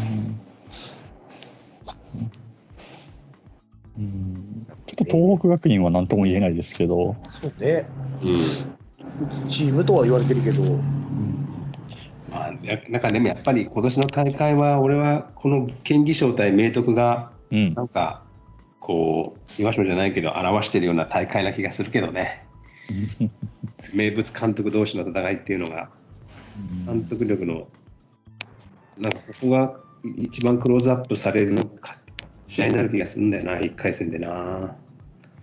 S3: うんうんちょっと東北学院は何とも言えないですけど、
S4: そうね、
S2: うん。
S4: チームとは言われてるけど、
S3: うん
S2: ままあ、やなんかでもやっぱり今年の大会は、俺はこの県議賞対明徳が、
S3: うん。
S2: なんか、こう、岩下じゃないけど、表してるような大会な気がするけどね、名物監督同士の戦いっていうのが、監督力の、なんかここがい一番クローズアップされるのか試合になる気がするんだよな、1回戦でな。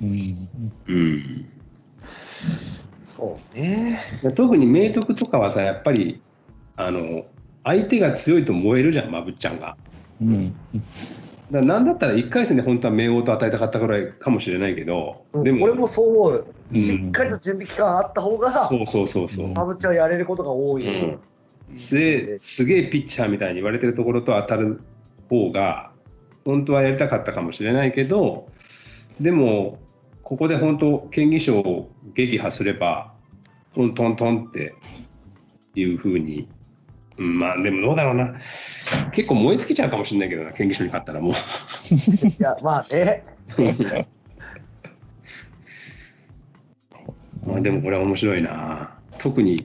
S3: うん。
S2: うん
S4: そうね。
S2: で特に明徳とかはさやっぱりあの相手が強いと燃えるじゃんまぶっちゃんが。
S3: うん。
S2: だなんだったら1回戦で本当は明王と与えたかったぐらいかもしれないけど、
S4: うん
S2: でも
S4: 俺もそう思う。
S3: うん
S4: しっかりと準備期間あった方が、
S2: そうそうそうそう、
S3: うん
S4: まぶっちゃんはやれることが多い。
S2: うんすげえすげえピッチャーみたいに言われてるところと当たる方が本当はやりたかったかもしれないけどでもここで本当県議賞を撃破すればトントントンっていうふうに、うん、まあでもどうだろうな結構燃え尽きちゃうかもしれないけどな県議賞に勝ったらもう
S4: いや、まあね。
S2: まあでもこれは面白いな特に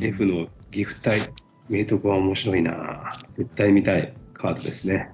S2: F のギフ対明徳は面白いな絶対見たいカードですね。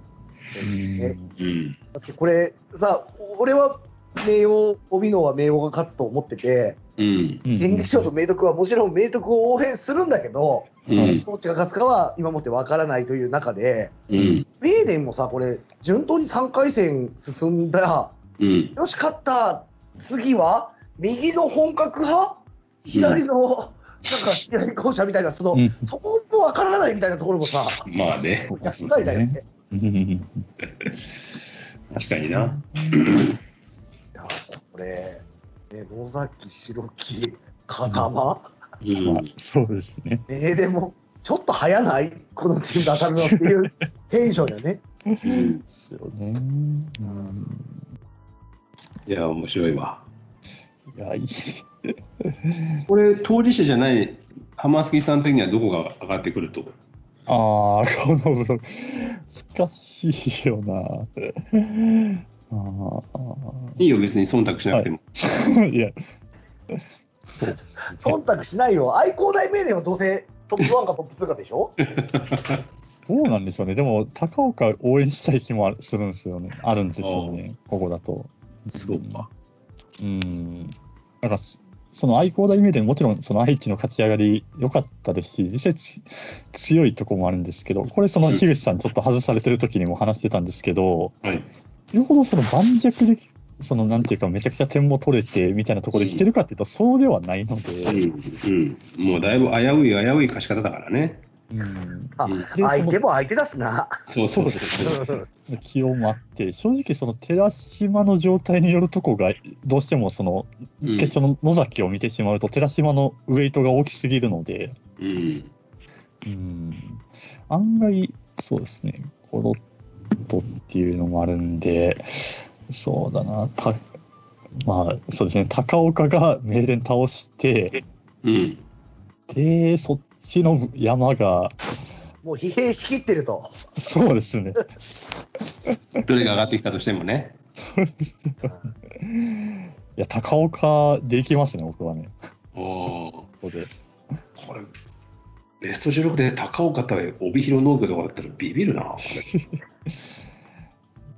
S3: うん
S2: うん
S4: だってこれさ、俺は明王、帯野は明王が勝つと思ってて、
S2: うん
S4: 天気賞と明徳はもちろん明徳を応援するんだけど、
S2: うん
S4: どっちが勝つかは今もってわからないという中で、
S2: うん
S4: メーデンもさ、これ、順当に3回戦進んだ、
S2: うん
S4: よし、勝った、次は、右の本格派、左の、なんか、左校舎みたいな、その、
S3: うん
S4: そこもわからないみたいなところもさ、
S2: まあね、
S4: やりたいだよね。
S3: うん
S2: 確かにな。
S4: いやこれ、ね、野崎、白木、風間、
S2: うん、
S3: そうですね。
S4: メーデンも、ちょっと早ないこのチームが当たるのっていうテンションよね。
S2: うん
S3: ですよね。うん
S2: いや、面白いわ。
S3: いや、いい。
S2: これ、当事者じゃない浜杉さん的にはどこが上がってくると。
S3: ああ、このブログ、難しいよな。あ
S2: いいよ、別に忖度しなくても。
S3: ーいや、
S4: 忖度しないよ。愛工大名電はどうせトップ1かトップ2かでしょ
S3: どうなんでしょうね。でも、高岡応援したい気もあるするんですよね。あるんですよね。ここだと。
S2: そうか。
S3: うん。なんか、その愛工大名電、もちろんその愛知の勝ち上がり良かったですし、実際つ強いとこもあるんですけど、これその樋口さんちょっと外されてる時にも話してたんですけど、
S2: はい。
S3: よほどその盤石で、そのなんていうか、めちゃくちゃ点も取れてみたいなところで来てるかっていうと、そうではないの
S2: う
S3: で、
S2: ん、うん、もうだいぶ危うい危うい勝ち方だからね。
S3: うん
S4: あ
S2: うん
S4: 相手も相手だし な。
S2: そうそうそう。
S3: 気温もあって、正直、その寺島の状態によるとこが、どうしてもその
S2: うん
S3: 決勝の野崎を見てしまうと、寺島のウェイトが大きすぎるので、
S2: うん、
S3: うん、案外、そうですね、コロッとっていうのもあるんで、そうだな、たまあ、そうですね、高岡が名電倒して、
S2: うん、
S3: で、そっちの山が、
S4: もう疲弊しきってると。
S3: そうですね。
S2: どれが上がってきたとしてもね。
S3: いや、高岡で行きますね、僕はね。
S2: おお
S3: ここで。
S2: ー、これ。ベスト16で高岡対帯広農業とかだったらビビるな。こ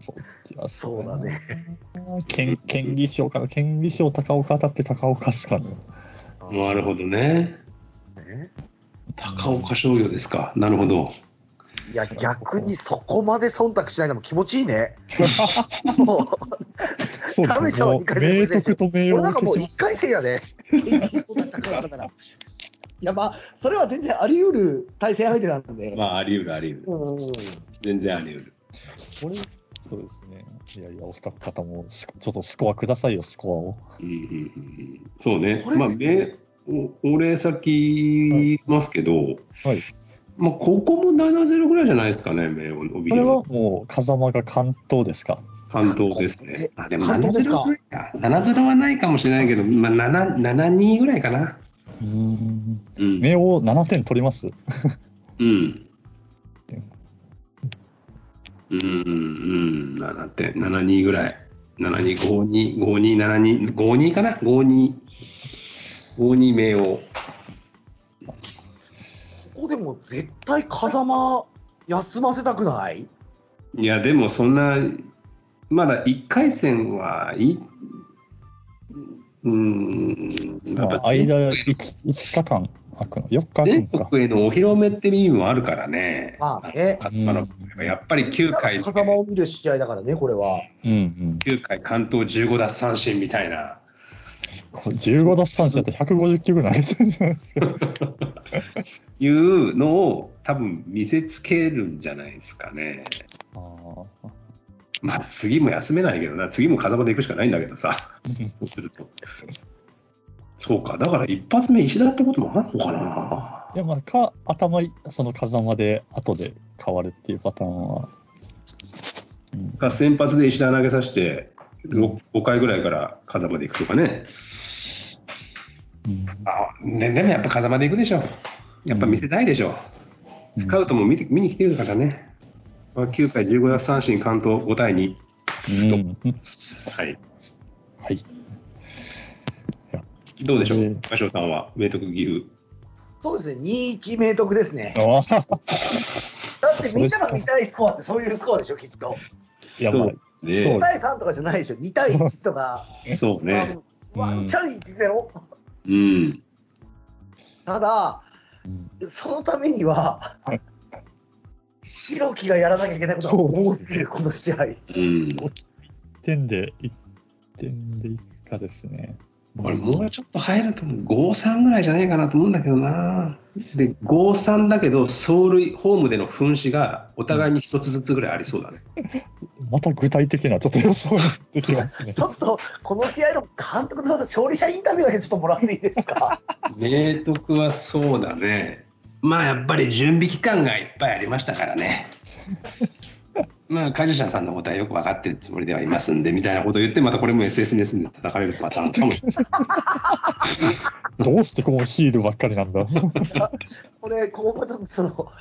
S3: そっちは
S4: そうだね。
S3: 県県議賞から県議賞高岡当たって高岡っすかね。
S2: れなるほどね。高岡商業ですか。なるほど。
S4: いや、逆にそこまで忖度しないのも気持ちいいね。もう、
S3: そう
S4: ダメ
S3: です
S4: じ
S3: ね。
S4: ゃん
S3: もう
S4: 二回
S3: 明
S4: 目
S3: 徳と名誉
S4: 俺なん
S3: を
S4: かもう
S3: 消し
S4: 1回戦やで、 ね。いや、まあ、それは全然あり得る対戦相手なんで。
S2: まあ、あり得る、あり得る。
S4: うん
S2: 全然あり得る。
S3: ます。これそうですね。いやいや、お二方もスコ、ちょっとスコアくださいよ、スコアを。
S2: うんうんうんうんそうね
S4: こ。れ
S2: まあ、め、お、俺先言いますけど。
S3: はい。
S2: まあ、ここも7ゼ0ぐらいじゃないですかね、名誉の帯
S3: これは
S2: 広。
S3: もう、風間が関東ですか。
S2: 関東ですね。あ、でも
S4: 関
S2: 7
S4: 東で
S2: ゼ
S4: すか
S2: ロぐらいか。7ゼロはないかもしれないけど、まあ、7、7二ぐらいかな。
S3: うん。
S2: うん。
S3: 名誉7点取ります。
S2: うん。うん、うん、7点、7二ぐらい。7二、5二、5二、7二、5二かな、5二。5二名誉。
S4: こでも絶対風間休ませたくない
S2: いや、でもそんな、まだ1回戦はいい、うん、やっ
S3: ま
S2: ぱ
S3: あ、間5、5日間空くの、4日空
S2: 全
S3: くのか。
S2: 国へのお披露目って意味もあるからね。
S4: まあね
S2: あのやっぱり9回、
S4: 風間を見る試合だからね、これは。
S3: うんうん。
S2: 9回関東15奪三振みたいな。
S3: これ15奪三振だって150球ぐらい投げてるじゃん。
S2: いうのを多分見せつけるんじゃないですかね。
S3: あー
S2: まあ次も休めないけどな、次も風間で行くしかないんだけどさ、そうすると。そうか、だから一発目石田ってこともあるのかない
S3: や、まあ、か、頭い、その風間で、後で変わるっていうパターンは。うん、
S2: か先発で石田投げさせて、ろ5回ぐらいから風間で行くとかね。
S3: うん
S2: あねでもやっぱ風間で行くでしょ。やっぱ見せたいでしょ。スカウトも見て見に来てるからね。まあ、9回15奪三振関東5対2。
S3: うん
S2: はい。
S3: はい。
S2: どうでしょ
S3: え
S2: う
S3: ー、
S2: 馬匠さんは、明徳義勇。
S4: そうですね、2-1明徳ですね。
S3: ああ、
S4: だってみんなが見たいスコアってそういうスコアでしょ、きっと。
S3: やばい
S2: そうね
S3: そ
S4: 2対3とかじゃないでしょ、2対1とか、
S2: そうね。
S3: うん
S4: ワンチャン1-0。
S2: うん。
S4: ただ、
S3: うん
S4: そのためには、白木がやらなきゃいけないことが多すぎる、この試合。
S2: うん。
S3: 点で、1点でいくかですね。
S2: 俺、もうちょっと入ると、5-3ぐらいじゃないかなと思うんだけどな。で、5-3だけど、走塁、ホームでの噴死が、お互いに一つずつぐらいありそうだね。
S3: また具体的な、ちょっと予想ができま すね
S4: ち。ょっと、この試合の監督の勝利者インタビューだけちょっともらっていいですか。
S2: 明徳はそうだね。まあ、やっぱり準備期間がいっぱいありましたからね。まあ、梶社さんのことはよく分かってるつもりではいますんでみたいなことを言ってまたこれも SNS で叩かれるパターンかもしれない。
S3: どうしてこのヒールばっかりなんだ。
S4: これ、ここもちょっとその、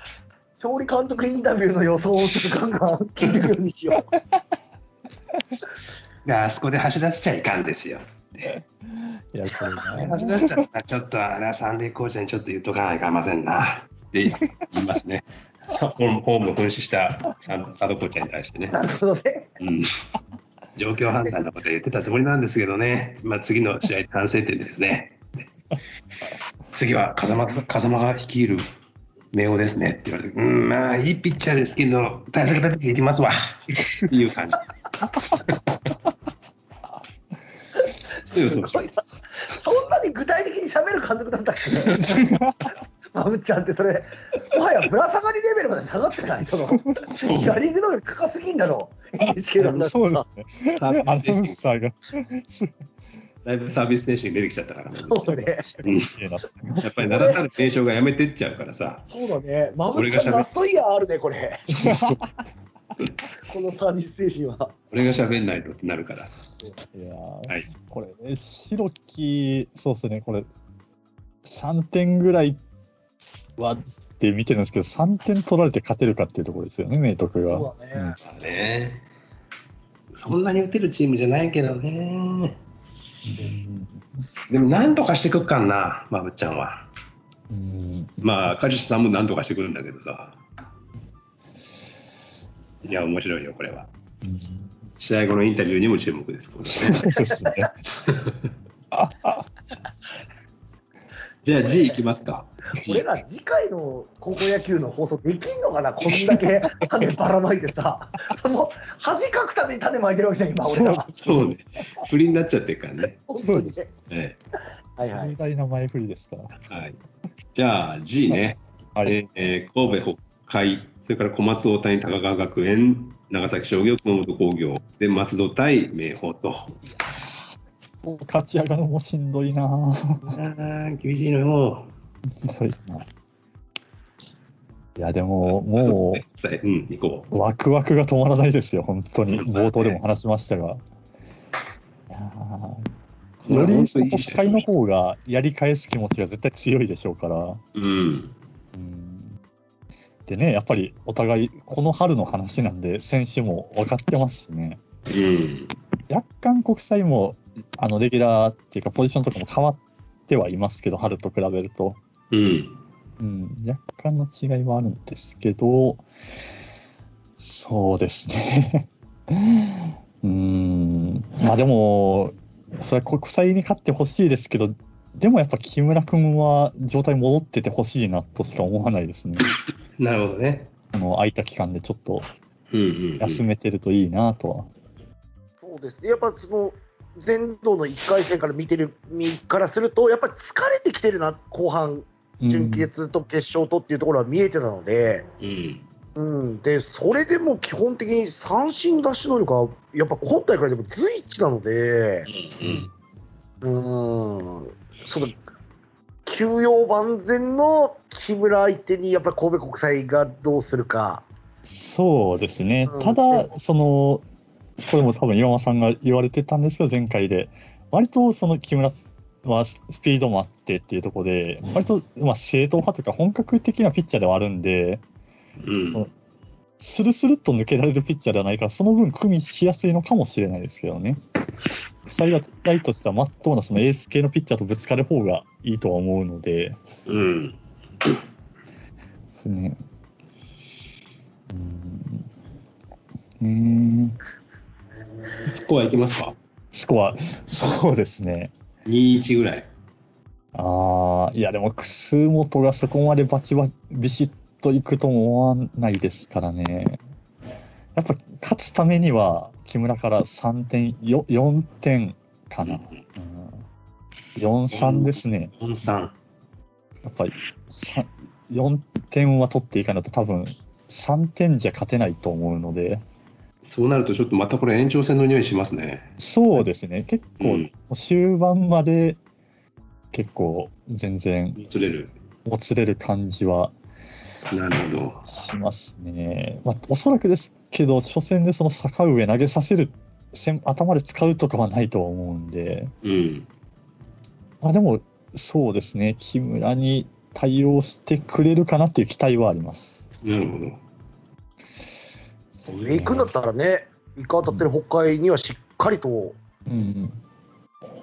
S4: 勝利監督インタビューの予想をちょっとガンガン聞いていくようにしよう。
S2: いやあそこで走らせちゃいかんですよ。
S3: いや、これ な
S2: 走らせちゃったらちょっとあれは三塁コーチにちょっと言っとかないかいませんな。で言いますね。そうホームホームを噴死したサードサードコーチに対してね。
S4: なるほどね。
S2: うん状況判断のこと言ってたつもりなんですけどね、まあ、次の試合、反省点ですね。次は風間風間が率いる明桜ですねって言われて、うん、まあ、いいピッチャーですけど、対策立てていきますわっていう感じ。そう
S4: す
S2: そう
S4: ごいな。そんなに具体的に喋る監督だったっけまぶっちゃんってそれ、もはやぶら下がりレベルまで下がってない、その、
S2: そう
S4: やり能力高すぎんだろう、NHK なんだ
S3: そうで
S4: さ。
S3: すね。アナウンサーが
S2: だいぶサービス精神出てきちゃったからね
S4: そう ね。
S3: 綺麗な。
S2: やっぱり名だたる名称がやめてっちゃうからさ。
S4: そうだね。まぶっちゃんラストイヤーあるね、これ。このサービス精神は。
S2: 俺が喋んないとってなるからさ。
S3: いやー
S2: はい
S3: これね、白木、そうですね、これ、3点ぐらいはって見てるんですけど、3点取られて勝てるかっていうところですよね、明徳が。
S4: そうだね。
S2: まあね。そんなに打てるチームじゃないけどね。でも、なんとかしてくっかんな、まぶっちゃんは。
S3: うん
S2: まあ、梶下さんもなんとかしてくるんだけどさ。いや、面白いよ、これは。試合後のインタビューにも注目です、これはね
S3: そうです ね。
S2: じゃあ、G いきます か。G
S4: 俺ら次回の高校野球の放送できんのかな、こんだけ種ばらまいてさ、その恥かくために種まいてるわけじゃん、今、俺ら。
S2: そうね。不利になっちゃってるからね。
S4: 本当にね。
S2: え
S4: はいは
S3: 壮
S4: い。
S3: 大な前振りですから。
S2: えはい、じゃあ、G ね。
S3: あれ、
S2: えー神戸、北海、それから小松大谷、高川学園、長崎商業、熊本工業、で松戸対明豊と。
S3: 勝ち上がるのもしんどいなぁ。
S2: 厳しいのよ。
S3: そうですねいや、でも、も
S2: うん、行こ
S3: う、ワクワクが止まらないですよ、本当に。冒頭でも話しましたが。いや
S2: う。
S3: ーより国会の
S2: う
S3: 方がやり返す気持ちが絶対強いでしょうから、
S2: ん。
S3: うんでね、やっぱりお互い、この春の話なんで、選手も分かってますしね、
S2: うん。
S3: 若干国際もあのレギュラーっていうか、ポジションとかも変わってはいますけど、春と比べると、
S2: うん。
S3: ううん、若干の違いはあるんですけど、そうですね。 うーん、まあでも、それは国際に勝ってほしいですけど、でもやっぱ木村君は状態戻っててほしいなとしか思わないですね。
S2: なるほどね。
S3: あの空いた期間でちょっと
S2: うんうん、う
S3: 休
S2: ん。
S3: めてるといいなとは。
S4: そうですねやっぱその前度の1回戦から見てる身からすると、やっぱり疲れてきてるな、後半、
S3: うん
S4: 準決と決勝とっていうところは見えてたので、
S2: うん
S4: うん、でそれでも基本的に三振出し能力は、やっぱ今大会でも随一なので、
S2: うん
S4: うーん、その休養万全の木村相手に、やっぱり神戸国際がどうするか。
S3: そうですね
S4: うん、
S3: ただ、そのこれも多分岩間さんが言われてたんですけど、前回で、割とその木村はススピードもあってっていうところで、割とまあ正統派というか、本格的なピッチャーではあるんで、
S2: うんうん
S3: スルスルっと抜けられるピッチャーではないから、その分、組みしやすいのかもしれないですけどね。二人がライトとしては、まっとうなそのエース系のピッチャーとぶつかる方がいいとは思うので、
S2: うん
S3: ですね。うんねえ
S2: スコアいきますか
S3: スコア、 そうですね。
S2: 2-1ぐらい。
S3: ああ、いや、でも、楠本がそこまでバチバチ、ビシッといくとも思わないですからね。やっぱ、勝つためには、木村から3点、よ4点かな。うん、4、3ですね。
S2: 4-3。
S3: やっぱり、さ4点は取っていかないと、多分、3点じゃ勝てないと思うので、
S2: そうなるとちょっとまたこれ延長戦の匂いしますね。
S3: そうですね。結
S2: う
S3: 構、
S2: ん。
S3: 終盤まで、結構、全然、
S2: ずれる。
S3: もつれる感じは
S2: なるほど。
S3: しますね。まあ、おそらくですけど、初戦でその坂上投げさせる、先頭で使うとかはないとは思うんで、
S2: うん。
S3: まあ、でも、そうですね、木村に対応してくれるかなっていう期待はあります。
S2: なるほど。
S4: 上行くんだったらね、一回当たってる北海にはしっかりと
S3: うん、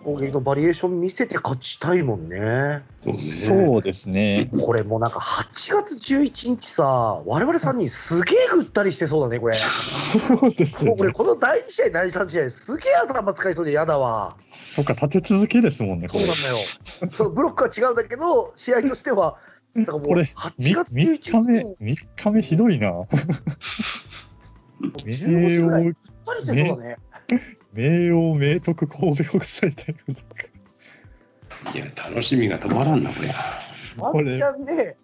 S4: 攻撃のバリエーション見せて勝ちたいもんね。
S2: そうね。
S3: そうですね。
S4: これもうなんか8月11日さ、我々3人すげえぐったりしてそうだね、これ。
S3: そうです
S4: も
S3: よ
S4: うこれ
S3: ね。
S4: この第2試合、第3試合、すげえ頭使いそうで嫌だわ。
S3: そっか、立て続けですもんね、こ
S4: そう
S3: れ
S4: なん。だよ。そのブロックは違うんだけど、試合としては、なんかもう
S3: これ
S4: 8
S3: 3,
S4: 月
S3: 日目、
S4: 11日、
S3: 3日目ひどいな。明
S4: 15ぐらい
S3: 桜、
S4: たりしてそうだね。
S3: 明桜、明徳、神戸国際大学。
S2: いや、楽しみが止まらんな、これ。
S4: ワ
S3: こ
S4: ン
S3: れ
S4: チャンね、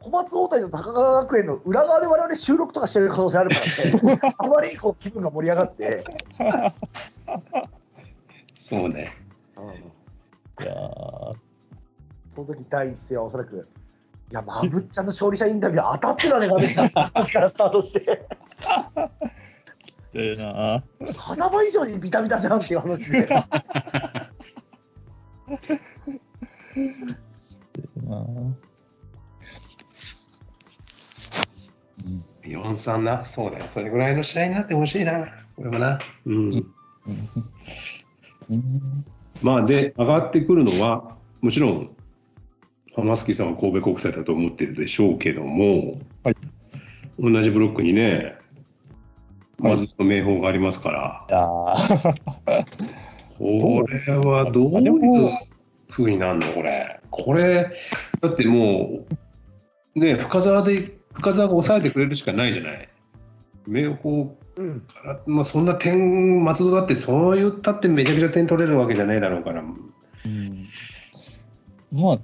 S4: 小松大谷と高川学園の裏側で我々収録とかしてる可能性ある からね、あまりこう気分が盛り上がって、
S2: そうね。
S3: いやー
S4: その時第一声はおそらく、いや、まぶっちゃんの勝利者インタビュー当たってたね、まぶっ ちゃんの話からスタートして、
S3: ええなあ
S4: 狭間以上にビタビタじゃんっていう話で、
S3: ええなあうん
S2: 4-3な。そうだよ。それぐらいの試合になってほしいな。これもな。うん。
S3: うんうん
S2: まあ、で、上がってくるのは、もちろん、浜月さんは神戸国際だと思ってるでしょうけども、
S3: はい
S2: 同じブロックにね、
S3: はい
S2: まずの名宝がありますから、
S3: いやー
S2: これはどういうふうになるの、これ。これ、だってもう、ね、深沢で、深沢が抑えてくれるしかないじゃない。明豊
S4: うん、
S2: から、まあ、そんな点、松戸だって、そう言ったってめちゃくちゃ点取れるわけじゃないだろうから。
S3: うんまあ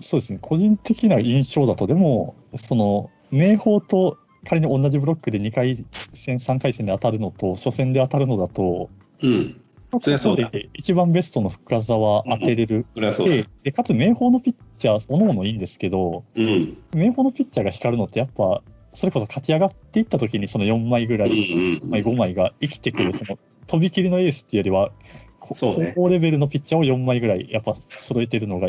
S3: そうですね個人的な印象だとでもその明豊と仮に同じブロックで2回戦3回戦で当たるのと初戦で当たるのだと
S2: うん、そりゃそうだ
S3: 一番ベストの深沢当てれる、
S2: そりゃそうだ
S3: で。でかつ明豊のピッチャーおのおのいいんですけど
S2: うん、
S3: 明豊のピッチャーが光るのってやっぱそれこそ勝ち上がっていった時にその4枚ぐら
S2: う
S3: い、
S2: ん、うん。
S3: 枚5枚が生きてくるそのとびきりのエースっていうよりはこ
S2: そうね
S3: 高校レベルのピッチャーを4枚ぐらいやっぱ揃えてるのが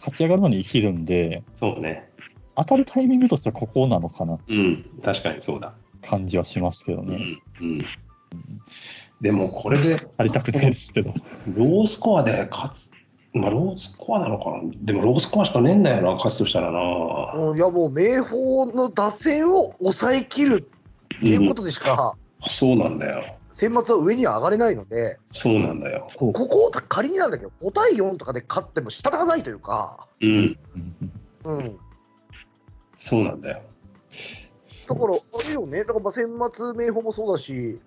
S3: 勝ち上がるのに生きるんで
S2: そうね。
S3: 当たるタイミングとしてはここなのかな
S2: うん、確かにそうだ。
S3: 感じはしますけど
S2: う
S3: ね。
S2: ん、うん。でも、これで、
S3: ありたくないですけど。
S2: ロースコアで勝つまあ、ロースコアなのかな。でも、ロースコアしかねえんだよな、勝つとしたらな。
S7: うんいやもう明豊の打線を抑えきるっていうことでしか、
S2: うんそうなんだよ。
S7: 選抜は上には上がれないので、
S2: そうなんだよ。
S3: そう
S7: ここを仮になんだけど、5対4とかで勝っても仕方がないというか、
S2: うん。
S3: うん
S7: うん、
S2: そうなんだよ。
S7: だから、あれよね、だからまあ選抜明豊もそうだし、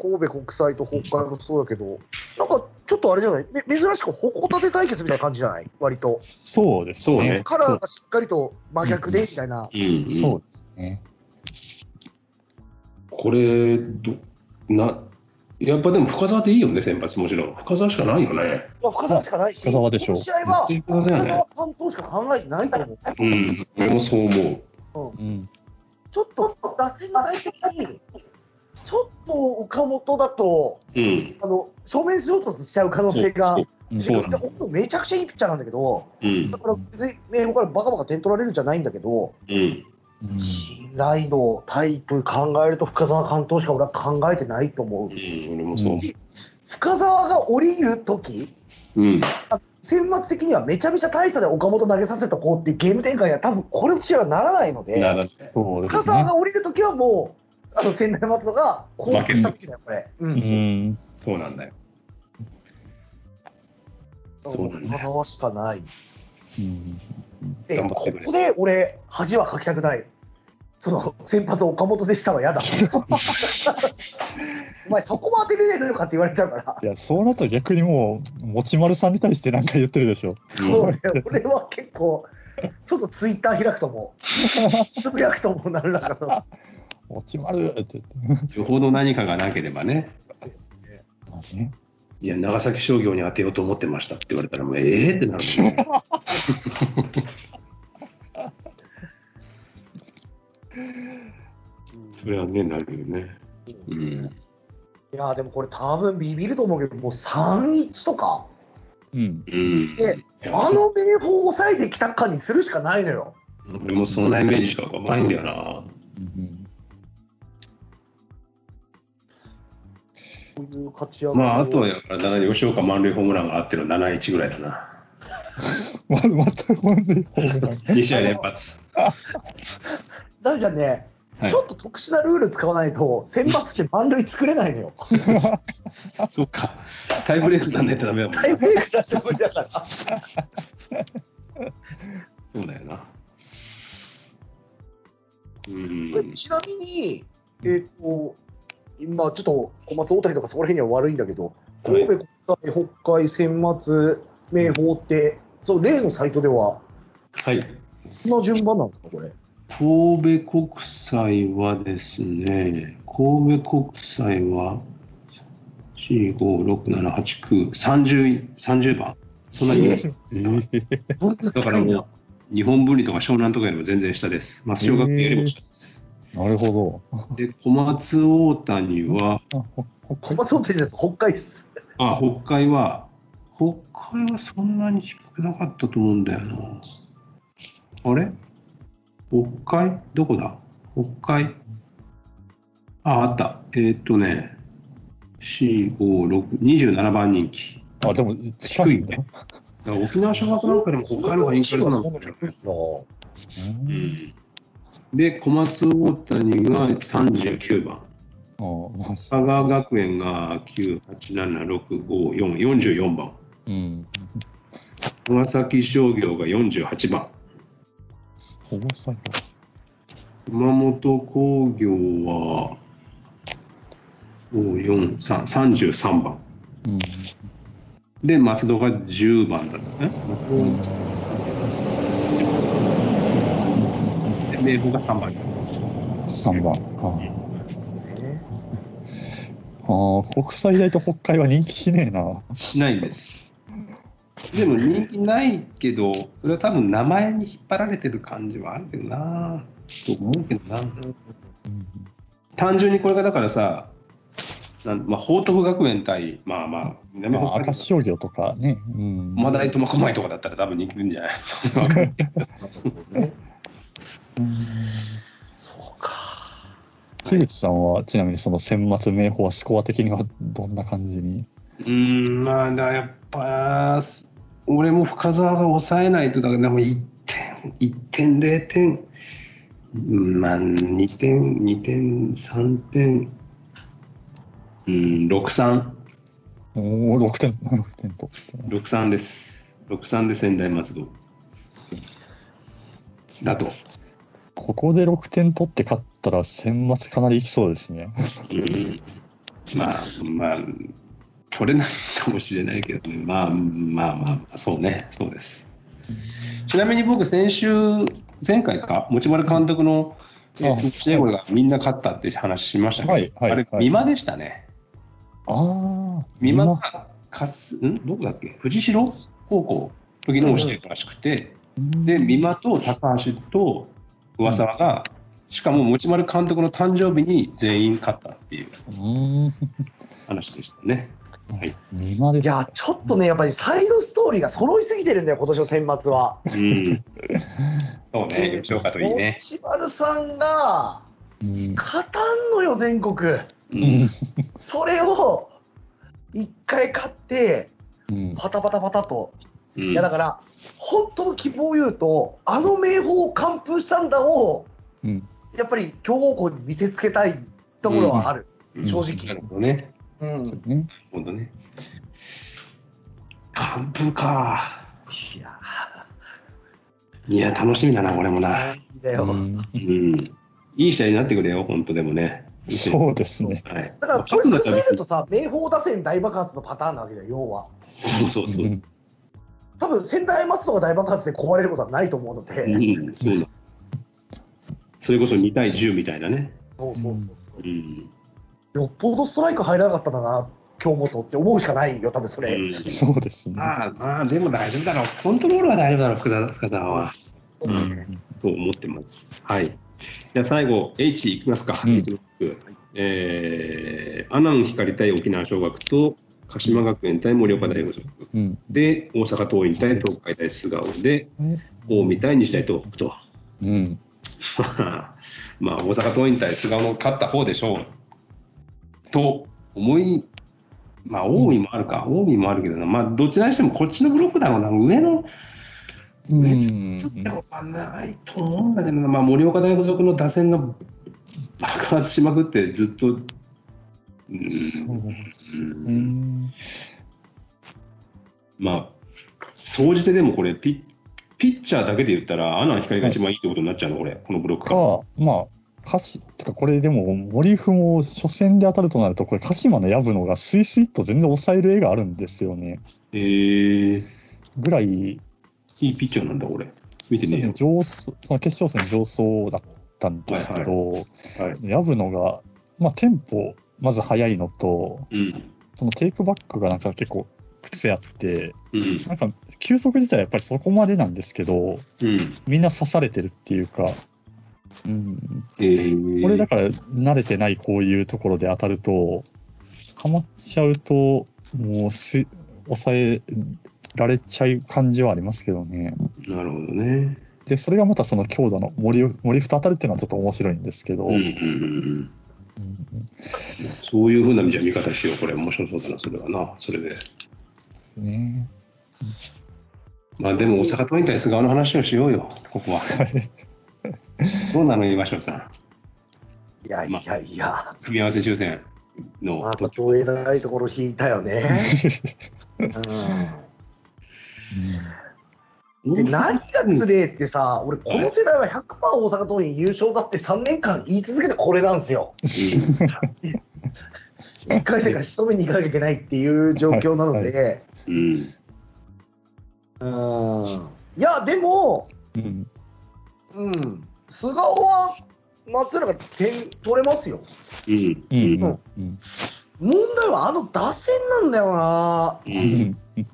S7: 神戸国際と北海もそうだけど、なんかちょっとあれじゃない、め珍しく矛盾対決みたいな感じじゃない、割と。
S3: そうです
S2: そうね
S3: ね。
S7: カラーがしっかりと真逆でみたいな、
S2: うん、
S3: そうですね。
S2: これど、な、やっぱでも深沢でいいよね、先発もちろん。深沢しかないよね。
S4: いや深沢しかないし、
S3: 深沢でしょう
S4: この試合は
S2: 絶対深沢
S4: 深
S2: だよね
S4: 沢担当しか考えてないと思う。
S2: うん、俺もそう思う。
S3: うん。
S4: ちょっと打線が大的に、ちょっと岡本だと、
S2: うん、
S4: あの正面衝突しちゃう可能性が
S2: そう、
S4: で
S2: そう
S4: 岡本めちゃくちゃいいピッチャーなんだけど、
S2: うん
S4: だ、から別に明豊からバカバカ点取られるんじゃないんだけど、
S2: うん。
S3: うん
S4: 信頼のタイプ考えると、深沢監督しか俺は考えてないと思
S2: う。
S4: う
S2: ん、俺もそう。
S4: 深沢が降りるとき、
S2: うん、
S4: 選抜的にはめちゃめちゃ大差で岡本投げさせとこうっていうゲーム展開には、多分これの試合はならないので。
S2: なら、
S3: そうで
S4: 深
S3: す
S4: 沢
S3: ね。
S4: が降りるときはもう、あの仙台松戸が降伏したときだよ、これ。う。
S3: うんん。
S2: そうなんだよ。そうなんだ
S4: 深沢しかない。
S3: うん
S4: で、
S2: 頑
S4: こ
S2: 張ってくれ
S4: こで俺、恥はかきたくない。その先発岡本でしたは 嫌だ。お前、そこも当てれねえのかって言われちゃうから。
S3: いや、そうなったら逆にもう、持ち丸さんに対して何か言ってるでしょ。
S4: そうね、俺は結構、ちょっとツイッター開くとも、つぶやくとも何らかの。
S3: 持ち丸って言って
S2: よほど何かがなければね。
S3: まあね。
S2: いや、長崎商業に当てようと思ってましたって言われたら、もう、ええってなるもんね。 それはね、なるけどね。うん。
S4: いやーでもこれ多分ビビると思うけど、もう3-1とか、
S3: うん。
S2: うん。
S4: え
S2: いや
S4: あの明豊を抑えてきたかにするしかないのよ。
S2: 俺もそんなイメージしか浮かばないんだよな。
S3: うん
S4: こういう勝ち上がりを
S2: まあ、あとはやっぱり7吉岡満塁ホームランがあっての7-1ぐらいだな。
S3: ままたほんで、ホームラン
S2: 2試合連発。
S4: ダメじゃんね、
S2: はい
S4: ちょっと特殊なルール使わないと、選抜って満塁作れないの よ。
S2: そうか。タイブレークなんないとダメだもん
S4: タイ
S2: な。
S4: ブレークだって無理だから。
S2: そうだよな。う
S4: これ
S2: ん。
S4: ちなみに、えっ、と、今ちょっと小松大谷とかそこら辺には悪いんだけど、神戸国際、北海、選抜、明豊って、そう例のサイトでは、
S2: はい。
S4: こんな順番なんですか、これ。
S2: 神戸国際はですね、神戸国際は、4、5、6、7、8、9、30、30番。そんなに、
S4: どんな
S2: だからもう、日本文理とか湘南とかよりも全然下です。松代学園よりも下です。
S3: なるほ
S2: で、小松大谷は、
S3: ど。あほ
S4: 小松大谷です、北海です。
S2: あ、北海は、北海はそんなに低くなかったと思うんだよな。あれ北海どこだ北海あ、あった。えーっとね、4、5、6、27番人気。
S3: あ、でも、近いんだ。
S2: だから沖縄小学なんかでも北海の方が人気あるかな。う
S3: う
S2: んんで、小松大谷が39番。
S3: あまあ
S2: 佐川学園が9、8、7、6、5、4、44番。
S3: うん。
S2: 長崎商業が48番。
S3: 保護作
S2: 熊本工業は543番
S3: 業。うん。
S2: で松戸が10番だったね松戸で明豊が3番
S3: 3番。ああ、国際大と北海は人気しねえな。
S2: しないんですでも人気ないけどそれは多分名前に引っ張られてる感じはあるけどなと思うけどな単純にこれがだからさなんまあ、報徳学園対、まあまあ、南
S3: ま
S2: 北
S3: あ、
S2: 海道
S3: 赤商業とかね。うん。
S2: 駒大苫小牧とかだったら多分人気出るんじゃない
S3: うん
S4: そうか。
S3: 樋口さんは、ちなみにその選抜名峰はスコア的にはどんな感じに
S2: ううん、まあ、だからやっぱ、俺も深澤が抑えないと、だからでも1点、1点、0点、うんまあ、2点、2点、3点、うん、6、3、
S3: おお、6点、6点と。
S2: 6、3です。6、3で仙台松戸。だと。
S3: ここで6点取って勝ったら、選抜かなりいきそうですね。
S2: うんまあまあ取れないかもしれないけどね、まあまあまあそうねそうですちなみに僕先週前回か持丸監督の
S3: あ
S2: えっと試合後がみんな勝ったって話しましたけど、
S3: はいはい
S2: あれ
S3: はい
S2: 美馬でしたね
S3: ああ、
S2: 美馬がかすんどこだっけ藤代高校時の教え子らしくて、で美馬と高橋と上沢が、しかも持丸監督の誕生日に全員勝ったっていう
S3: うーん、
S2: 話でしたね。
S3: 見まで
S4: い
S3: す。
S4: や、ちょっとね、やっぱりサイドストーリーが揃いすぎてるんだよ、今年の選抜は。
S2: うんそうね、
S4: で
S2: 吉岡といいね。
S4: 持丸さんが
S3: うん
S4: 勝たんのよ、全国。
S2: うん
S4: それを一回勝って、
S3: うん
S4: パタパタパタと。
S2: うん
S4: いや、だから、本当の希望を言うと、あの名峰を完封したんだを、
S3: うん
S4: やっぱり強豪校に見せつけたいところはある、
S2: うん
S4: 正直
S2: なるほどね。
S4: うん
S3: そうね
S2: なるほどね。完封か。
S4: いや
S2: いや、楽しみだな、俺もな。
S4: ーいいだ
S3: う
S4: よ、
S3: ん
S2: うん。いい試合になってくれよ、本当でもね。いい試合
S3: そうですね。
S2: はい。
S4: だからこれ
S2: 勝つんだったら
S4: 崩れ
S2: 別
S4: る
S2: に
S4: とさ明豊打線大爆発のパターンなわけだよ要は
S2: そうそうそう。
S3: うん
S4: 多分仙台松戸が大爆発で壊れることはないと思うので、
S2: うん、そうだ。それこそ2対10みたいなね。。
S4: そうそうそうそううんよっぽどストライク入らなかったんだな京本って思うしかないよ多分それ、
S2: うん
S3: そうですね。
S2: まあまあ、でも大丈夫だろう。コントロールは大丈夫だろう、深澤深澤は。
S3: うん
S2: と思ってます。はい。じゃあ最後、H いきますか。
S3: うん
S2: H ブロックえー、阿南光対沖縄尚学と鹿島学園対盛岡大附属
S3: うん
S2: で、大阪桐蔭対東海大菅生で、近江対日大東北と。
S3: うん
S2: まあ、大阪桐蔭対菅生の勝った方でしょう。と思い、まあ、近江もあるか、近江もあるけどな、まあ、どっちらにしてもこっちのブロックだろうな、上の
S3: うん
S2: つってことはないと思うんだけどな、まあ、盛岡大付属の打線が爆発しまくって、ずっと、うんうんまあ、総じてでもこれピ、ピッチャーだけで言ったら、阿南光が一番いいってことになっちゃうの、これ、このブロック
S3: か
S2: が。、
S3: まあ、かしてか、これでも、森譜も初戦で当たるとなると、これ、鹿島の藪野がスイスイっと全然抑える絵があるんですよね。
S2: えー、
S3: ぐらい、
S2: いいピッチャーなんだ、これ。見てねえよ。
S3: 上その決勝戦上層だったんですけど、
S2: はい、
S3: 藪野が、まあ、テンポ、まず速いのと、
S2: うん、
S3: そのテイクバックがなんか結構癖あって、
S2: うん、
S3: なんか球速自体はやっぱりそこまでなんですけど、
S2: うん。
S3: みんな刺されてるっていうか、うん、
S2: えー
S3: これだから慣れてないこういうところで当たると、ハマっちゃうと、もうす抑えられちゃう感じはありますけどね。
S2: なるほどね。
S3: で、それがまたその強打の森を森二当たるっていうのはちょっと面白いんですけど、
S2: うん、うん、うん。
S3: うん
S2: そういうふうなじゃあ見方しよう、これ、面白そうだな、それはな、それで。
S3: ね
S2: まあでも大阪桐蔭対菅生の話をしようよ、ここは。
S3: はい
S2: どうなの、岩城さん。
S4: いやいやいや、
S2: 組み合わせ抽選の。
S4: またどうえないところ引いたよ ね。うんで何がつれえってさ、俺、この世代は100%大阪桐蔭優勝だって3年間言い続けてこれなんですよ。1回戦から仕留めに行かなきゃいけないっていう状況なので、
S2: うんうん
S4: うんいや、でも、
S3: うん
S4: うん、菅生は松浦から点取れますよ。
S2: うん
S3: うん
S2: うん
S3: うんうん
S4: 問題はあの打線なんだよな。
S2: う
S3: うんん
S4: うんい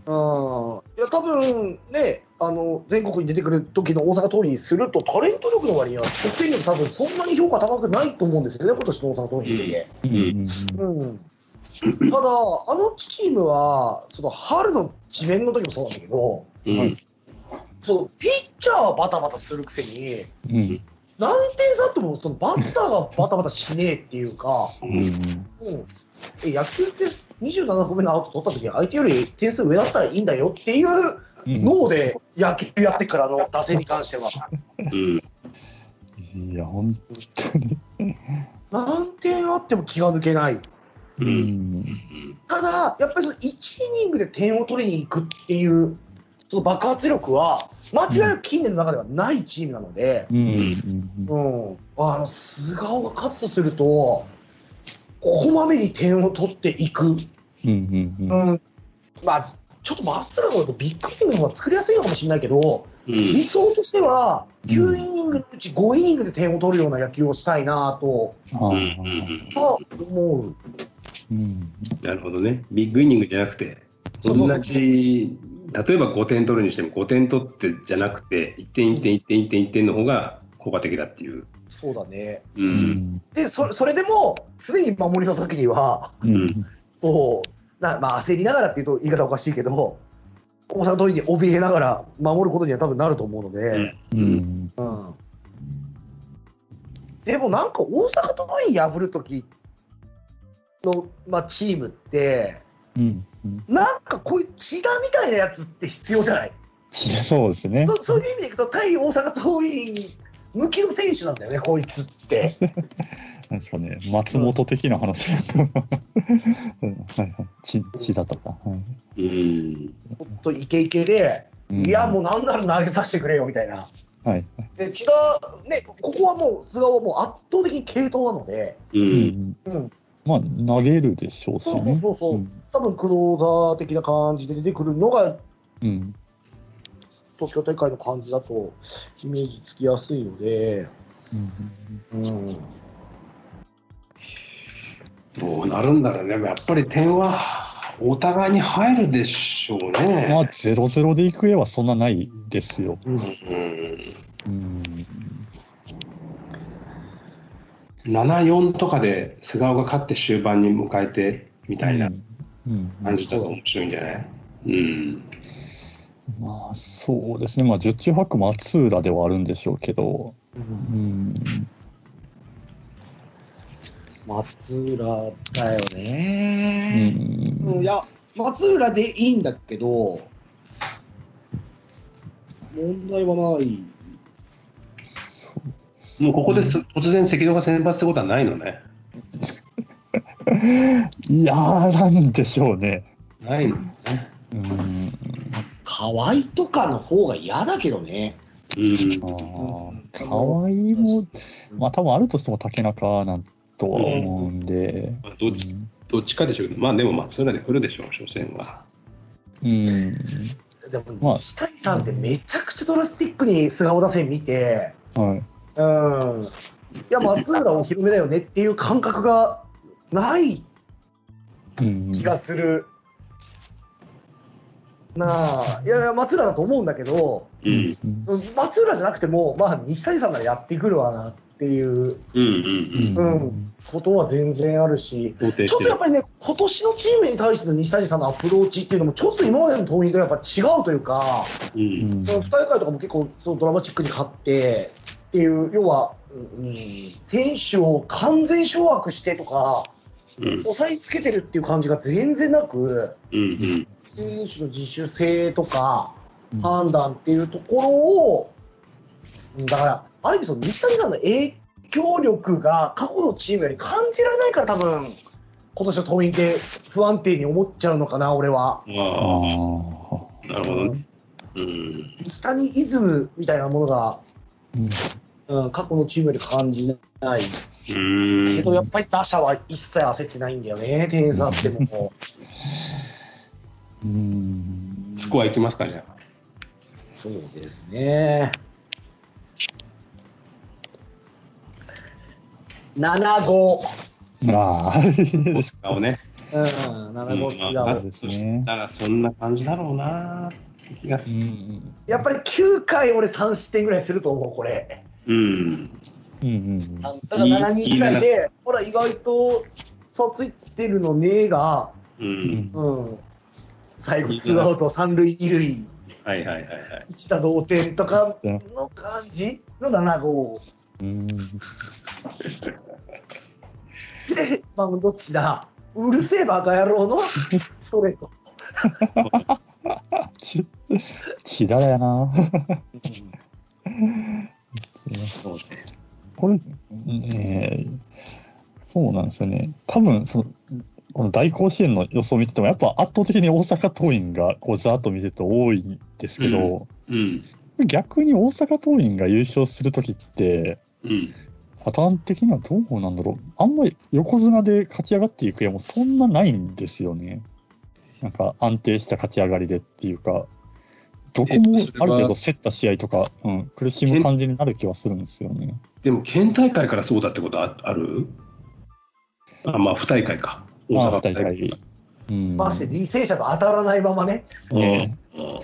S4: や多分ねあの全国に出てくる時の大阪桐蔭にするとタレント力の割には得点力多分そんなに評価高くないと思うんですよね今年の大阪桐蔭って、
S3: うんうん
S4: うんただあのチームはその春の智弁の時もそうなんだけど
S2: うん
S4: そのピッチャーはバタバタするくせに
S3: うん
S4: 何点差あってもそのバッターがバタバタしねえっていうか、
S2: う
S3: うんん
S4: うん、え野球って27個目のアウト取った時に相手より点数上だったらいいんだよっていう
S3: うん
S4: 脳で野球やってからの打線に関しては。
S2: うん、
S3: いや、本当に。
S4: 何点あっても気が抜けない。
S2: う、
S3: うんん
S4: ただ、やっぱりその1イニングで点を取りに行くっていう、その爆発力は、間違いなく近年の中ではないチームなので、
S3: うんうん
S4: うん、あの菅生が勝つとすると、こまめに点を取っていく、
S3: うんうん
S4: うんまあ、ちょっと松浦のとビッグイニングの方が作りやすいのかもしれないけど、
S2: う
S4: 理
S2: ん、
S4: 想としては、
S3: うん
S4: 9イニングのうち5イニングで点を取るような野球をしたいなと
S3: あ
S2: う
S3: ー
S2: ん、
S4: は思う。
S3: うん
S2: なるほどね、ビッグイニングじゃなくて、
S4: そ
S2: 同
S4: うそう
S2: じ、例えば5点取るにしても、5点取ってじゃなくて、1点、1点、1点、1点、1点の方が効果的だっていう。
S4: そうだね
S2: う、
S3: うんん
S4: でそそれでも、常に守りの時には、
S3: うん
S4: こうなまあ、焦りながらっていうと言い方おかしいけど、大阪桐蔭に怯えながら守ることには多分なると思うので。
S2: うん
S3: うん
S4: うんでもなんか大阪桐蔭破るときの、まあ、チームって、
S3: うんうん
S4: なんかこういう千田みたいなやつって必要じゃない
S3: そうですね。
S4: そ そういう意味でいくと、対大阪桐蔭向きの選手なんだよね、こいつって。
S3: なんですかね、松本的な話。うんはいはい。ち、ちだとか。はい
S2: うん、
S4: ほんとイケイケで、
S3: うん
S4: いや、もうなんなら投げさせてくれよみたいな。
S3: はい。
S4: で、千田、ね、ここはもう、菅生はもう圧倒的に系統なので、
S2: う、
S3: うんん
S4: うん、
S3: まあ、投げるでしょうし
S4: そうそう
S3: ね。
S4: そうそう、
S3: うん
S4: 多分クローザー的な感じで出てくるのが
S3: うん。
S4: 東京大会の感じだとイメージつきやすいので、
S3: うん
S4: うん、
S2: どうなるんだろうね、やっぱり点はお互いに入るでしょう
S3: まあ、
S2: ね。
S3: ゼロゼロで行く絵はそんなないですよ。
S2: うん
S3: うん。
S2: 7-4とかで菅生が勝って終盤に迎えてみたいな
S3: うん。
S2: 感じだと面白いんじゃないうん。
S3: まあ、そうですね。まあ、十中八九松浦ではあるんでしょうけど。うん。
S4: 松浦だよ
S3: う
S4: ね、うん、い
S3: ん。
S4: や松浦でいいんだけど問題はない
S2: もうここです突然赤道が先発ってことはないのね。
S3: いやー、なんでしょうね。
S2: ないのね。
S3: うん。
S4: 河合とかの方が嫌だけどね
S2: うん
S3: ああ、河合も、まあ多分あるとしても竹中なんとは思うんで、
S2: まあどっちどっちかでしょうけど、まあでも松浦で来るでしょう、初戦は。
S3: うん、
S4: で
S3: まあ
S4: も西谷さんってめちゃくちゃドラスティックに菅生打線見て
S3: はい、
S4: うんいや松浦お披露目だよねっていう感覚がない
S3: うん、
S4: 気がする。なあ、いやいや、松浦だと思うんだけど、
S2: うん。
S3: うん、
S4: 松浦じゃなくても、まあ、西谷さんならやってくるわなっていう
S2: うんうん
S3: うん、
S4: ことは全然あるし、
S2: うん。想定
S4: ちょ
S2: し
S4: ってと
S2: る
S4: やっ。ぱりね、今年のチームに対しての西谷さんのアプローチっていうのも、ちょっと今までの党員とやっぱ違うというか、
S2: う。
S3: うんん
S4: その2大会とかも結構そのドラマチックに勝ってっていう、要は、うん、選手を完全掌握してとか、
S2: うん
S4: 押さえつけてるっていう感じが全然なく。
S2: うん
S4: 選手の自主性とか
S3: うん
S4: 判断っていうところを、だから、ある意味その西谷さんの影響力が過去のチームより感じられないから、多分今年の党員って不安定に思っちゃうのかな、俺は。
S2: うん。あ
S3: あ
S2: あ、なるほどね。うん。
S4: 西谷イズムみたいなものが、
S3: うん
S4: うん、過去のチームより感じない
S2: うん
S4: けど、やっぱり打者は一切焦ってないんだよね、点差あっても。
S3: あ、うん、
S2: スコアいきますか、じゃあ。
S4: そうですね。7五。
S3: ああ、
S2: オスカをね。
S4: うん、7五
S2: うん
S4: 違
S2: まあ
S4: う。
S3: そうですね
S2: だからそんな感じだろうなって気がす
S3: う
S2: る。
S3: ん、
S4: やっぱり9回俺3失点ぐらいすると思う、これ。
S2: うん。
S3: うん、うん、
S4: だから7人ぐらいで、ほら、意外と差ついてるのねえが、
S2: う。
S3: うんん、
S4: うん、最後、
S2: いい
S4: ツ
S2: な
S4: ーアウト3塁2塁、
S2: はいはいはいはい。
S4: 1打同点とかの感じの7五。
S3: うん、
S4: で、マウンド千田、
S5: うるせえバカ野郎のストレート。
S3: ち、ちだらやな。
S2: そうね。
S3: これ、ねえそうなんですよね。多分その、この大甲子園の予想を見てても、やっぱ圧倒的に大阪桐蔭が、こう、ざーっと見てると多いんですけど、
S2: うん。
S3: 逆に大阪桐蔭が優勝するときって、
S2: うん。
S3: パターン的にはどうなんだろう。あんまり横綱で勝ち上がっていくやもそんなないんですよね。なんか安定した勝ち上がりでっていうか、どこも
S2: えそれ
S3: あ
S2: は
S3: る程度競った試合とか、うん、苦しむ感じになる気はするんですよね。
S2: でも、県大会からそうだってことああるあ、まあ、不大会か。
S3: まあ
S2: 大阪
S3: 大会。うん、
S5: まして履正社が当たらないままね。
S3: ね
S2: うん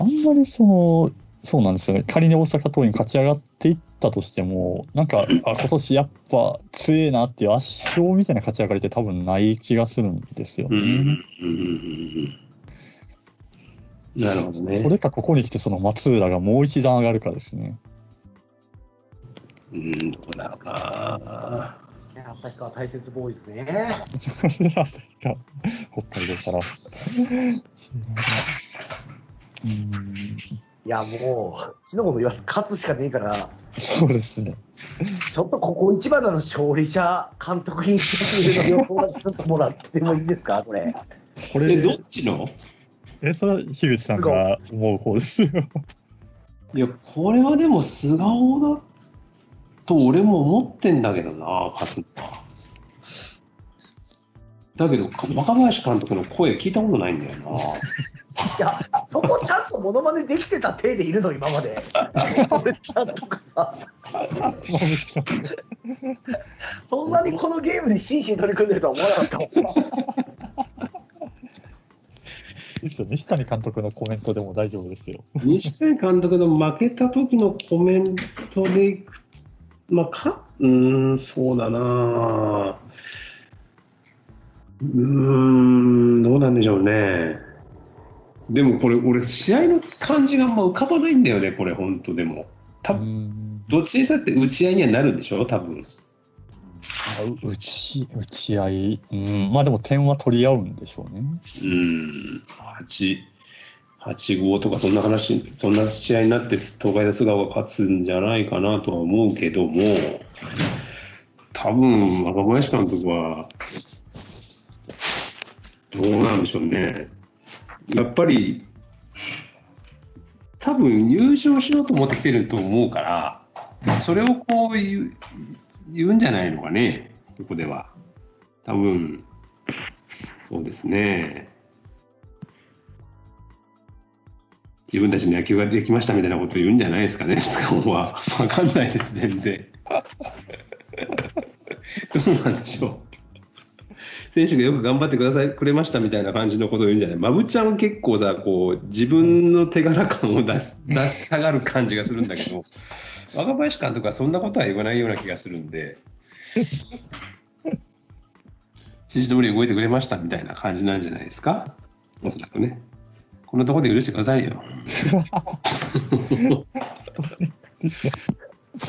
S3: あんまりその、そうなんですよね。仮に大阪桐蔭勝ち上がっていったとしても、な んか、あ今年やっぱ強えなっていう圧勝みたいな勝ち上がりって多分ない気がするんですよ
S2: う
S3: ね。
S2: んうんうんうんうんなるほどね。
S3: それかここに来てその松浦がもう一段上がるかです ね。
S2: うん、どうだろうな。
S5: いや旭川大雪ボーイズね。
S3: それは確か北海道から。うん
S5: いやもう、死のこと言わず勝つしかねえから、
S3: そうですね。
S5: ちょっとここ一番の勝利者、監督品質の両方はちょっともらってもいいですか、これ。
S3: こ
S2: え、
S3: れ、
S2: どっちの
S3: えそれは樋口さんが思う方で すよ。
S2: いや、これはでも、素顔だと俺も思ってんだけどな、勝つのは。だけど、か若林監督の声聞いたことないんだよな。
S5: いや、そこちゃんとモノマネできてた体でいるの、今まで。俺ちゃんとかさ、
S3: 馬淵さん
S5: そんなにこのゲームに真摯に取り組んでるとは思わなかったもん。
S3: いいですよ西谷監督のコメントでも大丈夫ですよ。
S2: 西谷監督の負けた時のコメントでいく、まあ、かうーん、そうだな、うーん、どうなんでしょうね、でもこれ、俺、試合の感じがあんま浮かばないんだよね、これ、本当でも。多分
S3: うん
S2: どっちにしたって打ち合いにはなるんでしょ、多分
S3: あう打ち打ち合い、うん、まあでも点は取り合うんでしょうね。
S2: うーん、8、8、5とか、そんな話、そんな試合になって、東海大菅生が勝つんじゃないかなとは思うけども、多分若林監督は、どうなんでしょうね。やっぱり、多分優勝しようと思ってきてると思うから、それをこう言う言うんじゃないのかね、ここでは。多分そうですね。自分たちの野球ができましたみたいなことを言うんじゃないですかね、塚本は。わかんないです、全然。どうなんでしょう。選手がよく頑張ってくださいくれましたみたいな感じのことを言うんじゃないまぶちゃんは結構さこう自分の手柄感を出し出したがる感じがするんだけ ど若林監督はそんなことは言わないような気がするんで指示通り動いてくれましたみたいな感じなんじゃないですかおそらくねこんなところで許してください よ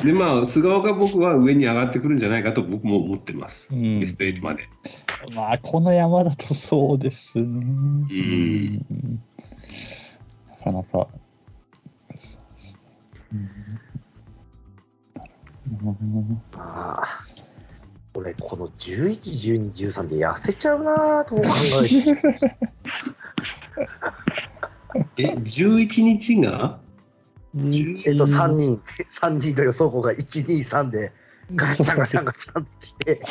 S2: でまあ菅岡僕は上に上がってくるんじゃないかと僕も思ってます
S3: うん
S2: ベスト8まで
S3: まあこの山だとそうですね。
S2: ん
S3: なかなか。うん
S4: ああ俺、この11、12、13で痩せちゃうなぁとも考えて。
S2: え11日が
S4: えっと、3人、三人の予想校が1、2、3で、ガチャンガチャンガチャンってきて、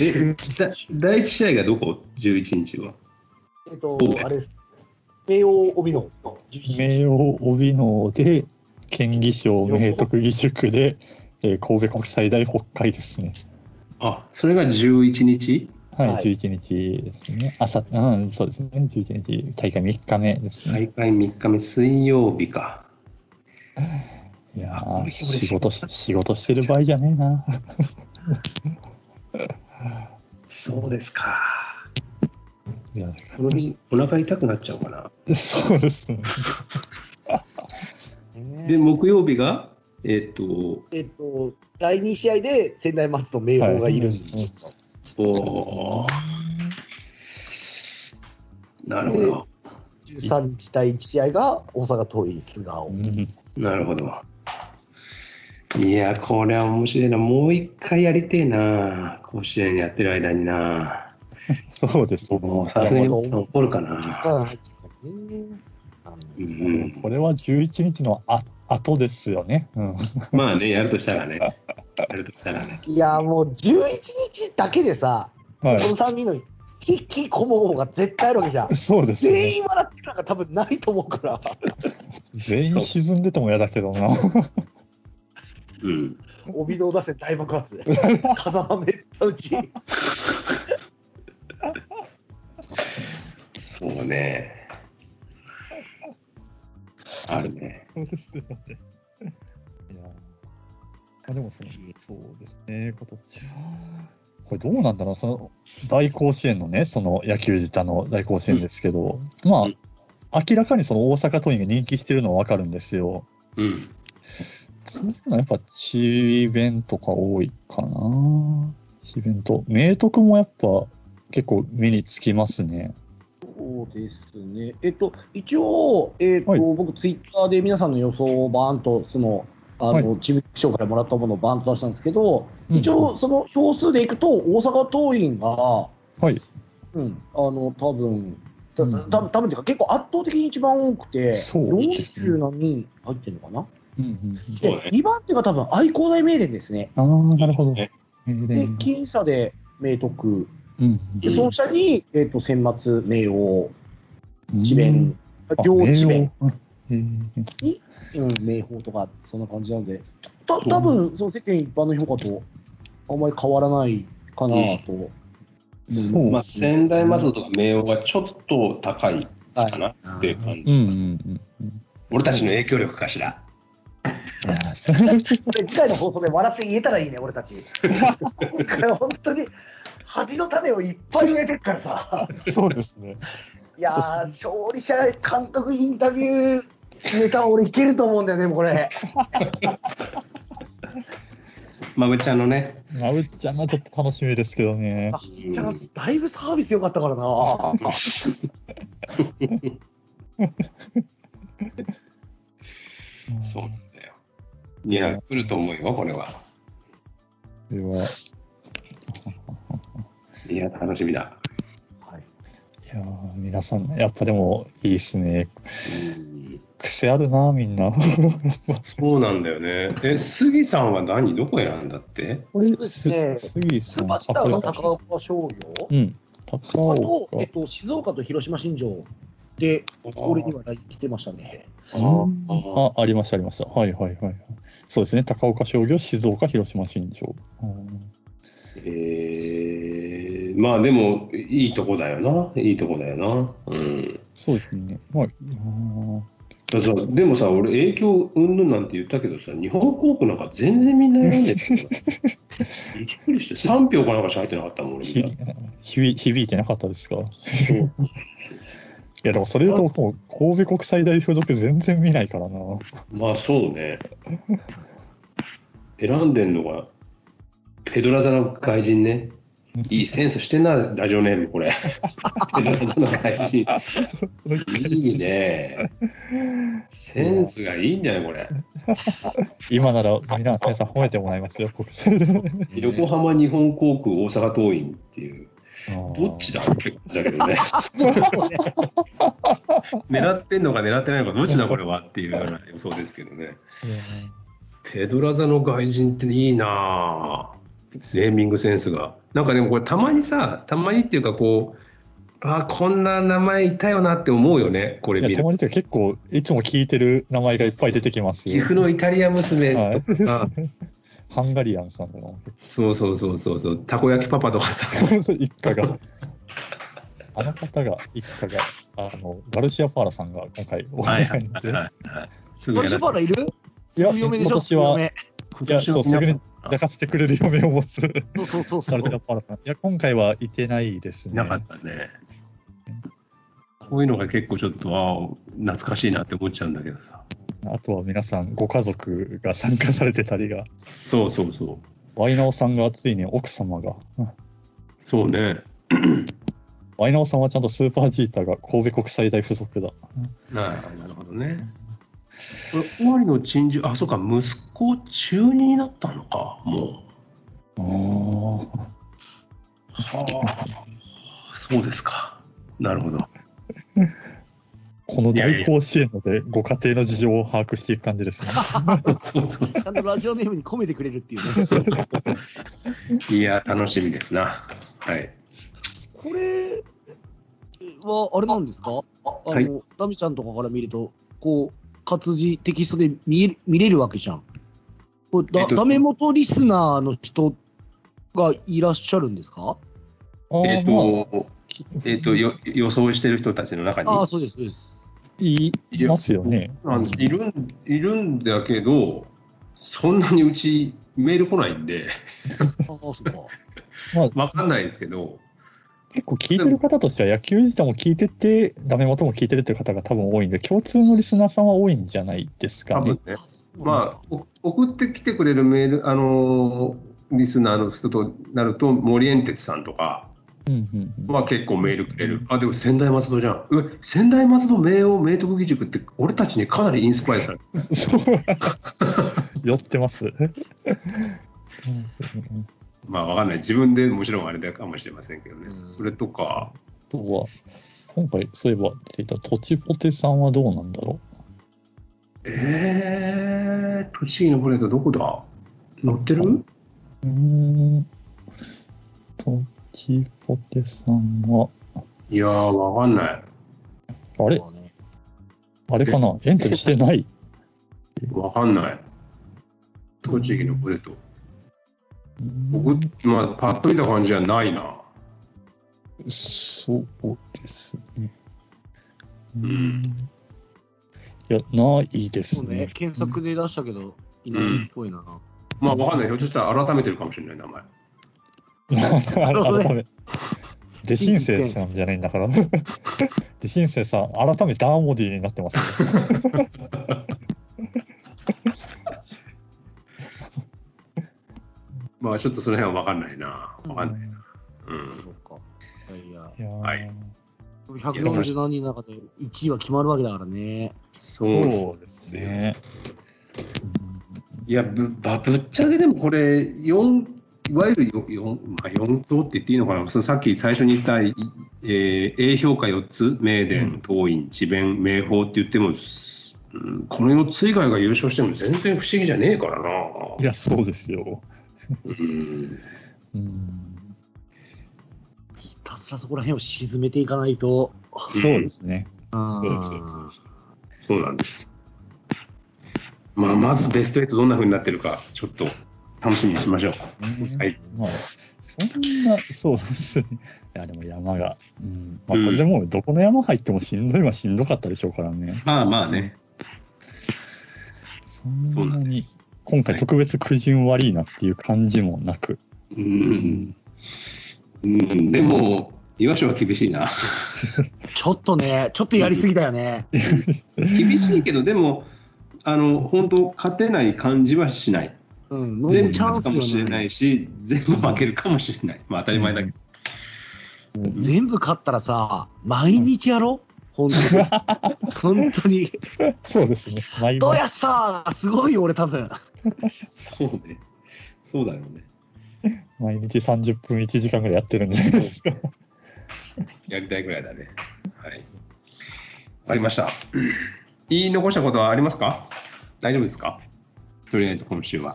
S2: えだ第1試合がどこ11日は
S5: えっと
S2: 神、戸
S5: あれです。名誉帯の
S3: 名誉帯ので県議賞明徳義塾で、えー神戸国際大北海ですね。
S2: あそれが11日
S3: はい、
S5: はい
S3: 11日ですね。朝、うん、そうですね。11日、大会3日目ですね。
S2: 大会3日目水曜日か
S3: いや
S2: あこ
S3: ー
S2: れ
S3: 仕事し、仕事してる場合じゃねえな。
S2: そうですか
S3: い や、
S2: この日お腹痛くなっちゃうかな
S3: そうですね。
S2: で木曜日がえっ、と、
S4: えっと、第2試合で専大松戸明豊がいるんですよ、
S2: おーなるほど、
S4: 13日第1試合が大阪桐蔭菅生、
S3: うん
S2: なるほど。いや、これは面白いな。もう一回やりてえな。甲子園やってる間にな。
S3: そうですね。
S2: もうさすがに奥さん怒るかな。
S4: が入ってるからねあの
S2: う、
S3: うんこれは11日のあ後ですよね。うん、
S2: まあね、やるとしたら ね。やるとしたらね。
S4: いやもう11日だけでさ、
S3: は
S4: この3人の引きこもごが絶対あるわけじゃん
S3: い。 そうです、
S4: 全
S3: ね。
S4: 員笑ってるのが多分ないと思うから
S3: 全員沈んでても嫌だけどな。
S2: うん。
S4: 帯の打線大 爆発風間めった打ち
S2: そうね。あるね。
S3: そうですよね。いやーまあでもその、そうですね、今年はこれどうなんだろう、その大甲子園のね、その野球自体の大甲子園ですけど、まあ、
S2: うん
S3: 明らかにその大阪桐蔭が人気してるのはわかるんですよ。
S2: うん。
S3: そういうのはやっぱ、智弁とか多いかな。智弁と、明徳もやっぱ、結構目につきますね。
S4: そうですね、えっと、一応、えっと
S3: はい
S4: 僕、ツイッターで皆さんの予想をバーンと、その、あ
S3: は
S4: の、チーム賞からもらったものをバーンと出したんですけど、
S3: うん
S4: 一応、その票数でいくと、大阪桐蔭が、
S3: はい。
S4: うん、あの、多分た
S3: うん
S4: た多分っていうか、結構圧倒的に一番多くて、
S3: そうですね
S4: 40何人入ってるのかな。
S3: うんうん
S2: そう
S4: で、
S2: ね。
S4: 2番手が多分愛工大名電ですね。
S3: ああ、なるほど。
S2: ね
S3: えーで
S4: で、僅差で明徳、
S3: うん
S4: でその下に、えっと、選抜、明桜、
S3: うん
S4: 智弁、
S3: あ
S4: 両智弁。。
S3: 明桜うんえー
S4: うん、明宝とか、そんな感じなんで、た多分その世間一般の評価とあんまり変わらないかなと、
S3: そう
S2: まあ、仙台松戸とか明桜がちょっと高い
S4: は
S2: かなっていう感
S3: う
S2: じ
S3: んう
S2: しま
S3: ん
S2: す。
S3: うんうん。
S2: 俺たちの影響力かしら。
S8: これ次回の放送で笑って言えたらいいね、俺た ち。今回は本当に恥の種をいっぱい植えてるからさ。
S3: そうですね。
S8: いやー、勝利者監督インタビューネタ、俺いけると思うんだよね、もうこれ。
S2: まぶちゃんのね。
S3: まぶちゃんがちょっと楽しみですけどね。
S2: うん
S8: じゃあ、だいぶサービス良かったからな。
S2: そうなんだよ。いや、来ると思うよ、これは。
S3: では、
S2: いや、楽しみだ。
S3: いやー皆さん、やっぱでもいいですね。
S2: うん
S3: 癖あるな、みんな。
S2: そうなんだよね。え、杉さんは何どこ選んだって
S3: これ、
S4: ですね
S3: 杉
S4: ス
S3: さ
S4: ー
S3: ん、
S4: パースターが
S3: あ
S4: 高岡商業
S3: こ、れうん、高
S4: あ
S3: 岡
S4: と、。えっと、静岡と広島新庄で、俺には来てましたね。
S3: うんあ、ありました、ありました。はいはいはいはい。そうですね、高岡商業、静岡、広島新庄。うん
S2: えー、まあでも、いいとこだよな。いいとこだよな。うん。
S3: そうですね。まあ、うん
S2: だからさでもさ、俺、影響うんぬんなんて言ったけどさ、日本航空なんか全然みんな選んで たよ。びっくりして、3票かなんかしか入ってなかったもん、俺
S3: ひ
S2: みんな。
S3: 響響いてなかったですか いやでもそれだともう神戸国際大付属全然見ないからな。
S2: まあそうね。選んでんのが、ペドラザの怪人ね。いいセンスしてんな、ラジオネーム、 これ。ペドラザの怪人。いいね。センスがいいんじゃない、これ。
S3: 今ならみんな皆さん褒めてもらいますよ、国際で。
S2: 横浜、日本航空、大阪桐蔭っていう。どっちだって感じだけど ね。狙ってんのか狙ってないのか、どっちだ、これはっていうような予想ですけどね。
S3: いや
S2: ペドラザの外人っていいなぁネーミングセンスがなんかでもこれたまにさたまにっていうかこうあーこんな名前いたよなって思うよねこれ
S3: い
S2: 見
S3: や、た
S2: る
S3: まにというか結構いつも聞いてる名前がいっぱい出てきます
S2: 岐
S3: よ。
S2: 阜のイタリア娘
S3: は
S2: とかさ、
S3: い、ハンガリアンさんだな。
S2: そうそうそうそうそうたこ焼きパパとかさ
S3: そうそう一家が。あの方が、一家が、あの、ガルシア・パーラさんが今回お会いになって、
S2: すぐ
S8: ガルシア
S2: やらせ
S8: パーラいる
S3: いや
S8: 強い嫁でしょ、
S3: 今年は
S8: 強い嫁
S2: 今
S3: いや、
S2: 年
S3: そ
S2: は
S3: う、すぐに抱かせてくれる嫁を持つ。
S8: そうそうそうそ
S3: ガ
S8: う
S3: ルシア・パーラさん。いや、今回はいてないですね。
S2: いなかったねこういうのが結構ちょっとああ懐かしいなって思っちゃうんだけどさ
S3: あとは皆さん、ご家族が参加されてたりが、
S2: そうそうそう。
S3: ワイナオさんがついに奥様が、うん
S2: そうね。
S3: ワイナオさんはちゃんとスーパージーターが神戸国際大附属だ。
S2: なあなるほどね。これ終わりの陳情、あ、そうか、息子中二になったのか、も
S3: うん
S2: う。はあ、そうですか。なるほど。
S3: この大甲子園のでご家庭の事情を把握していく感じですね。
S2: そうそうそ
S4: ちゃんとラジオネームに込めてくれるっていうね。
S2: う。いや、楽しみですな。はい。
S4: これはあれなんですかああの、
S2: はい
S4: ダメちゃんとかから見ると、こう、活字、テキストで見える見れるわけじゃん。これだ、
S2: えっと
S4: ダメ元リスナーの人がいらっしゃるんですか
S3: あー
S2: えっ、
S3: まあ
S2: と、きえっ、とよ、予想してる人たちの中に
S4: ああ、そうです、そうです。
S3: い
S2: い
S3: ますよね。
S2: あのいるんいるんだけど、そんなにうちメール来ないんで、
S4: ああ、そうか。
S2: わかんないですけど、
S3: 結構聞いてる方としては野球自体も聞いてて、ダメ元も聞いてるっていう方が多分多いんで、共通のリスナーさんは多いんじゃないです
S2: 多
S3: かね
S2: 分。ね。まあ、お送ってきてくれるメール、あのーリスナーの人となると、森エンテツさんとか
S3: うんうんうん
S2: は結構メールくれる。あ、でも仙台松戸じゃん。うえ仙台松戸明王明徳義塾って、俺たちにかなりインスパイアされて
S3: そう。寄ってます。うんうん
S2: まあ、わかんない。自分でもちろんあれだかもしれませんけどね。それとか、
S3: あとは、今回、そういえば、聞いた、とちぽてさんはどうなんだろ
S2: えー、栃木のブレードどこだ乗ってる
S3: ううーん。とちぽてさんは、
S2: いやー、わかんない。
S3: あれ
S4: そうだね
S3: あれかなエントリーしてない
S2: わかんない。栃木のポテト。僕、まあ、パッと見た感じじゃないな。
S3: そうですね。
S2: ん
S3: いや、ないです
S4: そうね
S3: ね。、
S4: 検索で出したけど、いないっぽいな。
S2: まあ、わかんない。ひょっとしたら改めてるかもしれない、名前。
S4: ほどね
S3: 改め。で、新生さんじゃないんだから。で、新生さん、改めダーモディになってます、ね。
S2: まあ、ちょっとその辺はわかんないな。わかんない。うん。
S4: そうか。いや
S3: いやー
S2: はい
S4: いや、147人の中で1位は決まるわけだからね。
S2: そう。
S3: そうですね。
S2: いや、ぶばぶっちゃけでもこれ、四いわゆるよ四まあ、四強って言っていいのかな、そのさっき最初に言った、いえー A 評価4つ、名電、桐蔭、智弁、明豊って言っても、うんこの4つ以外が優勝しても全然不思議じゃねえからな。
S3: いや、そうですよ。
S2: うん
S3: うん、
S4: ひたすらそこら辺を沈めていかないと。
S3: そうですね。
S4: あ
S3: そう
S4: ー
S3: そう
S2: そうなんです。まあ、まずベスト8どんな風になってるか、ちょっと楽しみにしましょう。はい。
S3: まあ、そんな、そうですね。いや、でも山が、うん。まあ、これでもう、どこの山入ってもしんどいはしんどかったでしょうからね。
S2: まあまあね。
S3: そんなに、今回特別苦順悪いなっていう感じもなく。
S2: うん。うん、でも、岩手は厳しい な。
S4: ちょっとね、ちょっとやりすぎだ よね。
S2: 厳しいけど、でも、あの本当、勝てない感じはしない、
S4: うん、
S2: 全部
S4: ノーチャ
S2: 勝
S4: ン
S2: つ
S4: ス
S2: かもしれ
S4: よ
S2: な
S4: ね。
S2: いし、全部負けるかもしれない、まあ、当たり前だけど、
S4: 全部勝ったらさ、毎日やろ本 当に。本当に。
S3: そうですね。毎
S4: どう
S3: 晩
S4: やっさすごいよ、俺多分。
S2: そうね、そうだろうね、
S3: 毎日30分、1時間ぐらいやってるんじゃないですか。
S2: やりたいぐらいだね。はい、ありました。言い残したことはありますか大丈夫ですかとりあえず今週は。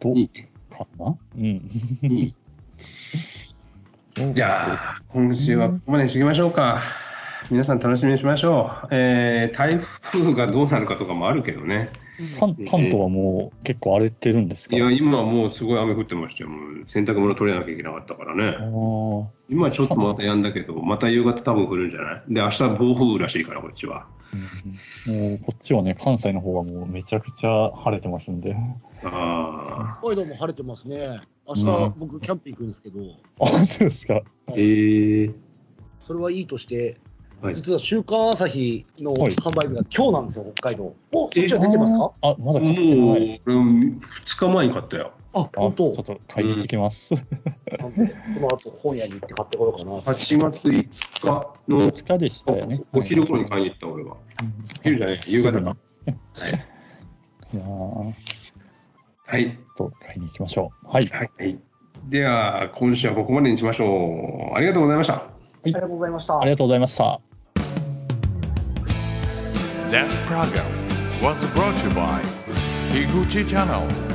S3: ど
S2: いいう
S3: かなうん。
S2: いいじゃあ、今週はここまでにしておきましょうか。皆さん楽しみにしましょう。えー台風がどうなるかとかもあるけどね。
S3: 関関東はもう結構荒れてるんですか
S2: いや、今はもうすごい雨降ってましたよ。もう洗濯物取れなきゃいけなかったから
S3: あ
S2: ね。
S3: ー
S2: 今ちょっとまたやんだけど、また夕方多分降るんじゃないで、明日暴風雨らしいから、こっちは。
S3: うんもうこっちはね、関西の方はもうめちゃくちゃ晴れてます んで。
S2: あ
S4: 北海道も晴れてますね。明
S2: うん
S4: 日、僕、キャンプ行くんですけど、
S3: あ、そうですか。
S2: あ。ええ
S4: それはいいとして、
S2: はい
S4: 実は週刊朝日の
S3: はい
S4: 販売日が今日なんですよ、北海道。お、そっちは出てますか
S3: あ、ま
S2: も
S3: だ買
S2: う
S3: ってない。
S2: 俺2日前に買ったよ
S4: あ、
S3: あ
S4: 本
S3: ちょ
S4: 当
S3: っ。と買いに行ってきます。
S4: なんでこの後本屋に行って買ってこようかな。
S2: 8月5日の
S3: 2日でしたよね。
S2: おお昼頃に買いに行った俺は
S3: うん
S2: 昼じゃない夕方か
S3: いやーち
S2: はい
S3: ょっと買いに行きましょう。はい。
S2: はいでは今週はここまでにしましょうありがとうございました
S4: ありがとうございました
S3: あり。がとうございました。
S1: This program was brought to you by Higuchi Channel